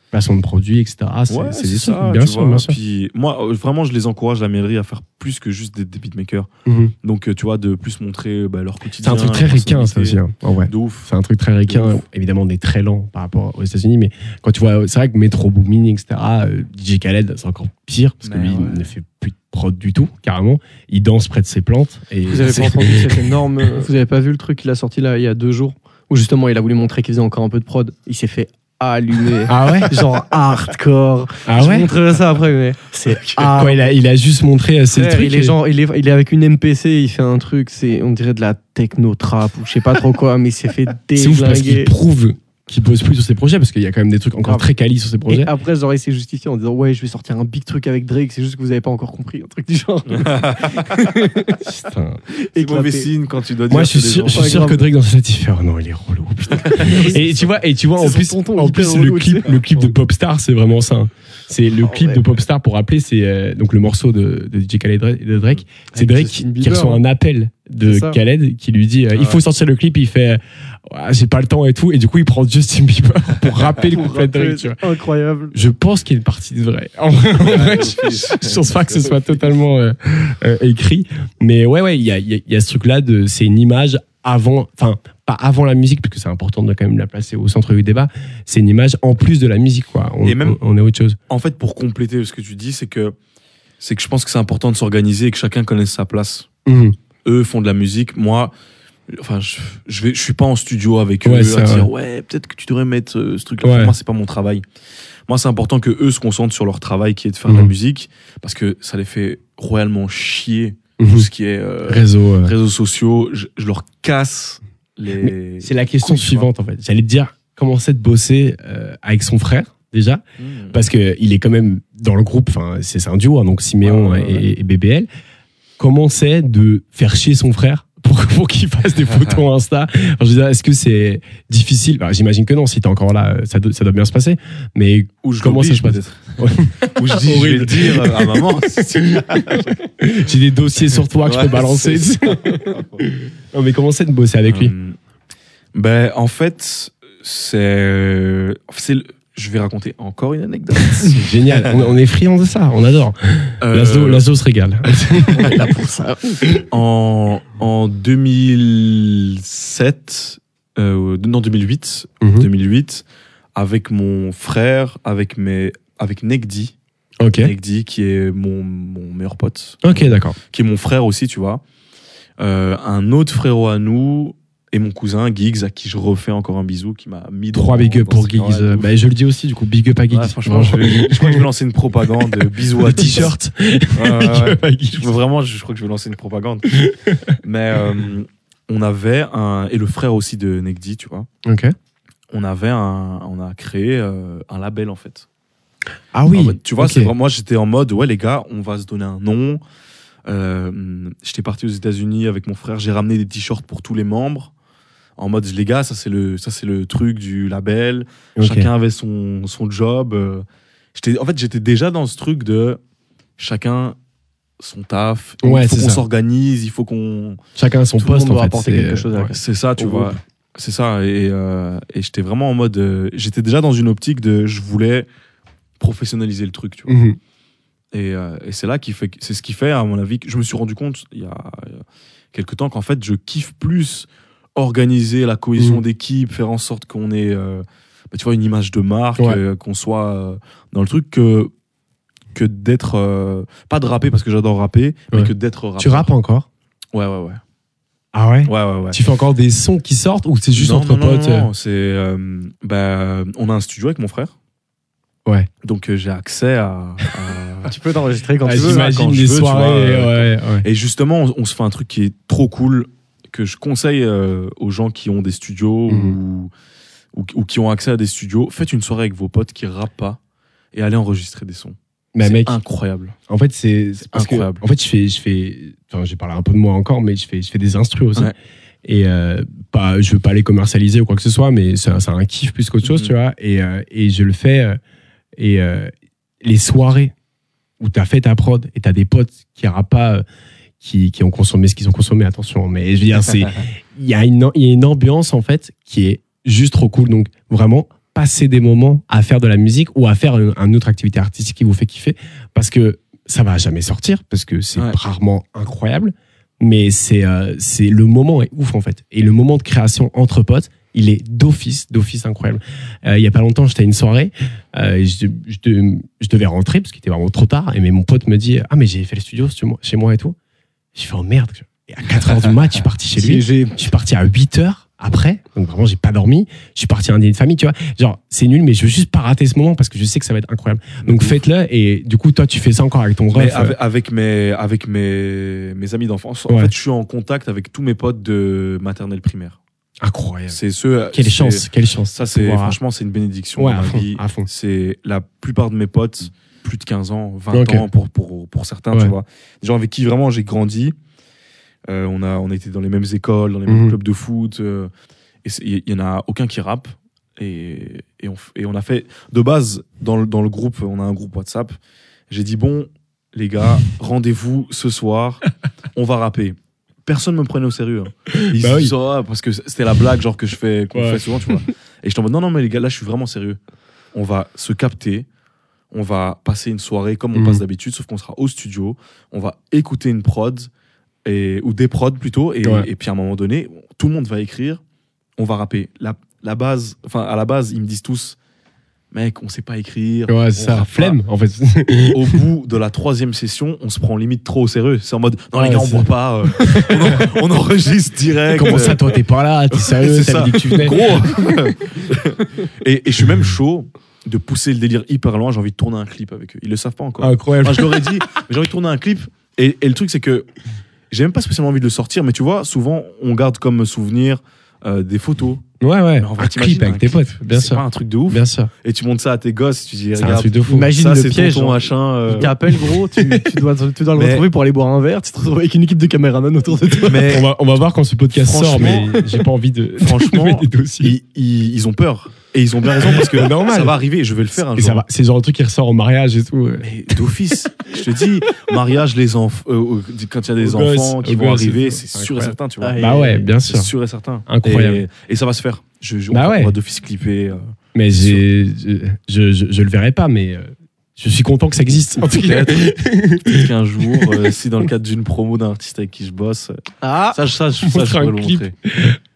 Façon de produit, etc. C'est,
ouais,
c'est des
ça,
trucs,
tu
bien sûr,
vois.
bien sûr.
Puis moi, euh, vraiment, je les encourage, la mairie, à faire plus que juste des, des beatmakers.
Mhm.
Donc, euh, tu vois, de plus montrer euh, bah, leur
C'est
quotidien.
un truc très
leur
ricain, ça aussi.
personnalité.
hein. En vrai.
De ouf.
C'est un truc très
De
ricain.
ouf.
Évidemment, on est très lent par rapport aux États-Unis, mais quand tu vois, c'est vrai que Metro Boomin, etc., euh, DJ Khaled, c'est encore pire, parce que
Mais
lui,
ouais.
il ne fait plus de prod du tout, carrément. Il danse près de ses plantes. Et
Vous avez
c'est-
pas entendu cette énorme. Vous avez pas vu le truc qu'il a sorti là il y a deux jours où justement il a voulu montrer qu'il faisait encore un peu de prod. Il s'est fait allumer.
Ah ouais
Genre hardcore.
Ah
Je vous
ouais
montrerai ça après, mais c'est
Ah,
hardcore.
il, a, il a juste montré euh, ces
Frère,
trucs.
il est genre, il est, il est avec une MPC, il fait un truc, c'est, on dirait de la techno trap ou je sais pas trop quoi, mais il s'est fait
c'est ouf parce qu'il
déglinguer.
prouve qu'il bosse plus sur ses projets parce qu'il y a quand même des trucs encore
Grave.
très quali sur ses projets.
Et après, genre, il s'est justifié en disant ouais, je vais sortir un big truc avec Drake, c'est juste que vous avez pas encore compris un truc du genre.
Putain.
Et
C'est mauvais signe quand tu dois dire.
Moi, je suis
que des
sûr,
gens-
je suis sûr que Drake dans sa tête, il fait, oh non, il est relou. putain. et tu vois, et tu vois, en
C'est son
plus,
tonton
en
hyper
plus le
relou, tu
clip,
sais.
le clip de Popstar, c'est vraiment ça. hein. C'est le
Oh,
clip
ouais.
de Popstar pour rappeler, c'est euh, donc le morceau de, de DJ Khaled et de Drake. C'est Drake
Justin
qui
Bieber,
reçoit
hein.
un appel de
C'est ça.
Khaled qui lui dit euh, il faut sortir le clip. Il fait euh, Ouais, j'ai pas le temps et tout. Et du coup, il prend Justin Bieber pour rappeler le
Pour
couplet de
rappeler,
Drake. Tu vois.
c'est Incroyable.
Je pense qu'il y a une partie de vrai. En vrai, en vrai, je, je pense pas que ce soit totalement euh, euh, écrit. Mais ouais, ouais, il y a, il y a- il y a ce truc-là de, c'est une image avant, enfin, pas avant la musique, parce que c'est important de quand même la placer au centre du débat. C'est une image en plus de la musique, quoi. On,
Et même-
on, on est autre chose.
En fait, pour compléter ce que tu dis, c'est que c'est que je pense que c'est important de s'organiser et que chacun connaisse sa place.
Mhm.
Eux font de la musique, moi, enfin, je, je vais, je suis pas en studio avec eux
Ouais,
à
ça,
dire ouais, peut-être que tu devrais mettre euh, ce truc-là.
Ouais.
Pour moi, c'est pas mon travail. Moi, c'est important que eux se concentrent sur leur travail qui est de faire de la
Mhm.
musique parce que ça les fait royalement chier tout
Mhm.
ce qui est euh,
Réseau. euh.
réseaux sociaux. Je, je leur casse les.
C'est la question
couilles, tu vois.
suivante en fait. J'allais te dire, commencer de bosser euh, avec son frère déjà,
Mhm.
parce que il est quand même dans le groupe. Enfin, c'est c'est un duo, hein, donc Siméon
Ouais, ouais, ouais.
et, et BBL. Comment c'est de faire chier son frère pour, pour qu'il fasse des photos Insta Enfin, Je veux dire, est-ce que c'est difficile Enfin, J'imagine que non. Si t'es encore là, euh, ça doit, ça doit bien se passer. Mais
Ou je
Comment ça se
l'oblige,
passe
peut-être.
Ouais.
Ou je dis, je vais
Horrible.
le dire à maman.
j'ai des dossiers sur toi que je
Ouais,
peux balancer.
c'est ça.
non, mais comment c'est de bosser avec lui
Euh, Ben, en fait, c'est. c'est le- Je vais raconter encore une anecdote.
Génial. On, on est friands de ça. On adore. Lazo,
Euh,
Lazo se régale.
En, en 2007, euh, non 2008,
Mhm.
2008, avec mon frère, avec mes, avec Negdi,
Ok.
Negdi qui est mon, mon meilleur pote,
Ok, d'accord.
qui est mon frère aussi, tu vois. Euh, un autre frérot à nous et mon cousin Giggs à qui je refais encore un bisou, qui m'a mis dans-
3 big up
dans
pour
ce-
Giggs.
Ouais, de ouf.
Bah, je le dis aussi, du coup, big up à Giggs.
Ouais, franchement, je, vais- je crois que je vais lancer une propagande. euh, Bisous à
Des
Giggs.
t-shirts.
Ouais, ouais,
Big
ouais.
up à Giggs.
Je veux vraiment, je, je crois que je vais lancer une propagande. Mais euh, on avait un et le frère aussi de Negdi, tu vois.
Ok.
On avait un, on a créé euh, un label en fait.
Ah
En
oui.
mode, tu vois,
ok.
c'est vraiment- moi j'étais en mode ouais les gars, on va se donner un nom. Euh, j'étais parti aux États-Unis avec mon frère, j'ai ramené des t-shirts pour tous les membres. En mode les gars, ça c'est le ça c'est le truc du label.
Ok.
Chacun avait son son job. euh. J'étais en fait j'étais déjà dans ce truc de chacun son taf.
Ouais,
il faut
c'est
qu'on
ça.
s'organise, il faut qu'on
Chacun a son
Tout le
poste,
monde
en
doit
fait.
apporter
c'est-
quelque chose à la
ouais.
classe.
c'est ça, tu
Au
vois.
groupe.
C'est ça. Et, euh, et j'étais vraiment en mode. euh, j'étais déjà dans une optique de. Je voulais professionnaliser le truc, tu vois.
Mhm.
Et, euh, et c'est là qui fait. que- C'est ce qui fait, à mon avis, que je me suis rendu compte il y a il y a quelque temps qu'en fait, je kiffe plus organiser la cohésion
Mhm.
d'équipe, faire en sorte qu'on ait. euh, bah, tu vois, une image de marque,
Ouais.
euh, qu'on soit euh, dans le truc que que d'être euh, pas de rapper parce que j'adore rapper mais
Ouais.
que d'être rappeur.
Tu rappes encore
ouais ouais ouais
Ah ouais
ouais ouais ouais
Tu fais encore des sons qui sortent ou c'est juste
Non,
entre
non, non,
potes
non,
euh,
non, c'est euh, bah, on a un studio avec mon frère.
Ouais.
Donc euh, j'ai accès à, à-
Tu peux t'enregistrer quand
ah,
tu veux.
J'imagine
j'imagine. quand je
des
veux, tu vois,
soirées.
euh,
ouais, ouais.
et justement on, on se fait un truc qui est trop cool que je conseille euh, aux gens qui ont des studios
Mhm.
ou, ou, ou qui ont accès à des studios. Faites une soirée avec vos potes qui rappent pas et allez enregistrer des sons.
Mais
c'est
mec,
incroyable.
En fait, c'est c'est parce que-
incroyable.
en fait, je fais, je fais, enfin, j'ai parlé un peu de moi encore, mais je fais, je fais des instrus aussi.
Ouais.
Et euh, pas, je veux pas les commercialiser ou quoi que ce soit, mais c'est un c'est un kiff plus qu'autre chose,
Mhm.
tu vois. Et, euh, et je le fais. euh, et euh, les soirées où t'as fait ta prod et t'as des potes qui rappent pas, euh, qui, qui ont consommé ce qu'ils ont consommé, attention. Mais je veux dire, c'est, il y a une, il y a une ambiance en fait qui est juste trop cool. Donc vraiment passer des moments à faire de la musique ou à faire une, une autre activité artistique qui vous fait kiffer parce que ça va jamais sortir parce que c'est
Ouais.
rarement incroyable mais c'est euh, c'est le moment est ouf en fait et le moment de création entre potes il est d'office d'office incroyable Euh, il y a pas longtemps j'étais à une soirée euh, et je, je de- je devais rentrer parce qu'il était vraiment trop tard et mais mon pote me dit ah mais j'ai fait le studio chez moi- chez moi et tout je fais oh merde et à 4h du mat je suis parti chez lui
J'ai
je suis parti à 8 heures après, donc vraiment j'ai pas dormi. Je suis parti à un dîner de famille, tu vois. Genre c'est nul, mais je veux juste pas rater ce moment parce que je sais que ça va être incroyable. Donc faites-le et du coup toi tu fais ça encore avec ton
Mais
ref.
avec, avec mes avec mes mes amis d'enfance. En
Ouais.
fait, je suis en contact avec tous mes potes de maternelle primaire.
euh, incroyable.
C'est ceux.
Quelle
c'est-
chance, quelle chance.
Ça, c'est
Pouvoir-
franchement, c'est une bénédiction
Ouais,
dans
à
ma
fond, Ah
vie.
à fond.
C'est la plupart de mes potes, plus de 15 ans, 20
Ok.
ans pour, pour, pour certains,
Ouais.
tu vois. Des gens avec qui vraiment j'ai grandi. Euh, on, a, on était dans les mêmes écoles, dans les
Mhm.
mêmes clubs de foot. euh, et c'est- il y, en a aucun qui rappe. Et, et, on, f- et on a fait. De base, dans le, dans le groupe, on a un groupe WhatsApp. J'ai dit, bon, les gars, rendez-vous ce soir, on va rapper. Personne me prenait au sérieux. hein. Ils
Bah
se
oui.
disaient, Ah, parce que c'était la blague genre que je fais, qu'on
Ouais.
fait souvent, tu vois. Et j'étais en mode, non, non, mais les gars, là, je suis vraiment sérieux. On va se capter, on va passer une soirée comme on
Mhm.
passe d'habitude, sauf qu'on sera au studio, on va écouter une prod, et, ou des prods plutôt, et,
Ouais.
et puis à un moment donné, tout le monde va écrire, on va rapper. La, la base, enfin, à la base, ils me disent tous, mec, on sait pas écrire.
Ouais,
on
c'est ça.
rappe
Flemme, en fait.
pas. Au bout de la troisième session, on se prend limite trop au sérieux. C'est en mode, non,
Ouais,
les gars, on
c'est-
boit pas. euh, on, en- on enregistre direct.
Comment ça, toi, t'es pas là T'es sérieux
C'est
T'avais
ça.
dit que tu venais
Gros. et, et je suis même chaud de pousser le délire hyper loin. J'ai envie de tourner un clip avec eux. Ils le savent pas encore.
Incroyable.
Enfin, je leur ai dit, mais j'ai envie de tourner un clip. Et, et le truc, c'est que j'ai même pas spécialement envie de le sortir, mais tu vois, souvent, on garde comme souvenir euh, des photos.
Ouais, ouais.
Mais en vrai,
Un
t'imagines
clip
un
avec tes
clip,
potes, bien
C'est pas
sûr.
un truc de ouf.
Bien sûr.
Et tu montes ça à tes gosses, tu dis,
C'est un
regarde,
truc de fou.
Imagine
ça,
le
c'est
piège.
ton
genre.
machin. euh.
Il t'appelle gros, tu, tu dois, tu dois le
Mais-
retrouver pour aller boire un verre, tu te retrouves avec une équipe de caméramans autour de toi.
Mais
On va, on va voir quand ce podcast sort, mais
Franchement-
j'ai pas envie de.
Franchement,
de mettre des dossiers.
ils, ils- ils ont peur. Et ils ont bien raison parce que
Normal.
ça va arriver et je vais le faire un
Et
jour.
ça va, c'est genre le truc qui ressort au mariage et tout. ouais.
Mais d'office, je te dis, mariage, les enfants, quand il y a des
Aux gosses,
enfants qui
aux
vont
gosses,
arriver,
c'est
c'est sûr et
incroyable.
certain, tu vois.
Ah, et-
Bah ouais, bien
C'est
sûr.
sûr et certain.
Incroyable.
Et, et ça va se faire. Je, je-
Bah
on,
ouais.
va d'office clipper. euh,
Mais j'ai, je, je, je- je le verrai pas, mais euh, je suis content que ça existe. En tout cas.
Peut-être qu'un jour, euh, si dans le cadre d'une promo d'un artiste avec qui je bosse, euh,
Ah
ça, je- ça, je- ça, je
Montre un
pourrais le
clip.
montrer.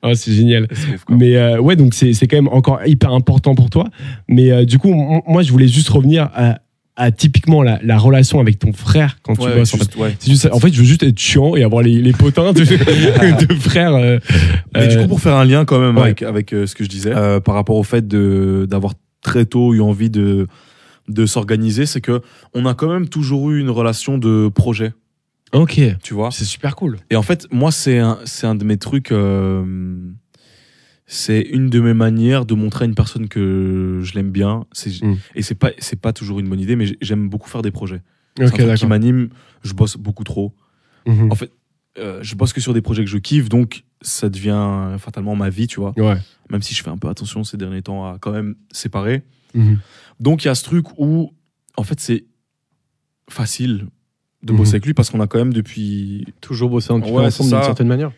Ah, c'est génial.
C'est ouf, quoi.
Mais euh, ouais, donc c'est c'est quand même encore hyper important pour toi. Mais euh, du coup, m- moi, je voulais juste revenir à, à typiquement la, la relation avec ton frère quand tu
Ouais,
bosses. en fait.
juste, ouais.
C'est juste ça. en fait, je veux juste être chiant et avoir les, les potins de, de frères. euh,
Mais du
euh,
coup, pour faire un lien quand même
ouais.
avec, avec euh, ce que je disais, euh, par rapport au fait de d'avoir très tôt eu envie de de s'organiser, c'est que on a quand même toujours eu une relation de projet,
ok,
tu vois.
c'est super cool.
Et en fait, moi, c'est un, c'est un de mes trucs. euh, c'est une de mes manières de montrer à une personne que je l'aime bien. C'est,
Mm.
Et c'est pas, c'est pas toujours une bonne idée, mais j'ai- j'aime beaucoup faire des projets.
Ok,
c'est un truc qui
d'accord.
m'anime. Je bosse beaucoup trop.
Mhm.
En fait, euh, je bosse que sur des projets que je kiffe, donc ça devient fatalement ma vie, tu vois.
Ouais.
Même si je fais un peu attention ces derniers temps à quand même séparer.
Mhm.
Donc il y a ce truc où, en fait, c'est facile de
Mhm.
bosser avec lui parce qu'on a quand même depuis
Toujours bosser un petit peu
Ouais,
ensemble
c'est
d'une
ça.
certaine manière.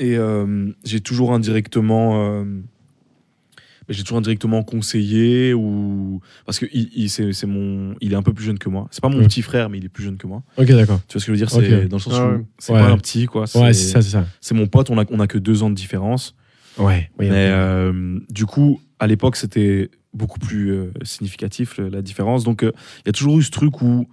et euh, j'ai toujours indirectement euh, j'ai toujours indirectement conseillé ou parce que il, il- c'est, c'est mon il est un peu plus jeune que moi c'est pas mon
Ouais.
petit frère mais il est plus jeune que moi
Ok, d'accord.
tu vois ce que je veux dire c'est
Mm. Ok.
dans le sens
Ah
où
ouais.
c'est
Ouais.
pas un petit quoi c'est,
Ouais, c'est ça, c'est ça.
c'est mon pote on a on a que deux ans de différence
Ouais. oui,
mais
ok.
euh, du coup à l'époque c'était beaucoup plus euh, significatif le- la différence donc euh, il y a toujours eu ce truc où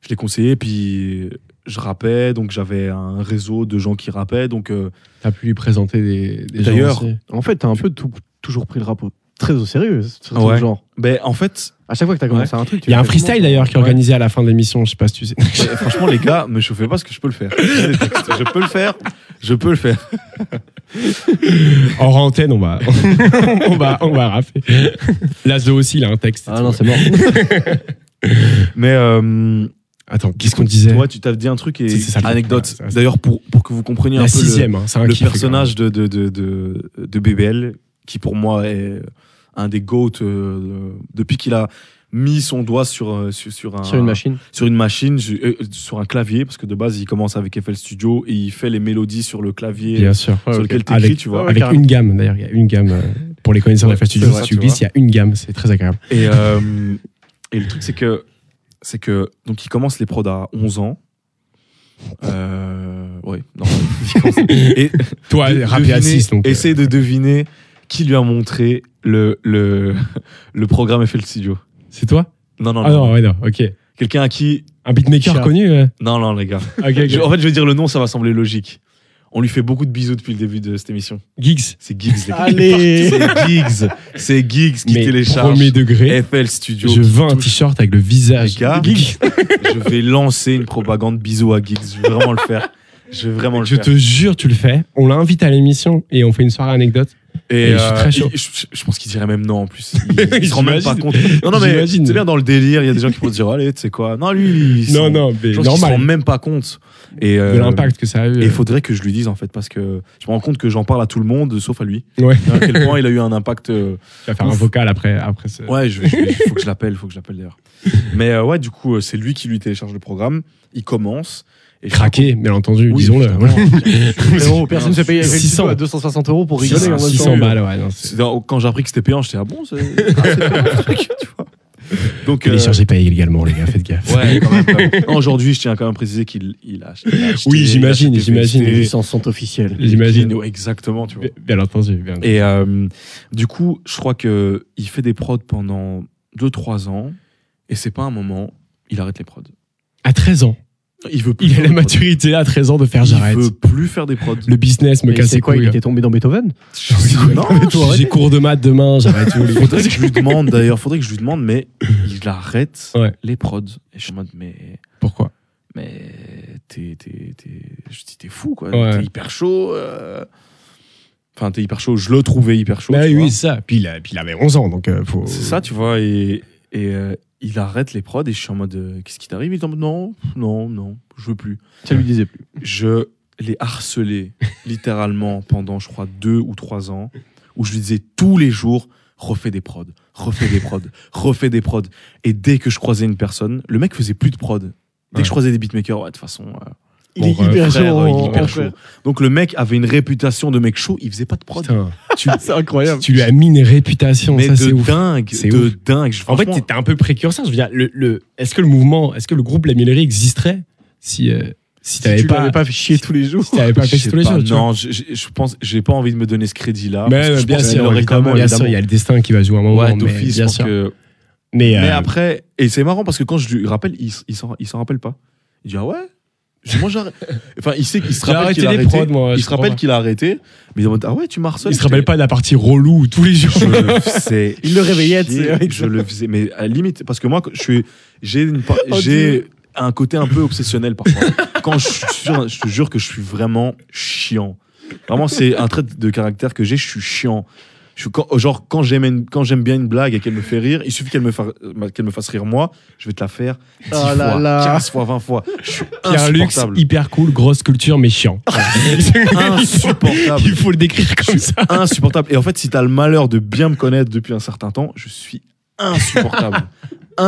je l'ai conseillé puis je rappais donc j'avais un réseau de gens qui rappaient donc euh,
T'as pu lui présenter des, des gens.
D'ailleurs,
aussi.
En fait, t'as un peu tout- toujours pris le rapport très au sérieux. ce truc,
Ouais.
Genre,
ben en fait
à chaque fois que t'as commencé un truc, tu
il y a
l'as
un
fait
freestyle
vraiment.
d'ailleurs qui est
Ouais.
organisé à la fin de l'émission. Je sais pas si tu sais.
Ouais, Franchement, les gars, me chauffez pas parce que je peux le faire. J'ai des textes. Je peux le faire. Je peux le faire.
Hors antenne, on va, on va, on va rafler. Lazo aussi, il a un texte. et
Ah
tout.
non, c'est mort.
Mais euh,
Attends, qu'est-ce qu'on disait
toi, tu t'as dit un truc et
C'est- c'est ça, le
anecdote.
truc, là, ça, ça.
D'ailleurs, pour, pour que vous compreniez un
La
peu le-
sixième, hein, c'est un
le,
kiff,
personnage de, de, de, de, de BBL, qui pour moi est un des GOAT euh, depuis qu'il a mis son doigt sur, euh, sur, sur un,
Sur une machine.
sur une machine, je- euh, sur un clavier, parce que de base, il commence avec FL Studio et il fait les mélodies sur le clavier.
Bien sûr.
Sur lequel t'écris,
Avec-
tu vois.
Avec
Ouais,
une gamme, d'ailleurs, il y a une gamme. euh, Pour les connaisseurs de
Ouais,
FL Studio,
c'est vrai,
si tu
tu
glisses,
vois.
il y a une gamme, c'est très agréable.
Et, euh, et le truc, c'est que, c'est que, donc, il commence les prods à 11 ans. Euh, ouais, non. il commence- et
Toi,
de-
rappé à
devinez-
6, donc. euh,
Essayez de deviner qui lui a montré le, le, le programme FL Studio.
C'est toi
Non, non,
Ah
non.
non, ouais, non, ok.
Quelqu'un à qui.
Un beatmaker
Chat.
connu euh
Non, non, les gars.
Ok, ok.
Je- en fait, je vais dire le nom, ça va sembler logique. On lui fait beaucoup de bisous depuis le début de cette émission.
Geeks.
C'est Giggs, les gars.
Allez
C'est Giggs. C'est Giggs qui
Mais
télécharge
premier degré,
FL Studio.
je
qui
veux un
touche
t-shirt avec le visage.
Les gars,
de Geeks.
je vais lancer une propagande bisous à Geeks. Je vais vraiment le faire. Je vais vraiment le
Je
faire.
te jure, tu le fais. On l'invite à l'émission et on fait une soirée anecdote.
Et
je suis très chaud.
il- je, je pense qu'il dirait même non en plus. Il, il se rend même pas
J'imagine.
compte. Non, non, mais
J'imagine.
c'est bien dans le délire. Il y a des gens qui vont se dire Allez, tu sais quoi. Non, lui, il, il
Non,
s'en-
non, mais
je pense qu'il se rend
normal.
même pas compte. Et,
De
euh,
l'impact que ça a eu.
Et
euh,
il faudrait que je lui dise en fait, parce que je me rends compte que j'en parle à tout le monde sauf à lui.
Ouais.
À quel point il a eu un impact. euh,
Tu vas faire un
ouf.
vocal après, après ce.
Ouais, je, je- je- faut que je l'appelle, faut que je l'appelle d'ailleurs. Mais euh, ouais, du coup, euh, c'est lui qui lui télécharge le programme. Il commence. Et je-
Craqué, bien entendu,
Oui,
disons-le.
évidemment.
Voilà.
Frérot, personne ne s'est payé avec
600.
à 260 euros pour rigoler. en même temps.
600 balles, ouais. non, c'est-
C'est dans- quand j'ai appris que c'était payant, j'étais ah bon, c'est ah, c'est payant, le truc, tu vois. Donc,
Les
euh,
charges payées également, les gars, faites gaffe.
Ouais, quand même, quand même. Non, Aujourd'hui, je tiens à quand même à préciser qu'il il a, il a acheté-
Oui,
il a
j'imagine,
acheté
j'imagine.
PVC,
Ils s'en sont officiels.
J'imagine.
Gino, Exactement, tu vois.
Bien entendu. bien entendu.
Et euh, du coup, je crois que il fait des prods pendant 2-3 ans, et c'est pas un moment, il arrête les prods.
À 13 ans,
Il veut plus
il a
faire
la
des prods.
maturité à 13 ans de faire
Il
j'arrête.
veut plus faire des prods.
Le business me
Mais
casse
c'est
les
quoi Il
couilles.
était tombé dans Beethoven
Non,
J'ai cours de maths demain, j'arrête tout. les gars.
faudrait que je lui demande d'ailleurs, faudrait que je lui demande, mais il arrête
Ouais.
les prods. Et je suis en mode, mais,
Pourquoi
mais t'es, t'es, t'es, je dis, t'es fou quoi,
Ouais.
t'es hyper chaud. euh. Enfin, t'es hyper chaud, je le trouvais hyper chaud.
Bah
tu vois.
oui, ça. Puis il, a- puis il avait 11 ans, donc euh, faut.
C'est ça, tu vois, et, et euh, il arrête les prods et je suis en mode euh, qu'est-ce qui t'arrive Il est en mode non, non, non, je veux plus.
Ça lui disait plus.
Je l'ai harcelé littéralement pendant, je crois, deux ou trois ans, où je lui disais tous les jours refais des prods, refais des prods, refais des prods. Et dès que je croisais une personne, le mec faisait plus de prods. Dès
Ouais.
que je croisais des beatmakers, ouais, de toute façon. euh,
Bon, euh,
frère,
chaud,
il est
en
hyper
fait.
chaud. Donc le mec avait une réputation de mec chaud, il faisait pas de prod.
Putain, tu,
C'est incroyable.
tu lui as mis une réputation,
Mais
ça c'est
de
ouf.
dingue,
C'est
de
ouf.
dingue.
En fait,
Franchement,
t'étais un peu précurseur. Je veux dire, le, le- est-ce que le mouvement, est-ce que le groupe La Millerie existerait si, euh, si
Tu
t'avais
lui
pas,
avais pas fait chier tous les jours.
si t'avais pas fait
Je sais
tous les
pas,
jours tu vois.
Non, je, je- je pense, j'ai pas envie de me donner ce crédit-là.
Mais
parce que
euh,
je
bien
pense qu'il
sûr,
l'aurait quand
évidemment,
même,
bien
évidemment.
sûr, il y a le destin qui va jouer un moment.
Ouais,
mais
d'office, je
bien
pense
sûr.
que-
Mais, euh,
Mais après, et c'est marrant parce que quand je lui rappelle, il, s- il s'en, il s'en rappelle pas. Il dit ah ouais. Je- Moi j'arrête. Enfin, il sait qu'il se
J'ai
rappelle
arrêté
qu'il a
les
arrêté.
prods, moi,
il
je
se rappelle
crois.
qu'il a arrêté. Mais il est en mode, ah ouais, tu m'as harcelé.
il se rappelle pas de la partie relou où tous les jours.
Je le faisais.
Il le réveillait, tu sais,
chier,
avec
Je
ça.
le faisais, mais à la limite, parce que moi, je suis, j'ai une, pa-
Oh,
j'ai un côté un peu obsessionnel parfois. Quand je suis sur- je te jure que je suis vraiment chiant. Vraiment, c'est un trait de caractère que j'ai. Je suis chiant. Je suis quand- genre quand j'aime une- quand j'aime bien une blague et qu'elle me fait rire, il suffit qu'elle me fasse qu'elle me fasse rire moi, je vais te la faire 10
Ah
fois,
là là.
15 fois, 20 fois. Je suis
Pierre-Luc,
insupportable. Ah,
hyper cool, grosse culture, mais chiant.
Insupportable.
Il faut le décrire comme
Je suis
ça.
insupportable. Et en fait, si t'as le malheur de bien me connaître depuis un certain temps, je suis insupportable.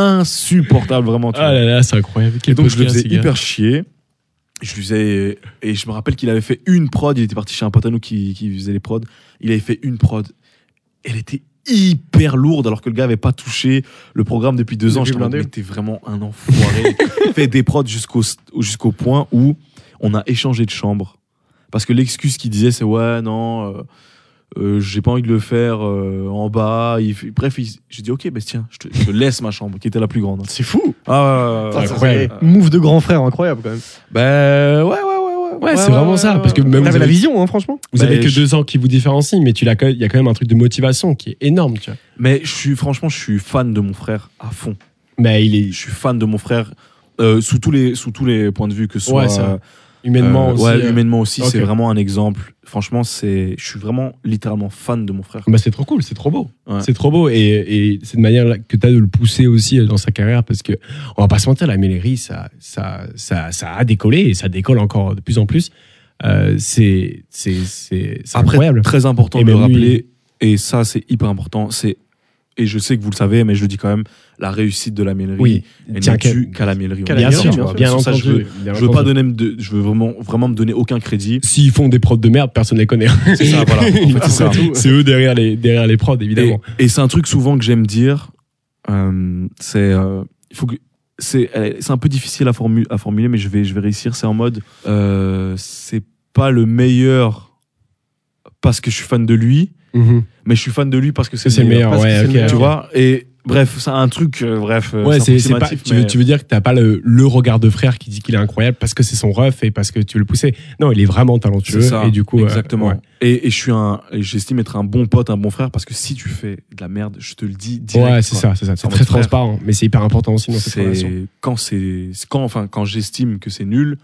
insupportable, vraiment. tu
Ah
vois.
là là, c'est incroyable.
et
Quel
donc, je le
podcast,
faisais
les gars.
hyper chier. Je lui faisais, et je me rappelle qu'il avait fait une prod. Il était parti chez un pote à nous qui, qui faisait les prods. Il avait fait une prod. Elle était hyper lourde alors que le gars avait pas touché le programme depuis deux ans.
Depuis
J'étais en mode,
blindé.
mais t'es vraiment un enfoiré. fait des prods jusqu'au, jusqu'au point où on a échangé de chambre. Parce que l'excuse qu'il disait, c'est ouais, non, euh, euh, j'ai pas envie de le faire euh, en bas. Il fait- bref, il- j'ai dit, ok, bah, tiens, je te, je te laisse ma chambre, qui était la plus grande.
C'est fou.
Ah, ouais, ouais, ouais,
Ça,
ouais.
ça,
incroyable.
c'est Move de grand frère, incroyable quand même.
Bah, ouais, ouais, ouais. Ouais,
Ouais, c'est vraiment ça, parce que même
T'avais
vous avez-
la vision, hein, franchement.
Vous
Bah,
avez que
je-
deux ans qui vous différencient, mais tu l'as, quand- il y a quand même un truc de motivation qui est énorme, tu vois.
Mais je suis, franchement, je suis fan de mon frère à fond.
Mais il est
Je suis fan de mon frère euh, sous, tous les, sous tous les points de vue, que ce soit.
Ouais, ça, humainement
Euh,
aussi.
ouais,
euh,
humainement aussi,
ok.
c'est vraiment un exemple. Franchement, c'est, je suis vraiment littéralement fan de mon frère.
Bah, c'est trop cool, c'est trop beau.
Ouais.
C'est trop beau. Et, et c'est une manière là que tu as de le pousser aussi euh, dans sa carrière parce que, on va pas se mentir, la Mélérie, ça, ça, ça, ça a décollé et ça décolle encore de plus en plus. Euh, c'est c'est- c'est- c'est
Après,
incroyable.
très important
Et
de le
même lui.
rappeler, et ça, c'est hyper important. C'est, et je sais que vous le savez, mais je le dis quand même, la réussite de la mêlerie,
Oui,
elle
Tiens,
n'est
qu'à-
due qu'à la mêlerie.
qu'à la
bien
Bien
sûr,
sûr,
bien,
Sur ça,
entendu.
je veux,
bien
je veux pas
entendu.
donner, me de- je veux vraiment, vraiment me donner aucun crédit.
S'ils font des prods de merde, personne les connaît. hein.
C'est ça, voilà. En fait, c'est ça.
C'est eux derrière les, derrière les prods,
Et,
évidemment.
et c'est un truc souvent que j'aime dire. euh, c'est, euh, il faut que c'est, euh, c'est un peu difficile à, formu- à formuler, mais je vais, je vais réussir. C'est en mode, euh, c'est pas le meilleur parce que je suis fan de lui,
Mhm.
mais je suis fan de lui parce que c'est,
C'est le meilleur,
Parce que
ouais,
c'est le
ok,
meilleur,
ok.
Tu vois Et bref, c'est un truc, euh, bref. euh,
Ouais,
c'est
c'est c'est pas.
approximatif,
Tu veux,
mais-
tu veux dire que t'as pas le, le regard de frère qui dit qu'il est incroyable parce que c'est son ref et parce que tu veux le pousser. Non, il est vraiment talentueux.
C'est ça,
et du coup, euh,
exactement.
ouais.
et, et je suis un, et j'estime être un bon pote, un bon frère, parce que si tu fais de la merde, je te le dis direct.
ouais, c'est
quoi.
ça, c'est ça. C'est
En
très
mode frère.
transparent, mais c'est hyper important aussi dans cette relation.
c'est quand c'est c'est quand enfin quand j'estime que c'est nul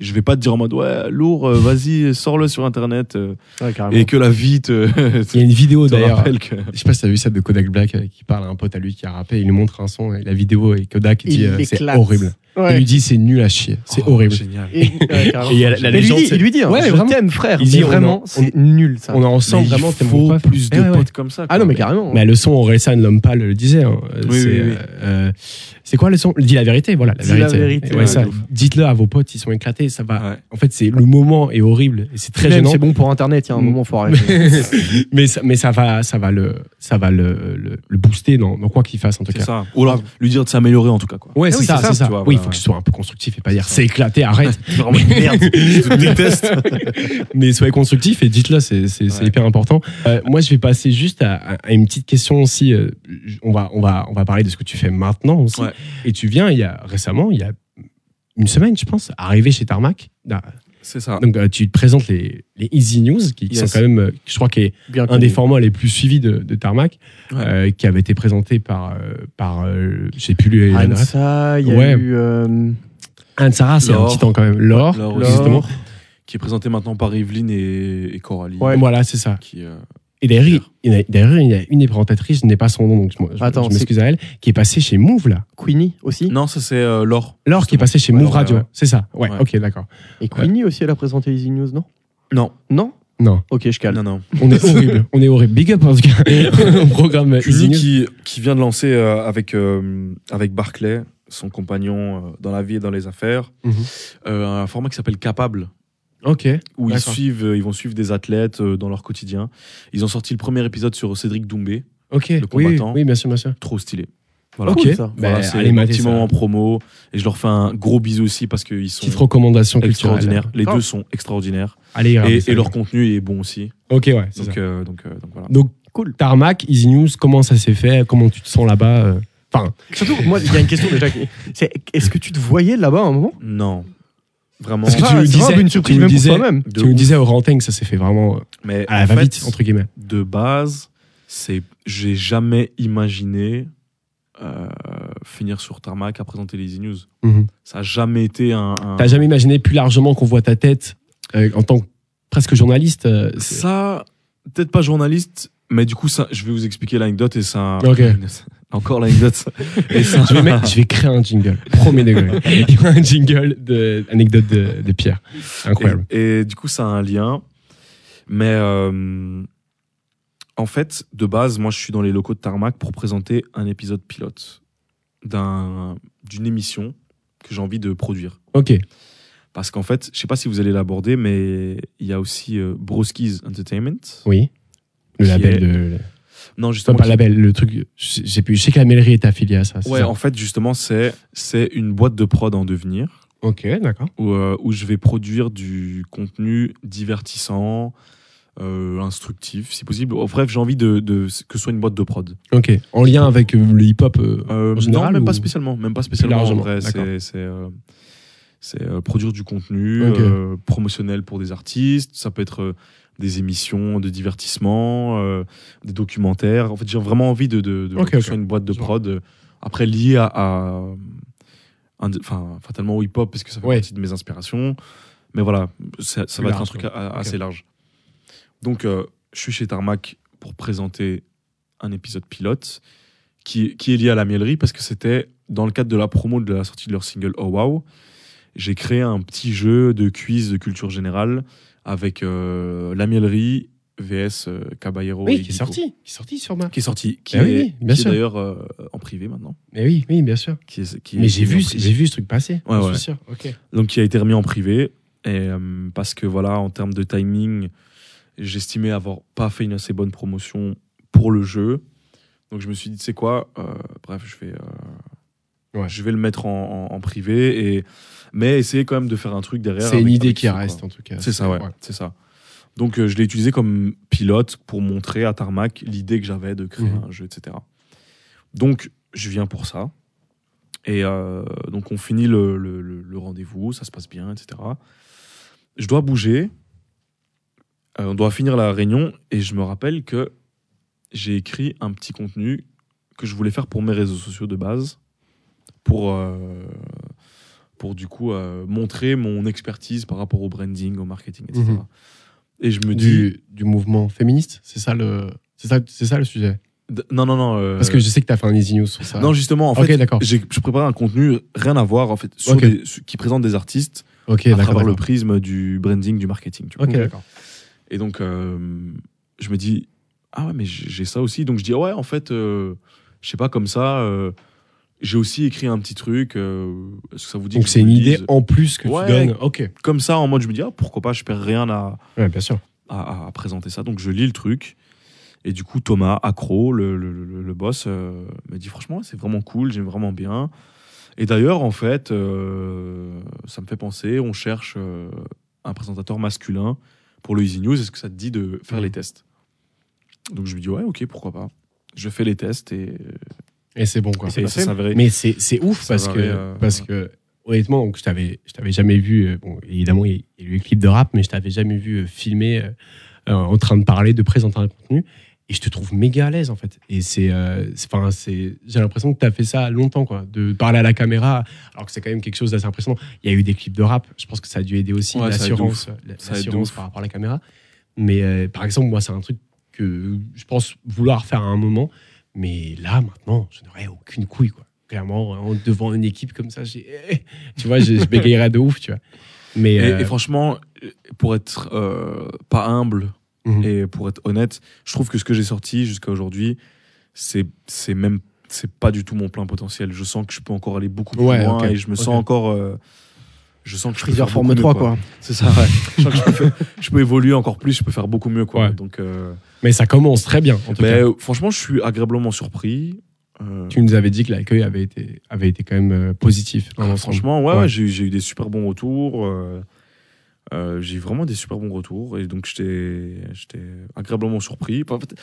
je vais pas te dire en mode ouais lourd euh, vas-y sors-le sur internet euh,
Ouais, carrément.
et que la vie te,
Il y a une vidéo
te
d'ailleurs.
rappelle que
Je sais pas si t'as vu ça de Kodak Black euh, qui parle à un pote à lui qui a rappé. Il lui montre un son et la vidéo et Kodak il
Il
dit euh, c'est
l'éclate.
horrible. et lui dit c'est nul à chier, c'est
Oh,
horrible.
Et, ouais, carrément.
Et il y a la- la
Mais lui
légende,
dit-
c'est-
il lui dit, hein,
Ouais,
je
vraiment.
t'aime frère,
Il dit,
mais
on
vraiment,
en-
c'est nul ça.
On est ensemble,
Mais il
vraiment, t'es mon
faut
prof.
plus de
Eh ouais, ouais.
potes comme ça.
Ah non, mais carrément.
Mais le son Orelsan Lompal le disait. hein. Euh,
Oui,
c'est,
oui, oui.
euh, euh, c'est quoi le son Dis la vérité, voilà. La
Dis
vérité.
la vérité.
Et ouais,
Ouais,
ça,
de ouf.
dites-le à vos potes, ils sont éclatés. Ça va.
Ouais.
En fait, c'est le moment est horrible et c'est très
Même,
gênant.
C'est bon pour internet, il y a un
Mm.
moment, faut arrêter.
mais ça, mais ça va, ça va le, ça va le, le, le booster dans, dans quoi qu'il fasse en tout
C'est
cas.
ça. Ou alors lui dire de s'améliorer en tout cas. Quoi.
Ouais, c'est
oui,
ça, c'est ça.
tu vois,
oui, il
voilà,
faut que
ouais.
ce soit un peu constructif et pas dire c'est éclaté, arrête.
Vraiment une merde. je te déteste.
mais soyez constructif et dites-le, c'est c'est- c'est
Ouais.
hyper important. Euh, moi, je vais passer juste à, à- à une petite question aussi. euh, j- on va, on va, on va parler de ce que tu fais maintenant aussi.
Ouais.
Et tu viens, il y a récemment, il y a une semaine, je pense, arrivé chez Tarmac. Ah.
C'est ça.
Donc, euh, tu te présentes les, les Easy News, qui, qui
Ah. Yes. Mmh.
sont quand même, euh, je crois, qui est
Bien
un des
connu.
formats les plus suivis de, de Tarmac,
Ouais.
euh, qui avait été présenté par, euh, par, euh, je sais plus le- l'adresse.
Hansa, il y a
Ouais.
eu. euh,
Anne Sarah, c'est un
Laure.
petit temps quand même. Laure,
Laure,
justement.
Qui est présenté maintenant par Evelyne et, et Coralie.
Voilà, c'est ça.
Qui, euh,
Et derrière, il y en a- derrière, il y a une des présentatrices, je n'ai pas son nom, donc je, je-
Attends,
je m'excuse à elle, qui est passée chez Move, là.
Queenie aussi.
Mm.
Non, ça c'est euh, Laure.
Laure qui est passée chez
Ouais,
Move
ouais,
Radio,
ouais.
c'est ça Ouais,
Ouais.
ok, d'accord.
Et Queenie aussi, elle a présenté Easy News, non
Non.
Non
Non,
Ok, je calme.
Non, non.
on est horrible, on est horrible. Big up, en tout cas, au programme Easy
Cuny
News.
qui, qui vient de lancer euh, avec, euh, avec Barclay, son compagnon euh, dans la vie et dans les affaires,
Mhm.
euh, un format qui s'appelle Capable,
Ok,
où ils,
D'accord.
suivent, euh, ils vont suivre des athlètes euh, dans leur quotidien. Ils ont sorti le premier épisode sur Cédric Doumbé,
ok,
Le
oui, oui,
combattant.
oui, bien sûr, bien sûr.
trop stylé.
ok,
cool, ça.
bah,
Voilà, c'est
allez
un
mater
petit
ça.
moment promo et je leur fais un gros bisou aussi parce qu'ils sont
Petite recommandation
extraordinaires.
culturelle.
Les
Ah.
deux sont extraordinaires
Allez, regardez
et,
ça.
et leur contenu est bon aussi.
Ok, ouais, c'est ça.
Donc, euh, donc, euh, donc voilà.
Donc, cool. Tarmac, Easy News, comment ça s'est fait Comment tu te sens là-bas euh Enfin,
Surtout, moi, il y a une question déjà. qui- c'est, Est-ce que tu te voyais là-bas à un moment
Non, vraiment.
Parce que tu
Ah,
nous
c'est vraiment
disais-
une
tu
surprise
nous
même pour
disais-
toi-même.
De
tu nous
ouf.
disais au Ranteng, ça s'est fait vraiment euh,
Mais
à la
en fait,
va-vite, entre guillemets.
de base, c'est j'ai jamais imaginé euh, finir sur tarmac à présenter les e-news.
Mhm.
Ça a jamais été un. un-
T'as jamais imaginé plus largement qu'on voit ta tête euh, en tant que presque journaliste euh, c'est-
Ça, peut-être pas journaliste, mais du coup, ça, je vais vous expliquer l'anecdote et ça.
Ok.
Encore l'anecdote. et ça.
je vais, mettre- je vais créer un jingle, premier degré. Il y aura un jingle de anecdote de, de Pierre. Incroyable.
Et, et du coup, ça a un lien. Mais euh, en fait, de base, moi, je suis dans les locaux de Tarmac pour présenter un épisode pilote d'un- d'une émission que j'ai envie de produire.
Ok.
Parce qu'en fait, je sais pas si vous allez l'aborder, mais il y a aussi euh, Broskies Entertainment.
Oui. Le
Qui
label
est-
de.
Non,
Enfin,
justement.
pas
qui-
le label, le truc. Je sais plus. Je sais que la mêlerie est affiliée à ça. c'est
Ouais,
ça
en fait, justement, c'est c'est une boîte de prod en devenir
Ok, d'accord.
où, euh, où je vais produire du contenu divertissant, euh, instructif, si possible. Oh, bref, j'ai envie de, de- que ce soit une boîte de prod.
Ok. En lien avec euh, le hip-hop. euh,
Euh,
En général,
non, même
ou-
pas spécialement, même pas spécialement. en
largement,
vrai,
d'accord.
c'est c'est, euh, c'est, euh, produire du contenu
Ok.
euh, promotionnel pour des artistes. Ça peut être euh, des émissions de divertissement, euh, des documentaires. En fait, j'ai vraiment envie de, de, de-
Ok,
que
ok.
ce soit une boîte de
Genre.
prod. euh, après, liée à, à- un- enfin, fatalement au hip-hop parce que ça fait
Ouais.
partie de mes inspirations. Mais voilà, ça, ça
Plus
va être un
large,
truc
quoi.
a- a-
Ok.
assez large. Donc, euh, je suis chez Tarmac pour présenter un épisode pilote qui, qui est lié à la mielerie parce que c'était dans le cadre de la promo de la sortie de leur single Oh Wow. J'ai créé un petit jeu de quiz de culture générale avec euh, la mielerie VS euh, Caballero. et
Oui, qui est
Guico.
sorti. Qui est sorti sur ma.
Qui est sorti. Qui
Ah
est,
oui, oui, bien
qui est
sûr.
d'ailleurs euh, en privé maintenant.
Mais oui, oui, bien sûr.
Qui est- qui est-
Mais j'ai
qui est en
vu,
privé.
j'ai vu ce truc passer.
Ouais,
je
ouais.
suis sûr. Ok.
Donc qui a été remis en privé. Et, euh, parce que voilà, en termes de timing, j'estimais avoir pas fait une assez bonne promotion pour le jeu. Donc je me suis dit, c'est quoi euh, Bref, je vais, euh,
Ouais.
je vais le mettre en, en- en privé, et, mais essayer quand même de faire un truc derrière.
C'est une
avec-
idée
avec
qui
ça, quoi.
reste en tout cas.
C'est ça, ouais. C'est ça. Donc euh, je l'ai utilisé comme pilote pour montrer à Tarmac l'idée que j'avais de créer
Mhm.
un jeu, etc. Donc je viens pour ça. Et euh, donc on finit le, le- le- le rendez-vous, ça se passe bien, etc. Je dois bouger. Euh, on doit finir la réunion et je me rappelle que j'ai écrit un petit contenu que je voulais faire pour mes réseaux sociaux de base, pour, euh, pour du coup euh, montrer mon expertise par rapport au branding, au marketing, etc.
Mhm.
Et je me dis
Du, du mouvement féministe, c'est ça le, c'est ça, c'est ça le sujet.
D- Non, non, non. euh,
Parce que je sais que t'as fait un Easy News sur ça.
Non, justement, en
Ok,
fait,
d'accord.
j'ai je préparais un contenu rien à voir, en fait, sur
Ok.
des- sur- qui présente des artistes
Ok,
à
d'accord.
travers le
d'accord.
prisme du branding, du marketing. Tu vois.
Ok, d'accord.
Et donc, euh, je me dis, ah ouais, mais j'ai j'ai ça aussi. Donc, je dis, Ah ouais, en fait, euh, je sais pas, comme ça, euh, j'ai aussi écrit un petit truc. euh, Est-ce que ça vous dit
Donc
que je
c'est
vous
une
le
idée
dise
en plus que
Ouais.
tu donnes. Ok.
Comme ça, en mode, je me dis, ah, pourquoi pas, je perds rien à,
Ouais, bien sûr.
à, à- à présenter ça. Donc, je lis le truc. Et du coup, Thomas, accro, le, le- le- le boss, euh, me dit, franchement, c'est vraiment cool, j'aime vraiment bien. Et d'ailleurs, en fait, euh, ça me fait penser, on cherche euh, un présentateur masculin pour le Easy News. Est-ce que ça te dit de faire les tests Donc je lui dis ouais, ok, pourquoi pas. Je fais les tests et,
Et c'est bon quoi.
et ça s'est avéré.
Mais c'est c'est ouf
Ça
parce
va
que,
aller, euh,
parce que honnêtement, donc, je t'avais je t'avais jamais vu. euh, Bon, évidemment, il y a eu les clips de rap, mais je t'avais jamais vu euh, filmer euh, euh, en train de parler, de présenter un contenu. Et je te trouve méga à l'aise en fait. Et c'est, euh, c'est- enfin, c'est, j'ai l'impression que tu as fait ça longtemps, quoi, de parler à la caméra, alors que c'est quand même quelque chose d'assez impressionnant. Il y a eu des clips de rap, je pense que ça a dû aider aussi
Ouais, ça aide de
l'assurance, la-
Ça aide de
l'assurance
ouf.
par rapport à la caméra. Mais euh, par exemple, moi, c'est un truc que je pense vouloir faire à un moment, mais là, maintenant, je n'aurais aucune couille, quoi. Clairement, en- devant une équipe comme ça, j'ai, eh, tu vois, je, je bégayerais de ouf, tu vois. Mais
Et,
euh,
et franchement, pour être euh, pas humble
Mhm.
et pour être honnête, je trouve que ce que j'ai sorti jusqu'à aujourd'hui, c'est c'est même c'est pas du tout mon plein potentiel. Je sens que je peux encore aller beaucoup plus
Ouais,
loin
ok,
et je me sens
ok.
encore. euh, je sens que je peux
Freezer
faire
Forme
beaucoup
3,
mieux,
quoi.
C'est ça. ouais. je sens que je peux, faire- je peux évoluer encore plus. Je peux faire beaucoup mieux, quoi.
Ouais.
Donc, euh,
mais ça commence très bien. En tout
mais,
cas.
euh, franchement, je suis agréablement surpris. Euh,
Tu nous avais dit que l'accueil avait été, avait été quand même euh, positif. dans l'ensemble.
Franchement, ouais,
Ouais.
ouais, j'ai eu- j'ai eu des super bons retours. euh, euh, j'ai eu vraiment des super bons retours. Et donc, j'étais j'étais agréablement surpris. En fait,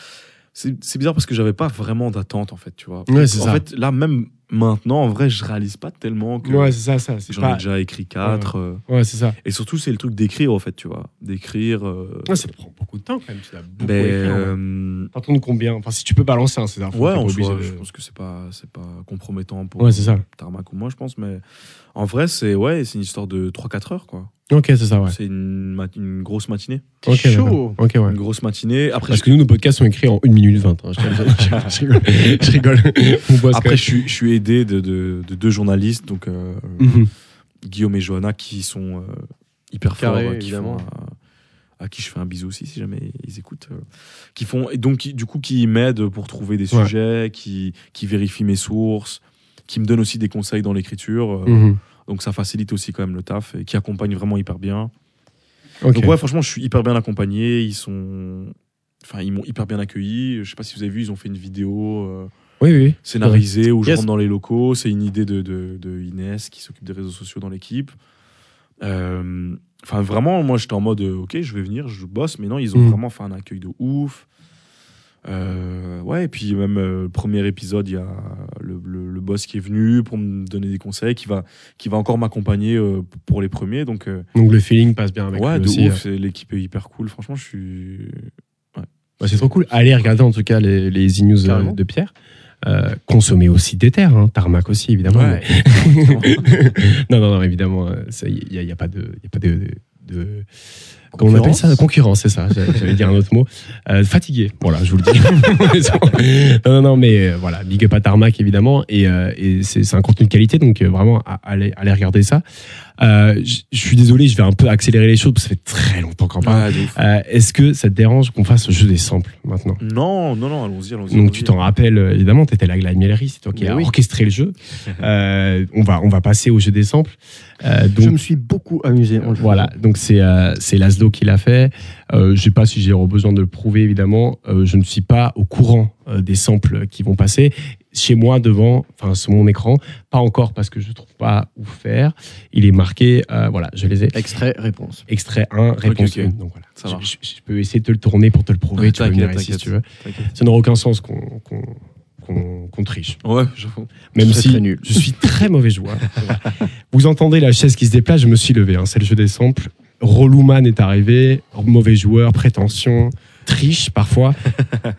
c'est c'est bizarre parce que j'avais pas vraiment d'attente, en fait, tu vois.
Ouais, c'est
en
ça.
fait, là, même maintenant, en vrai, je réalise pas tellement que
ouais, c'est ça, ça. C'est
j'en
pas...
ai déjà écrit quatre. euh,
Ouais, c'est ça.
et surtout, c'est le truc d'écrire, en fait, tu vois. D'écrire. euh,
Ouais, ça prend beaucoup de temps quand même. Tu dois beaucoup
ben,
écrire, ouais.
euh,
Par contre, combien Enfin, si tu peux balancer un César.
Ouais, en
obligé
soi,
de-
je pense que c'est pas, c'est pas compromettant pour
Ouais, c'est ça.
Tarmac ou moi, je pense. Mais en vrai, c'est ouais, c'est une histoire de 3-4 heures, quoi.
Ok, c'est ça, ouais.
C'est une, mat- une grosse matinée.
Ok,
chaud.
d'accord. Ok, ouais.
Une grosse matinée. Après,
Parce
je,
que nous, nos podcasts sont écrits en 1 minute 20. hein. Je, je- je rigole. Je rigole. On bosse
après
quand
je, suis, je suis aidé de, de- de deux journalistes, donc euh,
même. Mhm.
Guillaume et Johanna, qui sont euh, hyper
Carré,
forts, euh, qui font
évidemment.
un- à qui je fais un bisou aussi si jamais ils écoutent. euh, qui font, et donc, qui- du coup, qui m'aident pour trouver des
Ouais.
sujets, qui, qui vérifient mes sources, qui me donnent aussi des conseils dans l'écriture. euh,
Mhm.
Donc ça facilite aussi quand même le taf et qui accompagne vraiment hyper bien.
Ok.
Donc ouais, franchement, je suis hyper bien accompagné. Ils sont, enfin, ils m'ont hyper bien accueilli. Je sais pas si vous avez vu, ils ont fait une vidéo euh,
Oui, oui.
scénarisée où je
Yes.
rentre dans les locaux. C'est une idée de, de, de Inès qui s'occupe des réseaux sociaux dans l'équipe. Euh, Enfin, vraiment, moi, j'étais en mode, euh, ok, je vais venir, je bosse. Mais non, ils ont
Mm.
vraiment fait un accueil de ouf. Euh, ouais, et puis même euh, le premier épisode, il y a le, le- le boss qui est venu pour me donner des conseils, qui va, qui va encore m'accompagner euh, pour les premiers. Donc, euh,
Donc le feeling passe bien avec
ouais,
lui
de
aussi. hein.
ouf, c'est- l'équipe est hyper cool. Franchement, je suis.
Ouais, Bah, c'est trop cool. Allez regarder en tout cas les, les Easy News euh,
Carrément.
de Pierre. Euh, consommer aussi des terres, hein. tarmac aussi évidemment.
Ouais.
non, non, non, évidemment, il n'y a, y a pas de. Y a pas de, de- de- Comment on appelle ça Concurrence, c'est ça. J'avais j'allais dire un autre mot. Euh, fatigué, voilà, je vous le dis. non, non, non, mais euh, voilà, big up à Tarmac, évidemment. Et, euh, et c'est c'est un contenu de qualité, donc euh, vraiment, à- allez, allez regarder ça. Euh, j- je suis désolé, je vais un peu accélérer les choses, parce que ça fait très longtemps qu'on parle.
Ouais, de ouf.
Euh, Est-ce que ça te dérange qu'on fasse le jeu des samples maintenant
Non, non, non, allons-y, allons-y.
donc
allons-y.
tu t'en rappelles euh, évidemment, t'étais là avec la Miellerie, c'est toi qui
Mais
as
oui.
orchestré le jeu. Euh, on va on va passer au jeu des samples. Euh, donc
Je me suis beaucoup amusé. en le faisant.
voilà, donc c'est euh, c'est Laszlo qui l'a fait. Euh, je sais pas si j'ai besoin de le prouver, évidemment. Euh, je ne suis pas au courant euh, des samples qui vont passer. Chez moi, devant, enfin, sur mon écran, pas encore parce que je trouve pas où faire. Il est marqué, euh, voilà, je les ai.
Extrait, réponse.
Extrait 1, réponse
ok.
1. Donc voilà,
Ça
Je-
marche. Ah,
je, je peux essayer de te le tourner pour te le prouver. tu peux
T'inquiète,
venir ici si tu veux.
t'inquiète, t'inquiète.
Ça n'aurait aucun sens qu'on qu'on qu'on- qu'on triche.
Ouais, j'avoue.
Même
serais
si
très nul.
je suis très mauvais joueur. Vous entendez la chaise qui se déplace, je me suis levé. hein, c'est le jeu des samples. Rolouman est arrivé, mauvais joueur, prétention, triche parfois.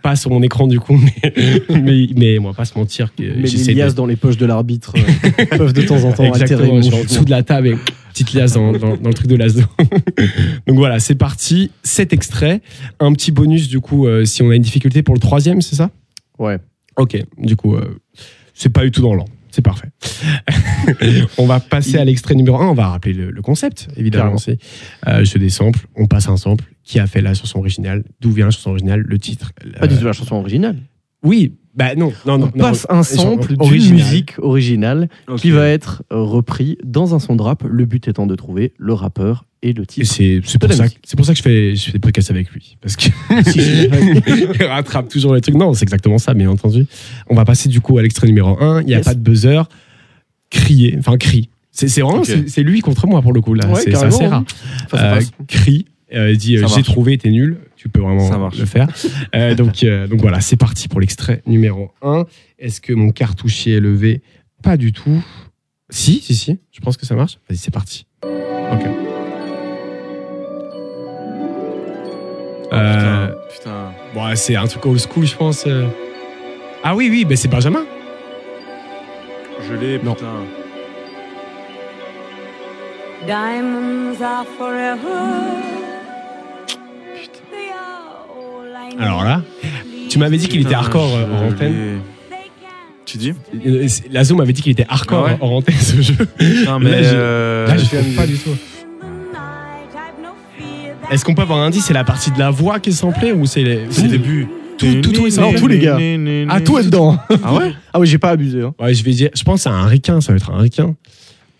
pas sur mon écran du coup, mais, mais, mais on va pas se mentir. que
Mais
j'essaie
les
de-
liasses dans les poches euh, de l'arbitre euh, peuvent de temps en temps altérer
Exactement,
mon
je suis en
jugement.
dessous de la table et petite liasse dans, dans- dans le truc de l'asdo. Donc voilà, c'est parti. Sept extraits. Un petit bonus du coup, euh, si on a une difficulté pour le troisième, c'est ça
Ouais.
Ok, du coup, euh, c'est pas du tout dans l'ordre. C'est parfait. on va passer à l'extrait numéro 1. On va rappeler le, le concept, évidemment.
Clairement.
C'est, euh, je fais des samples, on passe à un sample. Qui a fait la chanson originale D'où vient la chanson originale Le titre
Pas du
euh,
tout la chanson originale.
Oui, bah non, non,
On
non. non,
passe un sample
original.
d'une musique originale qui
Ok.
va être euh, repris dans un son de rap, le but étant de trouver le rappeur et le
Et
titre.
c'est c'est
De
pour,
la
ça que-
musique.
c'est pour ça que je fais, je fais des podcasts avec lui. Parce que
Si, si,
il rattrape toujours les trucs. Non, c'est exactement ça, bien entendu. On va passer du coup à l'extrait numéro 1. Il n'y a
Yes.
pas de buzzer. Crier, enfin, cri. C'est c'est vraiment,
Ok.
c'est- c'est lui contre moi pour le coup. là.
Ouais,
c'est c'est
carrément, hein.
assez rare.
Enfin, ça
Euh,
passe.
crie, euh, dit euh,
Ça
j'ai
marche.
trouvé, t'es nul. Tu peux
Ça
vraiment
marche.
le faire. Euh, donc, euh, donc voilà, c'est parti pour l'extrait numéro 1. Est-ce que mon cartouchier est levé Pas du tout. Si, si, si. Je pense que ça marche. Vas-y, c'est parti.
Oh,
Ok. Euh,
Putain.
bon, c'est un truc old school, je pense. euh. Ah oui, oui, ben c'est Benjamin.
Je l'ai,
Non.
putain.
Diamonds are forever.
Alors là, tu m'avais dit qu'il était
Putain,
hardcore euh,
je
en antenne.
l'ai. Tu dis
Euh, c'est- Lazo m'avait dit qu'il était hardcore
Ah ouais
en antenne ce jeu.
Putain, mais.
Là, je-
euh,
Là, je trouve pas du tout. Est-ce qu'on peut avoir un indice C'est la partie de la voix qui est samplée ou c'est les...
C'est le début.
Tout- tout- tout est
Non,
samplé
tous les gars. Ah, tout est dedans.
Ah ouais
Ah oui, j'ai pas abusé. hein.
Ouais, je vais dire. Je pense à un requin. Ça va être un requin.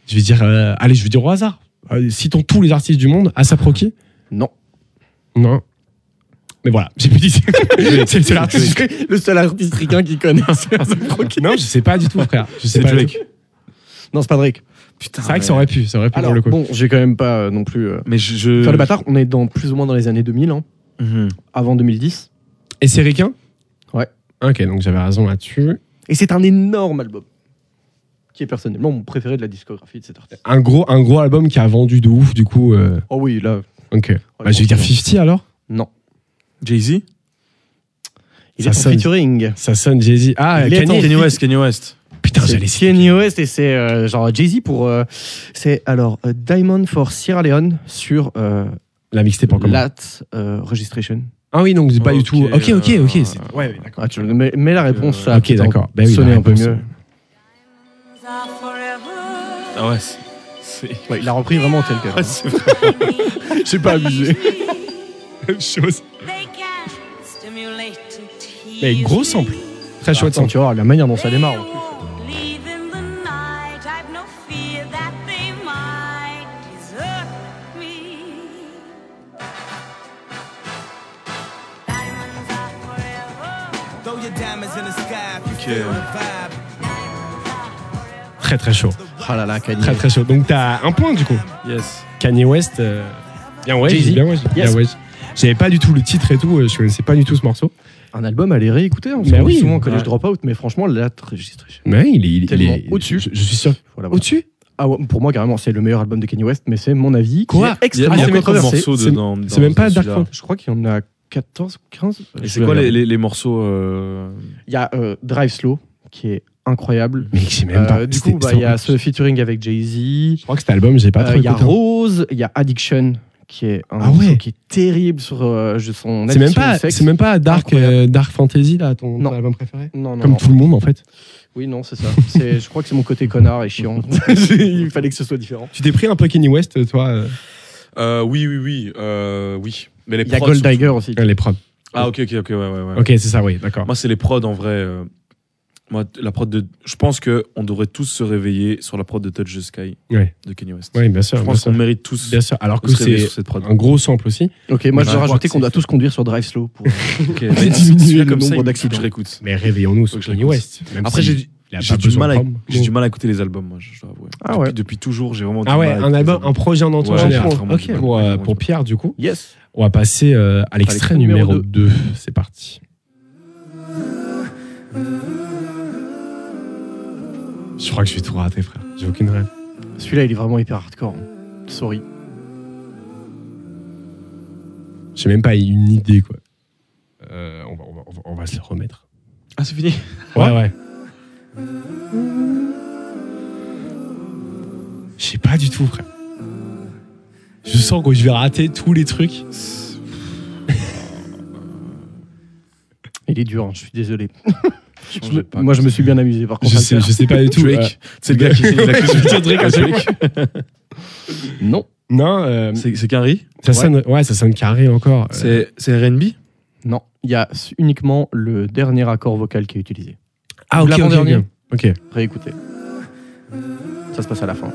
Je vais dire. euh, allez, je vais dire au hasard. Euh, citons tous les artistes du monde. Asap Rocky
Non.
Non. Mais voilà, j'ai plus d'idée. c'est c'est l'artiste.
Le seul artiste ricain qui connaît.
Non, je sais pas du tout, frère. Je sais
C'est
pas. du
Drake.
tout. Ah,
non, c'est pas Drake.
Putain.
C'est vrai que
mais-
ça aurait pu. Ça aurait pu
Alors,
pour le coup.
bon, j'ai quand même pas euh, non plus. euh,
Mais je. je-
Faire le bâtard, on est dans plus ou moins dans les années 2000, hein,
Mhm.
avant 2010.
Et c'est requin
Ouais.
Ok, donc j'avais raison là-dessus.
Et c'est un énorme album. Qui est personnellement mon préféré de la discographie de cet artiste.
Un gros, un gros album qui a vendu de ouf, du coup. euh,
Oh oui, là.
Ok. Bah, je vais dire 50 alors.
Jay-Z
Il
Ça
est en
sonne.
featuring.
Ça sonne Jay-Z. Ah,
Il est
Kanye.
temps.
Kanye West, Kanye West.
Putain,
C'est
j'allais
Kanye West et c'est euh, genre Jay-Z pour. euh, c'est alors euh, Diamond for Sierra Leone sur euh,
La mixtape encore.
Lat euh, Registration.
Ah oui, donc c'est pas du tout. Ok, ok,
Ok,
ok.
euh,
c'est- Ouais, ouais, d'accord.
Ah, tu mets, mets la réponse. ça va
Ok,
peut-être
d'accord.
en-
Bah oui, la
sonner un peu
réponse,
mieux.
Ah ouais, c'est- c'est.
Ouais, il l'a repris vraiment tel quel. hein.
Ah, c'est vrai.
J'ai pas abusé.
Même chose. Mais gros sample. Très chouette sample.
Attends, Ah, hein. tu vois, la manière dont ça démarre. en plus.
Très très chaud.
Ah là là, Kanye.
Très très chaud. Donc t'as un point du coup.
Yes.
Kanye West. euh, Bien ouais,
Jay-Z.
bien ouais, bien
Yes.
ouais. J'avais pas du tout le titre et tout. euh, Je connaissais pas du tout ce morceau.
Un album à les réécouter. On
Bah
se
oui.
oui, souvent au collège
Ouais.
dropout, mais franchement, la registration.
Mais il est, il est- il
Tellement
est-
au-dessus.
Je, je suis sûr.
Voilà, voilà.
Au-dessus
Ah ouais, pour moi, carrément, c'est le meilleur album de Kanye West, mais c'est mon avis. qui
Quoi
est
Il y a,
Extrêmement
il y a combien de
controversé.
morceaux
C'est-
dedans
c'est même
dans
pas
celui-là
Daft Punk.
Je crois qu'il y en a 14, 15.
Et
Je
c'est
vais
quoi les,
regarder.
les, les morceaux euh,
Il y a euh, Drive Slow, qui est incroyable.
Mais j'ai même pas.
Euh, du
c'était-
coup, bah,
c'était
il y a
en-
ce featuring avec Jay-Z.
Je crois que cet album, j'ai pas
Euh,
trop
Il y a
écouté. hein.
Rose, il y a Addiction, qui est un
Ah
morceau
ouais.
qui est terrible sur euh, son
C'est même
addiction
pas,
au sexe.
c'est même pas Dark,
Incroyable.
euh, Dark Fantasy là, ton, ton
Non.
album préféré.
Non, non,
Comme
non.
tout le monde en fait.
Oui, non, c'est ça. C'est- je crois que c'est mon côté connard et chiant. il fallait que ce soit différent.
Tu t'es pris un peu Kenny West, toi. euh,
euh, Oui, oui, oui. Euh, oui. Mais les
Il y a
prods
Gold
surtout.
Digger aussi.
Les prods.
Ah, ok, ok, ok, ouais, ouais. ouais.
Ok, c'est ça, oui, d'accord.
Moi, c'est les prods en vrai. euh, Moi, t- la prod de. Je pense qu'on devrait tous se réveiller sur la prod de Touch the Sky
Ouais.
de Kanye West.
Oui, bien sûr.
je
bien
pense
sûr.
qu'on mérite tous
Bien sûr, alors
de
que
se réveiller
c'est
sur cette prod.
un gros sample aussi.
Ok, moi je
Ouais.
vais rajouter qu'on
C'est-
doit tous conduire sur Drive Slow. Pour... euh,
Ok,
mais
celui-là,
le
comme ça,
nombre
il-
d'accidents.
Je réécoute.
Mais réveillons-nous sur
Faut que je
Kanye
l'écoute.
West. même
Après,
si
j'ai du-
il a
j'ai
pas
du
besoin
mal
de
à-
prendre.
j'ai du mal à écouter les albums, moi, je je dois avouer.
Ah ouais.
Depuis, depuis toujours, j'ai vraiment. du
Ah ouais,
mal à
un
écouter les
album,
albums.
un projet en entier.
Ouais,
en général.
j'ai vraiment
Ok,
du mal.
pour, euh, pour
Ouais.
Pierre, du coup,
Yes.
on va passer euh, à l'extrait
l'extrait
numéro
numéro
2. C'est parti. Je crois que je suis tout raté, frère. J'ai aucune rêve.
Celui-là, il est vraiment hyper hardcore. hein. Sorry.
J'ai même pas une idée, quoi. Euh, on, va, on va- on va- on va se le remettre.
Ah, c'est fini
Ouais, ouais. Je sais pas du tout, frère. Je sens que je vais rater tous les trucs.
Il il est dur, hein, je suis désolé. Je me- moi, je me suis bien amusé par contre.
Je
à le
sais,
faire.
je sais pas du tout.
Drake.
euh,
c'est le gars qui fait la
Ouais,
cuisine.
je tiens Drake à chaque fois.
Non.
euh, Non.
C'est c'est qu'un riz
Ça sonne, ouais, ça sonne carré encore. Euh,
C'est c'est RB
Non, il y a uniquement le dernier accord vocal qui est utilisé.
Ah, ok, ok,
L'avant-dernier.
ok. Ok.
Réécoutez. Ça se passe à la fin.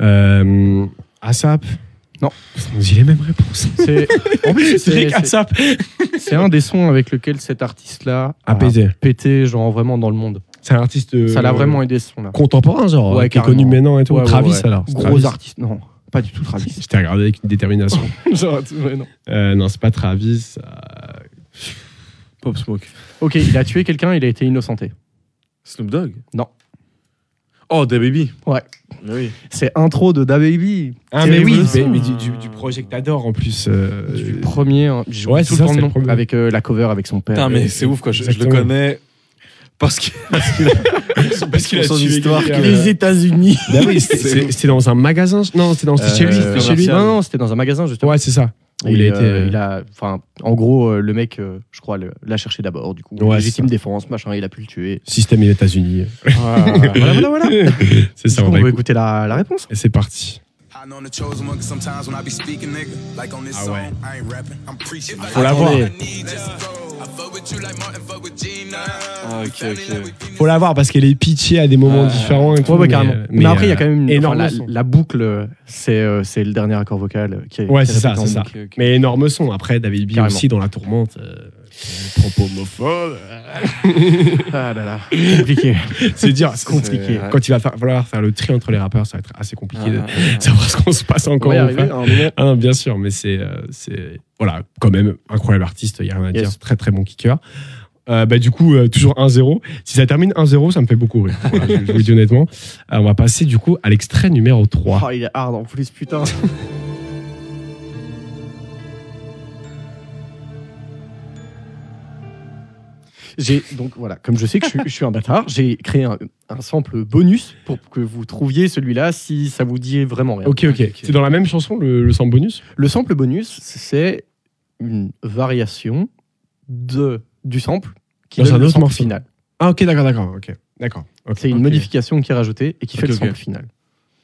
Euh, ASAP.
Non.
On dit les mêmes réponses.
C'est en plus, c'est-
Drake,
c'est-
ASAP.
c'est un des sons avec lequel cet artiste-là
A pété.
pété, genre vraiment dans le monde.
C'est un artiste. Ah. euh,
Ça l'a vraiment aidé ce son-là.
Contemporain, genre. euh,
Ouais,
qui est
carrément.
connu maintenant et tout.
Ouais, ouais,
Travis,
ouais.
alors. c'est
Gros
Travis.
artiste. Non, pas du tout Travis.
Je t'ai regardé avec une détermination.
Genre, ouais, non.
Euh, non, c'est pas Travis. euh,
Pop Smoke.
Ok, il a tué quelqu'un, il a été innocenté.
Snoop Dogg
Non.
Oh, Da Baby.
Ouais.
Oui.
C'est intro de Da Baby.
Ah, mais
Terrible
oui,
son.
mais, mais du, du, du Projectador en plus. euh,
Du premier, hein, j'ai
Ouais,
oublié tout
c'est ça,
le temps
c'est
le
le
nom,
premier.
avec euh, la cover avec son père.
Putain, mais c'est ouf, quoi. Je, je le
Exactement.
connais parce que- parce qu'il a, parce qu'il a
Son
tué
histoire
quelqu'un.
qu'il Les
États-Unis.
Euh, Bah oui, c'était- c'était c'était dans un magasin. je- Non, c'était dans c'était chez lui.
Euh,
c'était chez lui.
commercial.
Non, non, c'était dans un magasin justement.
Ouais, c'est ça. Où
Et,
il a été.
euh,
euh,
il a, enfin, en gros, euh, le mec, euh, je crois, le- l'a cherché d'abord. Du coup,
Ouais,
légitime
c'est ça. Ah,
défense, machin, il a pu le tuer.
Système des États-Unis.
voilà, voilà, voilà.
C'est ça, on va
peut
écouter.
écouter la, la réponse.
Et c'est parti.
I know I'm the chosen one, cause sometimes when I be speaking, nigga, like on this
Ah ouais.
song, I ain't rapping, I'm preaching.
Faut l'avoir.
Ah,
Faut l'avoir parce qu'elle est pitchée à des moments différents. et tout,
Euh, Ouais, ouais,
mais,
carrément.
euh,
Mais, après, il y a
euh,
quand même une,
énorme
enfin, la,
son.
la boucle, euh, c'est euh, c'est le dernier accord vocal euh, qui est.
Ouais,
qui est
c'est ça,
répété en
c'est ça.
boucle.
Mais énorme son. Après, David B
Carrément.
aussi dans La Tourmente. euh, propos homophobes.
Ah là là, compliqué.
C'est dur, c'est
compliqué.
compliqué. Quand il va faire- falloir faire le tri entre les rappeurs, ça va être assez compliqué de
Ah, ah,
savoir ce qu'on se passe
On
encore.
va y
ou
arriver hein,
pas.
à un moment.
Ah non, bien sûr, mais c'est, euh, c'est voilà, quand même incroyable artiste, il y a rien à
Yes.
dire, très très bon kicker. Euh, bah, du coup, euh, toujours 1-0. Si ça termine 1-0, ça me fait beaucoup rire. Voilà, je, je vous le dis honnêtement. Euh, on va passer du coup à l'extrait numéro 3.
Oh, il est hard en plus, putain. J'ai donc voilà, comme je sais que je, suis- je suis un bâtard, j'ai créé un, un sample bonus pour que vous trouviez celui-là si ça vous dit vraiment rien.
Ok, ok. C'est dans la même chanson, le, le sample bonus
Le sample bonus, c'est une variation de du sample qui
Dans
donne
un
le
autre
sample
morceau.
final.
Ah, ok, d'accord, d'accord. ok D'accord. ok,
C'est une
ok.
modification qui est rajoutée et qui fait
Ok,
le
ok.
sample final.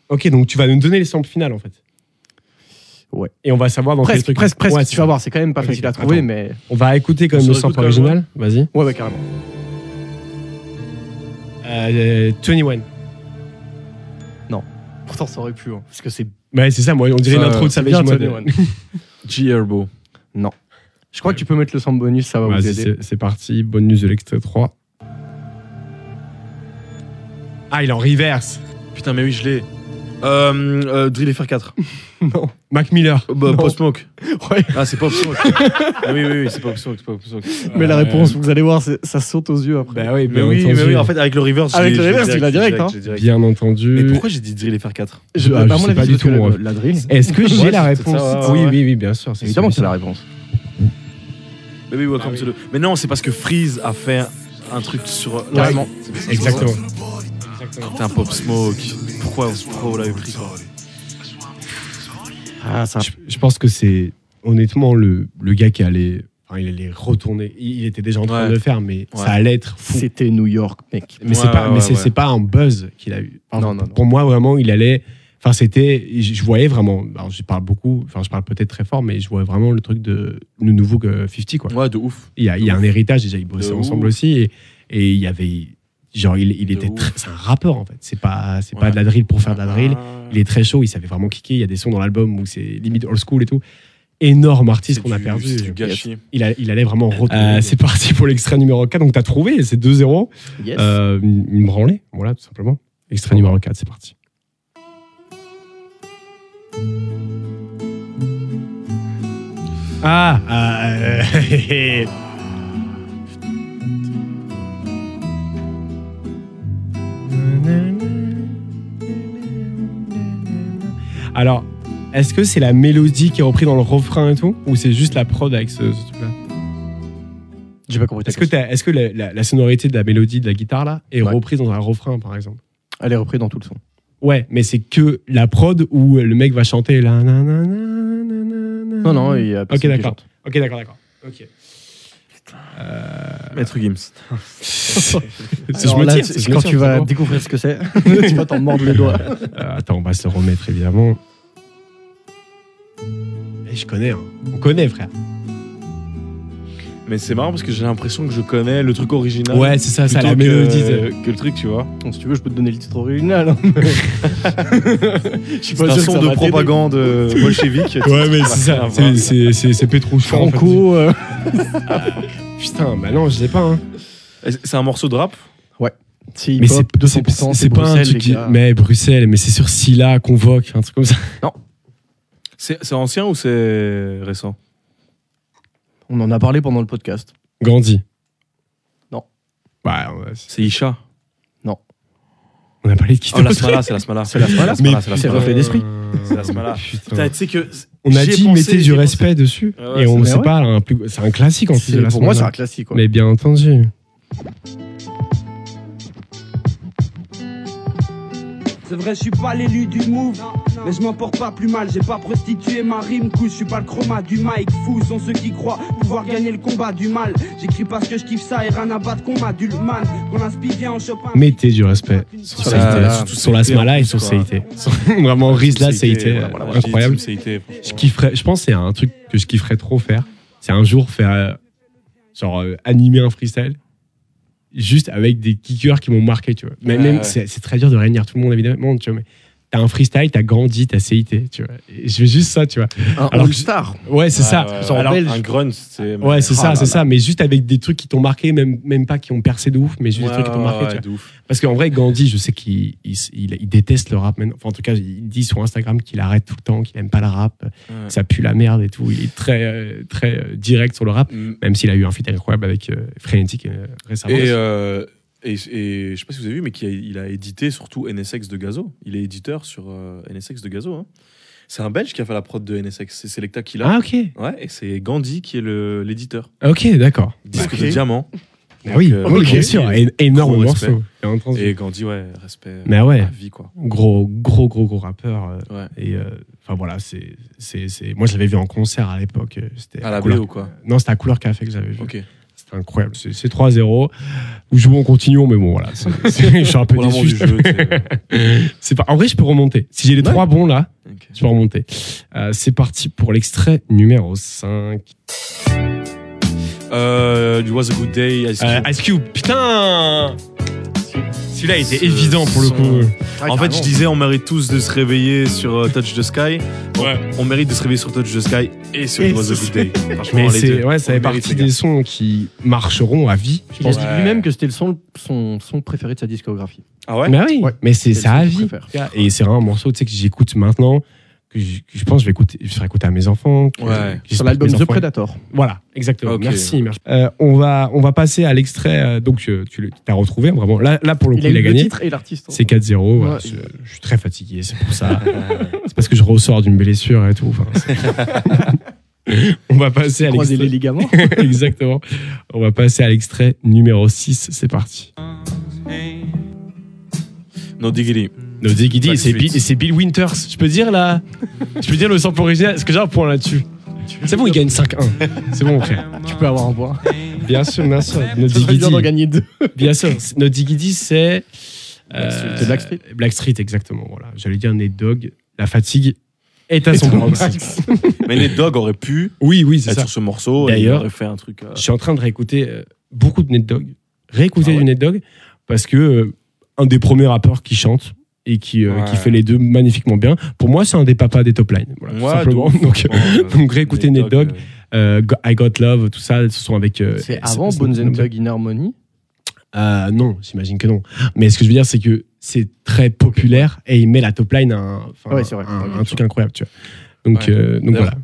Ok, donc tu vas nous donner les samples finales en fait.
Ouais.
Et on va savoir dans quel
Presque,
truc.
presque, presque.
Ouais,
tu vas voir, c'est quand même pas
Ok,
facile à trouver,
attends.
mais
On va écouter quand
On
même
se
le
réécoute
sample
quand même,
original. Vas-y.
ouais, ouais, carrément.
Euh, 21.
Pourtant, ça aurait pu, hein, parce que c'est
Ouais, c'est ça, moi, on dirait
Ça,
l'intro de
C'est
Savage
bien,
Mode.
Tony One.
G. Herbo.
Je crois que tu peux mettre le sample bonus, ça va vous
Vas-y,
aider.
c'est- c'est parti, bonus de l'extrait 3. Ah, il est en reverse.
Putain, mais oui, je l'ai. Euh, euh, Drill FR4.
Non.
Mac Miller.
Euh, bah,
Non.
Pop Smoke.
Ouais.
Ah, c'est Pop Smoke. ah, oui, oui, oui, c'est Pop Smoke. c'est Pop Smoke.
Mais la
Euh,
réponse, vous allez voir, c'est- ça saute aux yeux après.
Bah oui,
Mais
bien
oui,
entendu.
mais oui, en fait, avec le reverse. je
Avec
l'ai-
le
je l'ai
reverse, il a direct, hein.
je l'ai direct.
Bien
Mais
entendu.
pourquoi j'ai dit Drill FR4
Ah, Je-
à
je
mon
sais
avis,
pas
c'est
du
parce
tout,
que
moi. Eh,
le- la drill.
Est-ce que j'ai
Ouais,
la
c'est
réponse
ça, ouais,
Oui,
ouais.
oui, oui, bien sûr.
Évidemment que c'est la réponse.
Mais oui, Welcome
Ah
to the- Mais non, c'est parce que Freeze a fait un truc sur.
Carrément.
Exactement.
Putain, Pop Smoke. Pourquoi, pourquoi vous l'avez pris quoi
Ah, ça.
Je, je pense que c'est honnêtement le, le gars qui allait. Enfin, il allait retourner. Il il était déjà en train
Ouais.
de le faire, mais
Ouais.
ça allait être fou.
C'était New York, mec.
Mais c'est
Ouais,
pas,
ouais,
mais c'est
ouais.
c'est pas un buzz qu'il a eu. Enfin,
Non, non, non.
Pour moi, vraiment, il allait. Enfin, c'était. Je je voyais vraiment. Alors, je parle beaucoup. Enfin, je parle peut-être très fort, mais je vois vraiment le truc de le nouveau que 50 quoi.
Ouais, de ouf.
Il y a, il y a un héritage déjà. Ils bossaient
De
ensemble
ouf.
aussi et, et il y avait. Genre, il, il
De
était.
ouf.
très- C'est un rappeur en fait. C'est pas, c'est
Ouais.
pas de la drill pour faire de la drill.
Ah.
Il est très chaud. Il savait vraiment kicker. Il y a des sons dans l'album où c'est limite old school et tout. Énorme artiste
C'est
qu'on a
du-
perdu.
c'est du gâchis. Ah,
Il, a- il allait vraiment retourner. c'est parti pour l'extrait numéro 4. Donc, t'as trouvé, c'est 2-0.
Yes.
Euh, une une branlée, voilà, tout simplement. Extrait numéro 4, c'est parti. Ah euh, Alors, est-ce que c'est la mélodie qui est reprise dans le refrain et tout Ou c'est juste la prod avec ce, ce truc-là
J'ai pas compris. ta
Est-ce que,
question.
t'as- est-ce que la, la- la sonorité de la mélodie de la guitare là est
Ouais.
reprise dans un refrain par exemple
Elle est reprise dans tout le son.
Ouais, mais c'est que la prod où le mec va chanter là. Non,
Non, non, il y a
Ok,
personne qui
d'accord.
chante.
Ok, d'accord, d'accord. Ok.
Maître Gims.
Alors là, c'est- quand tu vas découvrir ce que c'est, tu vas t'en mordre les doigts.
Euh, attends, on va se remettre évidemment. Eh, je connais, hein. on connaît, frère.
Mais c'est marrant parce que j'ai l'impression que je connais le truc original.
Ouais, c'est ça, ça,
plutôt
la
que-
mélodie,
Que, le truc, tu vois.
Bon, si tu veux, je peux te donner le titre original. hein, mais- Je suis
C'est
sûr
un
que
son
ça
de
va t'aider.
propagande euh, bolchevique.
Ouais, mais c'est ça, c'est- c'est- c'est c'est Petrouchka. en fait.
Franco. euh,
Putain, bah non, je sais pas. hein.
C'est un morceau de rap
C'est
Mais
hip-hop,
c'est-
200%,
c'est c'est pas un
Bruxelles,
truc.
les
qui-
gars.
Mais Bruxelles, mais c'est sur Scylla, Convoque, un truc comme ça.
C'est c'est ancien ou c'est récent
On en a parlé pendant le podcast.
Gandhi.
Non.
Bah, on a-
C'est Isha.
on a parlé de qui Euh,
Oh, la Smala, c'est la Smala. C'est la Smala,
Mais
Smala, c'est la
C'est
Smala.
refait d'esprit.
C'est la Smala.
Putain.
Putain, tu sais que.
On a
j'y ai
dit
pensé,
mettez
j'y
du
ai
respect dessus
Ouais,
et on
mais
sait
ouais.
pas, un plus- c'est un classique en plus de
C'est-
la
Pour moi, c'est
Smala.
un classique. quoi.
Mais bien entendu.
C'est vrai, je suis pas l'élu du move. Mais je m'en porte pas plus mal, j'ai pas prostitué ma rime couche, je suis pas le chroma du Mike fou, sont ceux qui croient pouvoir gagner le combat du mal. J'écris parce que je kiffe ça et rien à battre qu'on m'adule man. Qu'on inspire vient en Chopin.
Mettez du respect sur,
Sur
CIT,
la-
surtout sur la
CIT, en
Smala et
plus,
sur
quoi.
CIT. Vraiment, Riz là, CIT,
voilà,
euh,
voilà, voilà.
incroyable.
Team CIT, franchement.
Je kifferais, je pense que c'est un truc que je kifferais trop faire. C'est un jour faire, euh, genre, euh, animer un freestyle juste avec des kickers qui m'ont marqué, tu vois. Mais
Ouais,
même,
ouais.
c'est c'est très dur de réunir tout le monde, évidemment, tu vois, mais t'as un freestyle, t'as grandi, t'as CIT, tu vois. Et je veux juste ça, tu vois.
Un
Alors que-
All-Star.
Ouais, c'est
Ouais,
ça.
ouais,
Sans
ouais. Alors,
belge.
un grunt, c'est.
Ouais, c'est
Ah
ça,
là
c'est
là.
ça. Mais juste avec des trucs qui t'ont marqué, même, même pas qui ont percé de ouf, mais juste des
Ouais,
trucs qui t'ont
ouais,
marqué.
ouais,
tu vois.
de ouf.
Parce qu'en vrai, Gandhi, je sais qu'il il, il- il déteste le rap maintenant. Enfin, en tout cas, il dit sur Instagram qu'il arrête tout le temps, qu'il aime pas le rap,
Ouais.
ça pue la merde et tout. Il est très, euh, très euh, direct sur le rap,
Mm.
même s'il a eu un feat incroyable avec euh, Frenetic euh, récemment.
Et, euh, et, et je sais pas si vous avez vu, mais qui a- il a édité surtout NSX de Gazo. Il est éditeur sur euh, NSX de Gazo. hein. C'est un Belge qui a fait la prod de NSX. C'est Selecta qui l'a.
ah, ok.
Ouais, et c'est Gandhi qui est le- l'éditeur.
Ok, d'accord.
Disque
Ok.
de diamant.
Bah oui,
euh,
oui,
ok.
bien sûr. é- énorme
Gros
morceau. Bien entendu.
Et Gandhi, ouais, respect.
Mais ouais.
à vie, quoi.
Gros, gros, gros, gros rappeur. euh,
Ouais.
Et euh, enfin voilà, c'est, c'est, c'est... moi je l'avais vu en concert à l'époque. euh, C'était
À la blé
couleur...
ou quoi
Non, c'était à Couleur Café que j'avais vu.
Ok.
C'était incroyable. C'est, c'est 3-0. Ou je joue en continuant, mais bon, voilà. c'est- c'est- je suis un peu
Pour l'amour
déçu.
du jeu. euh, t'es-
C'est pas... En vrai, je peux remonter. Si j'ai les
Ouais.
trois bons là,
Ok.
je peux remonter. Euh, c'est parti pour l'extrait numéro 5.
Euh, It was a good day. Euh, Ice Cube.
Euh, Ice Cube, putain Celui-là
était Ce évident pour le sont- coup.
Ouais,
en fait,
carrément.
je disais, on mérite tous de se réveiller sur euh, Touch the Sky. Bon,
Ouais.
On mérite de se réveiller sur Touch the Sky et sur
Et
It was a
sur-
good day. Franchement,
Mais
les
c'est,
deux.
ouais, ça
On
fait
le mérite,
partie
les gars.
des sons qui marcheront à vie.
Il a dit
Ouais.
lui-même que c'était le son, son, son préféré de sa discographie.
Ah ouais
Mais Bah oui,
Ouais.
mais c'est
C'est
ça à
le son
vie.
que je
Et c'est un morceau tu sais, que j'écoute maintenant, que je, que je pense que je vais écouter, je ferai écouter à mes enfants. que-
Ouais.
que j'espère
Sur
que
l'album
mes
The
enfants-
Predator.
Voilà, exactement.
Ok.
Merci. merci. Euh, on, va, on va passer à l'extrait. euh, donc, euh, tu le- t'as retrouvé, vraiment. Là, là pour le coup, il, a
eu le
gagné.
titre et l'artiste.
C'est 4-0. voilà,
Ouais.
c'est- je suis très fatigué, c'est pour ça. c'est parce que je ressors d'une blessure et tout. enfin, c'est- on va passer à
Croiser les
l'extrait.
ligaments.
exactement. On va passer à l'extrait numéro 6. C'est parti.
No Diggity.
No Diggy Dee,
Pas
et
de
c'est
suite.
Bill, et c'est Bill Winters. Je peux dire là Je peux dire le sample original Est-ce que j'ai un point là-dessus C'est bon, il gagne 5-1. C'est bon, frère.
Tu peux avoir un point.
Bien sûr, bien sûr. No
Ça
Diggy
serait bien
Dee.
d'en gagner deux.
Bien sûr, c'est- notre Digidi, c'est.
Blackstreet.
C'est Blackstreet.
Blackstreet, exactement. Voilà. J'allais dire Nate Dog. La fatigue est à son
Et ton
max.
max.
Mais les dogs auraient pu
Oui, oui, c'est
être
ça.
sur ce morceau et ils
D'ailleurs,
auraient fait un truc. euh,
Je suis en train de réécouter euh, beaucoup de Nate Dog. Réécouter
Ah ouais.
du Nate Dog parce que euh, un des premiers rappeurs qui chante et qui, euh,
Ouais.
qui fait les deux magnifiquement bien, pour moi, c'est un des papas des top lines. Voilà, tout
ouais,
simplement.
de ouf,
Donc,
franchement, euh,
donc réécoutez Nate Dogg,
euh,
euh, Go- I Got Love, tout ça, ce sont avec. euh,
C'est
euh,
avant
ce-
Bones
ce-
and Thug in Harmony.
Euh, non, j'imagine que non. Mais ce que je veux dire, c'est que c'est très populaire et il met la top line à un, enfin,
Ouais, c'est vrai.
un-
Ok,
un
tu
truc incroyable. Tu vois. Donc,
Ouais.
euh, donc voilà.
D'ailleurs-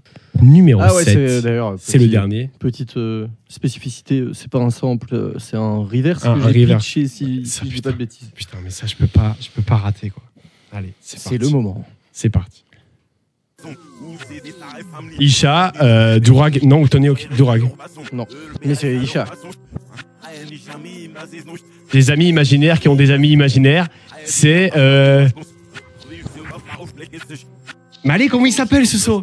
Numéro
Ah ouais,
7,
c'est d'ailleurs.
c'est le
petit-
dernier.
Petite euh, spécificité, euh, c'est pas un sample, euh, c'est un reverse
Un-
que
un
j'ai
reverse.
pitché si,
Ça,
si je dis
putain.
pas de bêtises.
Putain, mais ça, je peux pas, je peux pas rater. quoi. Allez, c'est
C'est
parti.
le moment.
C'est parti. Isha, euh, Durag, non, ou Tony Hawk, Durag.
Non, mais c'est Isha.
Les amis imaginaires qui ont des amis imaginaires, c'est euh, Mais allez, comment il s'appelle ce saut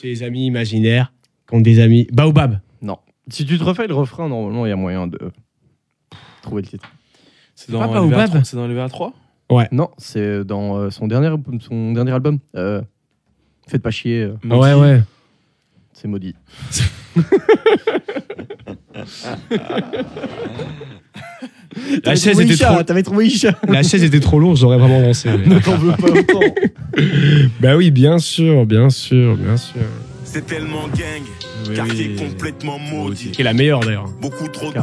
J'ai des amis imaginaires contre des amis. Baobab.
Non. Si tu te refais le refrain, normalement, il y a moyen de trouver le titre.
C'est dans LVA 3 C'est dans LVA 3
Ouais.
Non, c'est dans euh, son dernier, album- son dernier album. Euh, Faites pas chier. euh,
Ouais, ouais.
C'est maudit.
La chaise était trop.
T'avais trouvé Isha.
La chaise était trop lourde, j'aurais vraiment dansé.
Ne t'en veux pas autant.
bah oui, bien sûr, bien sûr, bien sûr.
C'est tellement gang, quartier complètement maudit.
Qui est la meilleure d'ailleurs.
Beaucoup trop thug.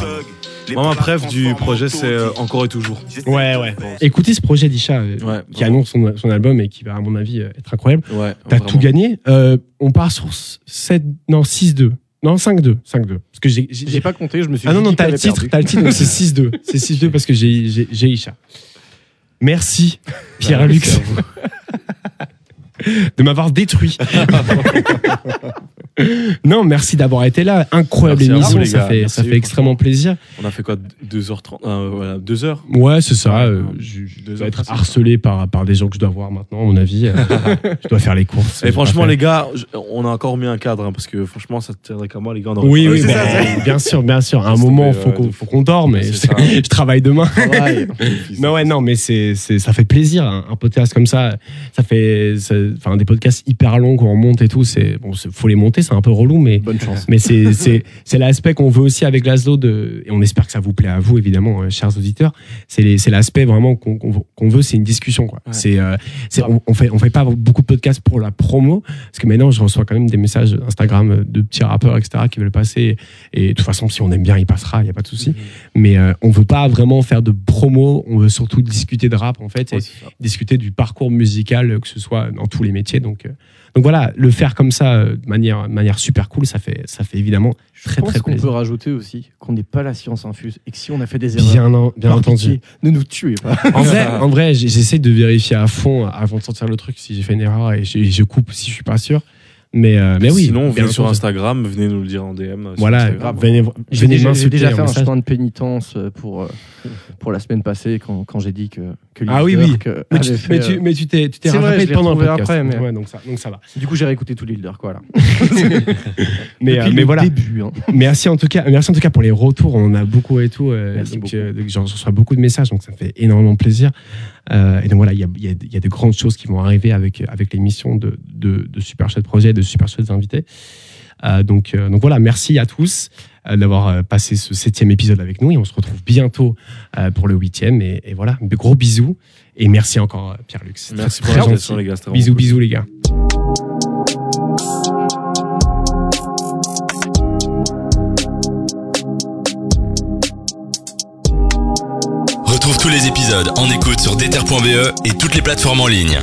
les
Moi, ma
plats
préf du projet, c'est euh, Encore et Toujours.
Ouais, ouais. Écoutez ce projet d'Isha euh, qui annonce son, son album et qui va, à mon avis, euh, être incroyable.
Ouais.
T'as
vraiment.
tout gagné. Euh, on part sur 7, non, 6-2. Non, 5-2. 5-2. Parce que j'ai. j'ai-
J'ai pas compté, je me suis
Ah non,
dit
non,
que
t'as le
t'avais
titre,
perdu.
t'as le titre, donc c'est 6-2. C'est 6-2 parce que j'ai- j'ai j'ai Isha. Merci, Pierre-Luc,
merci à vous.
de m'avoir détruit. non, merci d'avoir été là. Incroyable
Merci à vous,
émission,
les
ça
gars.
fait,
Merci,
ça fait extrêmement plaisir.
On a fait quoi 2h30 euh, Voilà, 2h
Ouais, c'est ça. euh, je je
Deux
dois
heures
être
facile.
harcelé par, par des gens que je dois voir maintenant, à mon avis. Euh, je dois faire les courses.
Et franchement, les
gars.
gars, je- on a encore mis un cadre, hein, parce que franchement, ça tiendrait qu'à moi, les gars. on aurait-
Oui, oui,
c'est
bah,
ça, c'est-
bien sûr, bien sûr. À un
Laisse
moment,
tomber,
faut
ouais,
qu'on
de
faut qu'on dorme. Et
C'est
je,
ça.
je travaille demain.
Travail.
Mais ouais, non, mais c'est, c'est- ça fait plaisir. Un, un podcast comme ça, ça fait, ça- enfin, des podcasts hyper longs qu'on monte et tout. C'est bon, c'est- faut les monter, c'est un peu relou, mais
Bonne chance.
mais c'est, c'est, c'est l'aspect qu'on veut aussi avec Laszlo, de, et on espère que ça vous plaît à vous, évidemment, euh, chers auditeurs. C'est, les- c'est l'aspect vraiment qu'on, qu'on veut- qu'on veut, c'est une discussion. Quoi.
Ouais.
C'est, euh, c'est, on, on fait, on fait pas beaucoup de podcasts pour la promo, parce que maintenant, je reçois quand même des messages Instagram euh, de petits rappeurs, etc., qui veulent passer. Et de toute façon, si on aime bien, il passera, il n'y a pas de
Mm.
souci. Mais euh, on veut pas vraiment faire de promo, on veut surtout discuter de rap, en fait, et discuter du parcours musical, euh, que ce soit dans tous les métiers. Donc, euh, donc voilà, le faire comme ça, euh, de manière, de manière super cool, ça fait, ça fait évidemment
Je
très
pense
très
qu'on peut
plaisir.
rajouter aussi qu'on n'est pas la science infuse et que si on a fait des erreurs,
Bien, en- bien
par
entendu.
pitié, ne nous tuez pas.
En vrai, en vrai j- j'essaie de vérifier à fond euh, avant de sortir le truc si j'ai fait une erreur et je, je coupe si je suis pas sûr. Mais, euh, mais oui.
Sinon, venez
bien
sur
entendu.
Instagram, venez nous le dire en DM. euh, sur
Voilà, bah,
Instagram.
venez,
J'ai
venez
déjà, j'ai
m'insulter.
déjà
en
fait un
message.
chemin de pénitence euh, pour, euh, pour la semaine passée quand, quand j'ai dit que, que
Ah oui,
Leader,
oui.
que
Mais tu,
avait fait,
mais tu-
euh,
mais tu t'es, tu t'es
C'est vrai,
rattrapé
je l'ai
pendant le
retrouvé
podcast.
après, mais-
Ouais, donc ça, donc ça va.
euh, Du coup, j'ai réécouté tout l'île quoi. Là.
Mais,
Depuis
euh, mais
le
voilà.
début. hein.
Merci en tout cas, merci en tout cas pour les retours. On en a beaucoup et tout. euh,
Merci
donc,
beaucoup.
euh, donc j'en reçois beaucoup de messages, donc ça me fait énormément plaisir. Euh, et donc voilà, il y a, il y a- il y a de grandes choses qui vont arriver avec avec l'émission de, de de super chouette projet, de super chouettes invités. Euh, donc euh, donc voilà, merci à tous euh, d'avoir euh, passé ce septième épisode avec nous et on se retrouve bientôt euh, pour le huitième. Et, et voilà, de gros bisous et merci encore euh, Pierre Luc. C'était
Merci
très
pour
gentil.
l'invitation, les gars. c'était vraiment
Bisous
cool.
bisous les gars.
Retrouve tous les épisodes en écoute sur DTR.be et Euh, toutes les plateformes en ligne.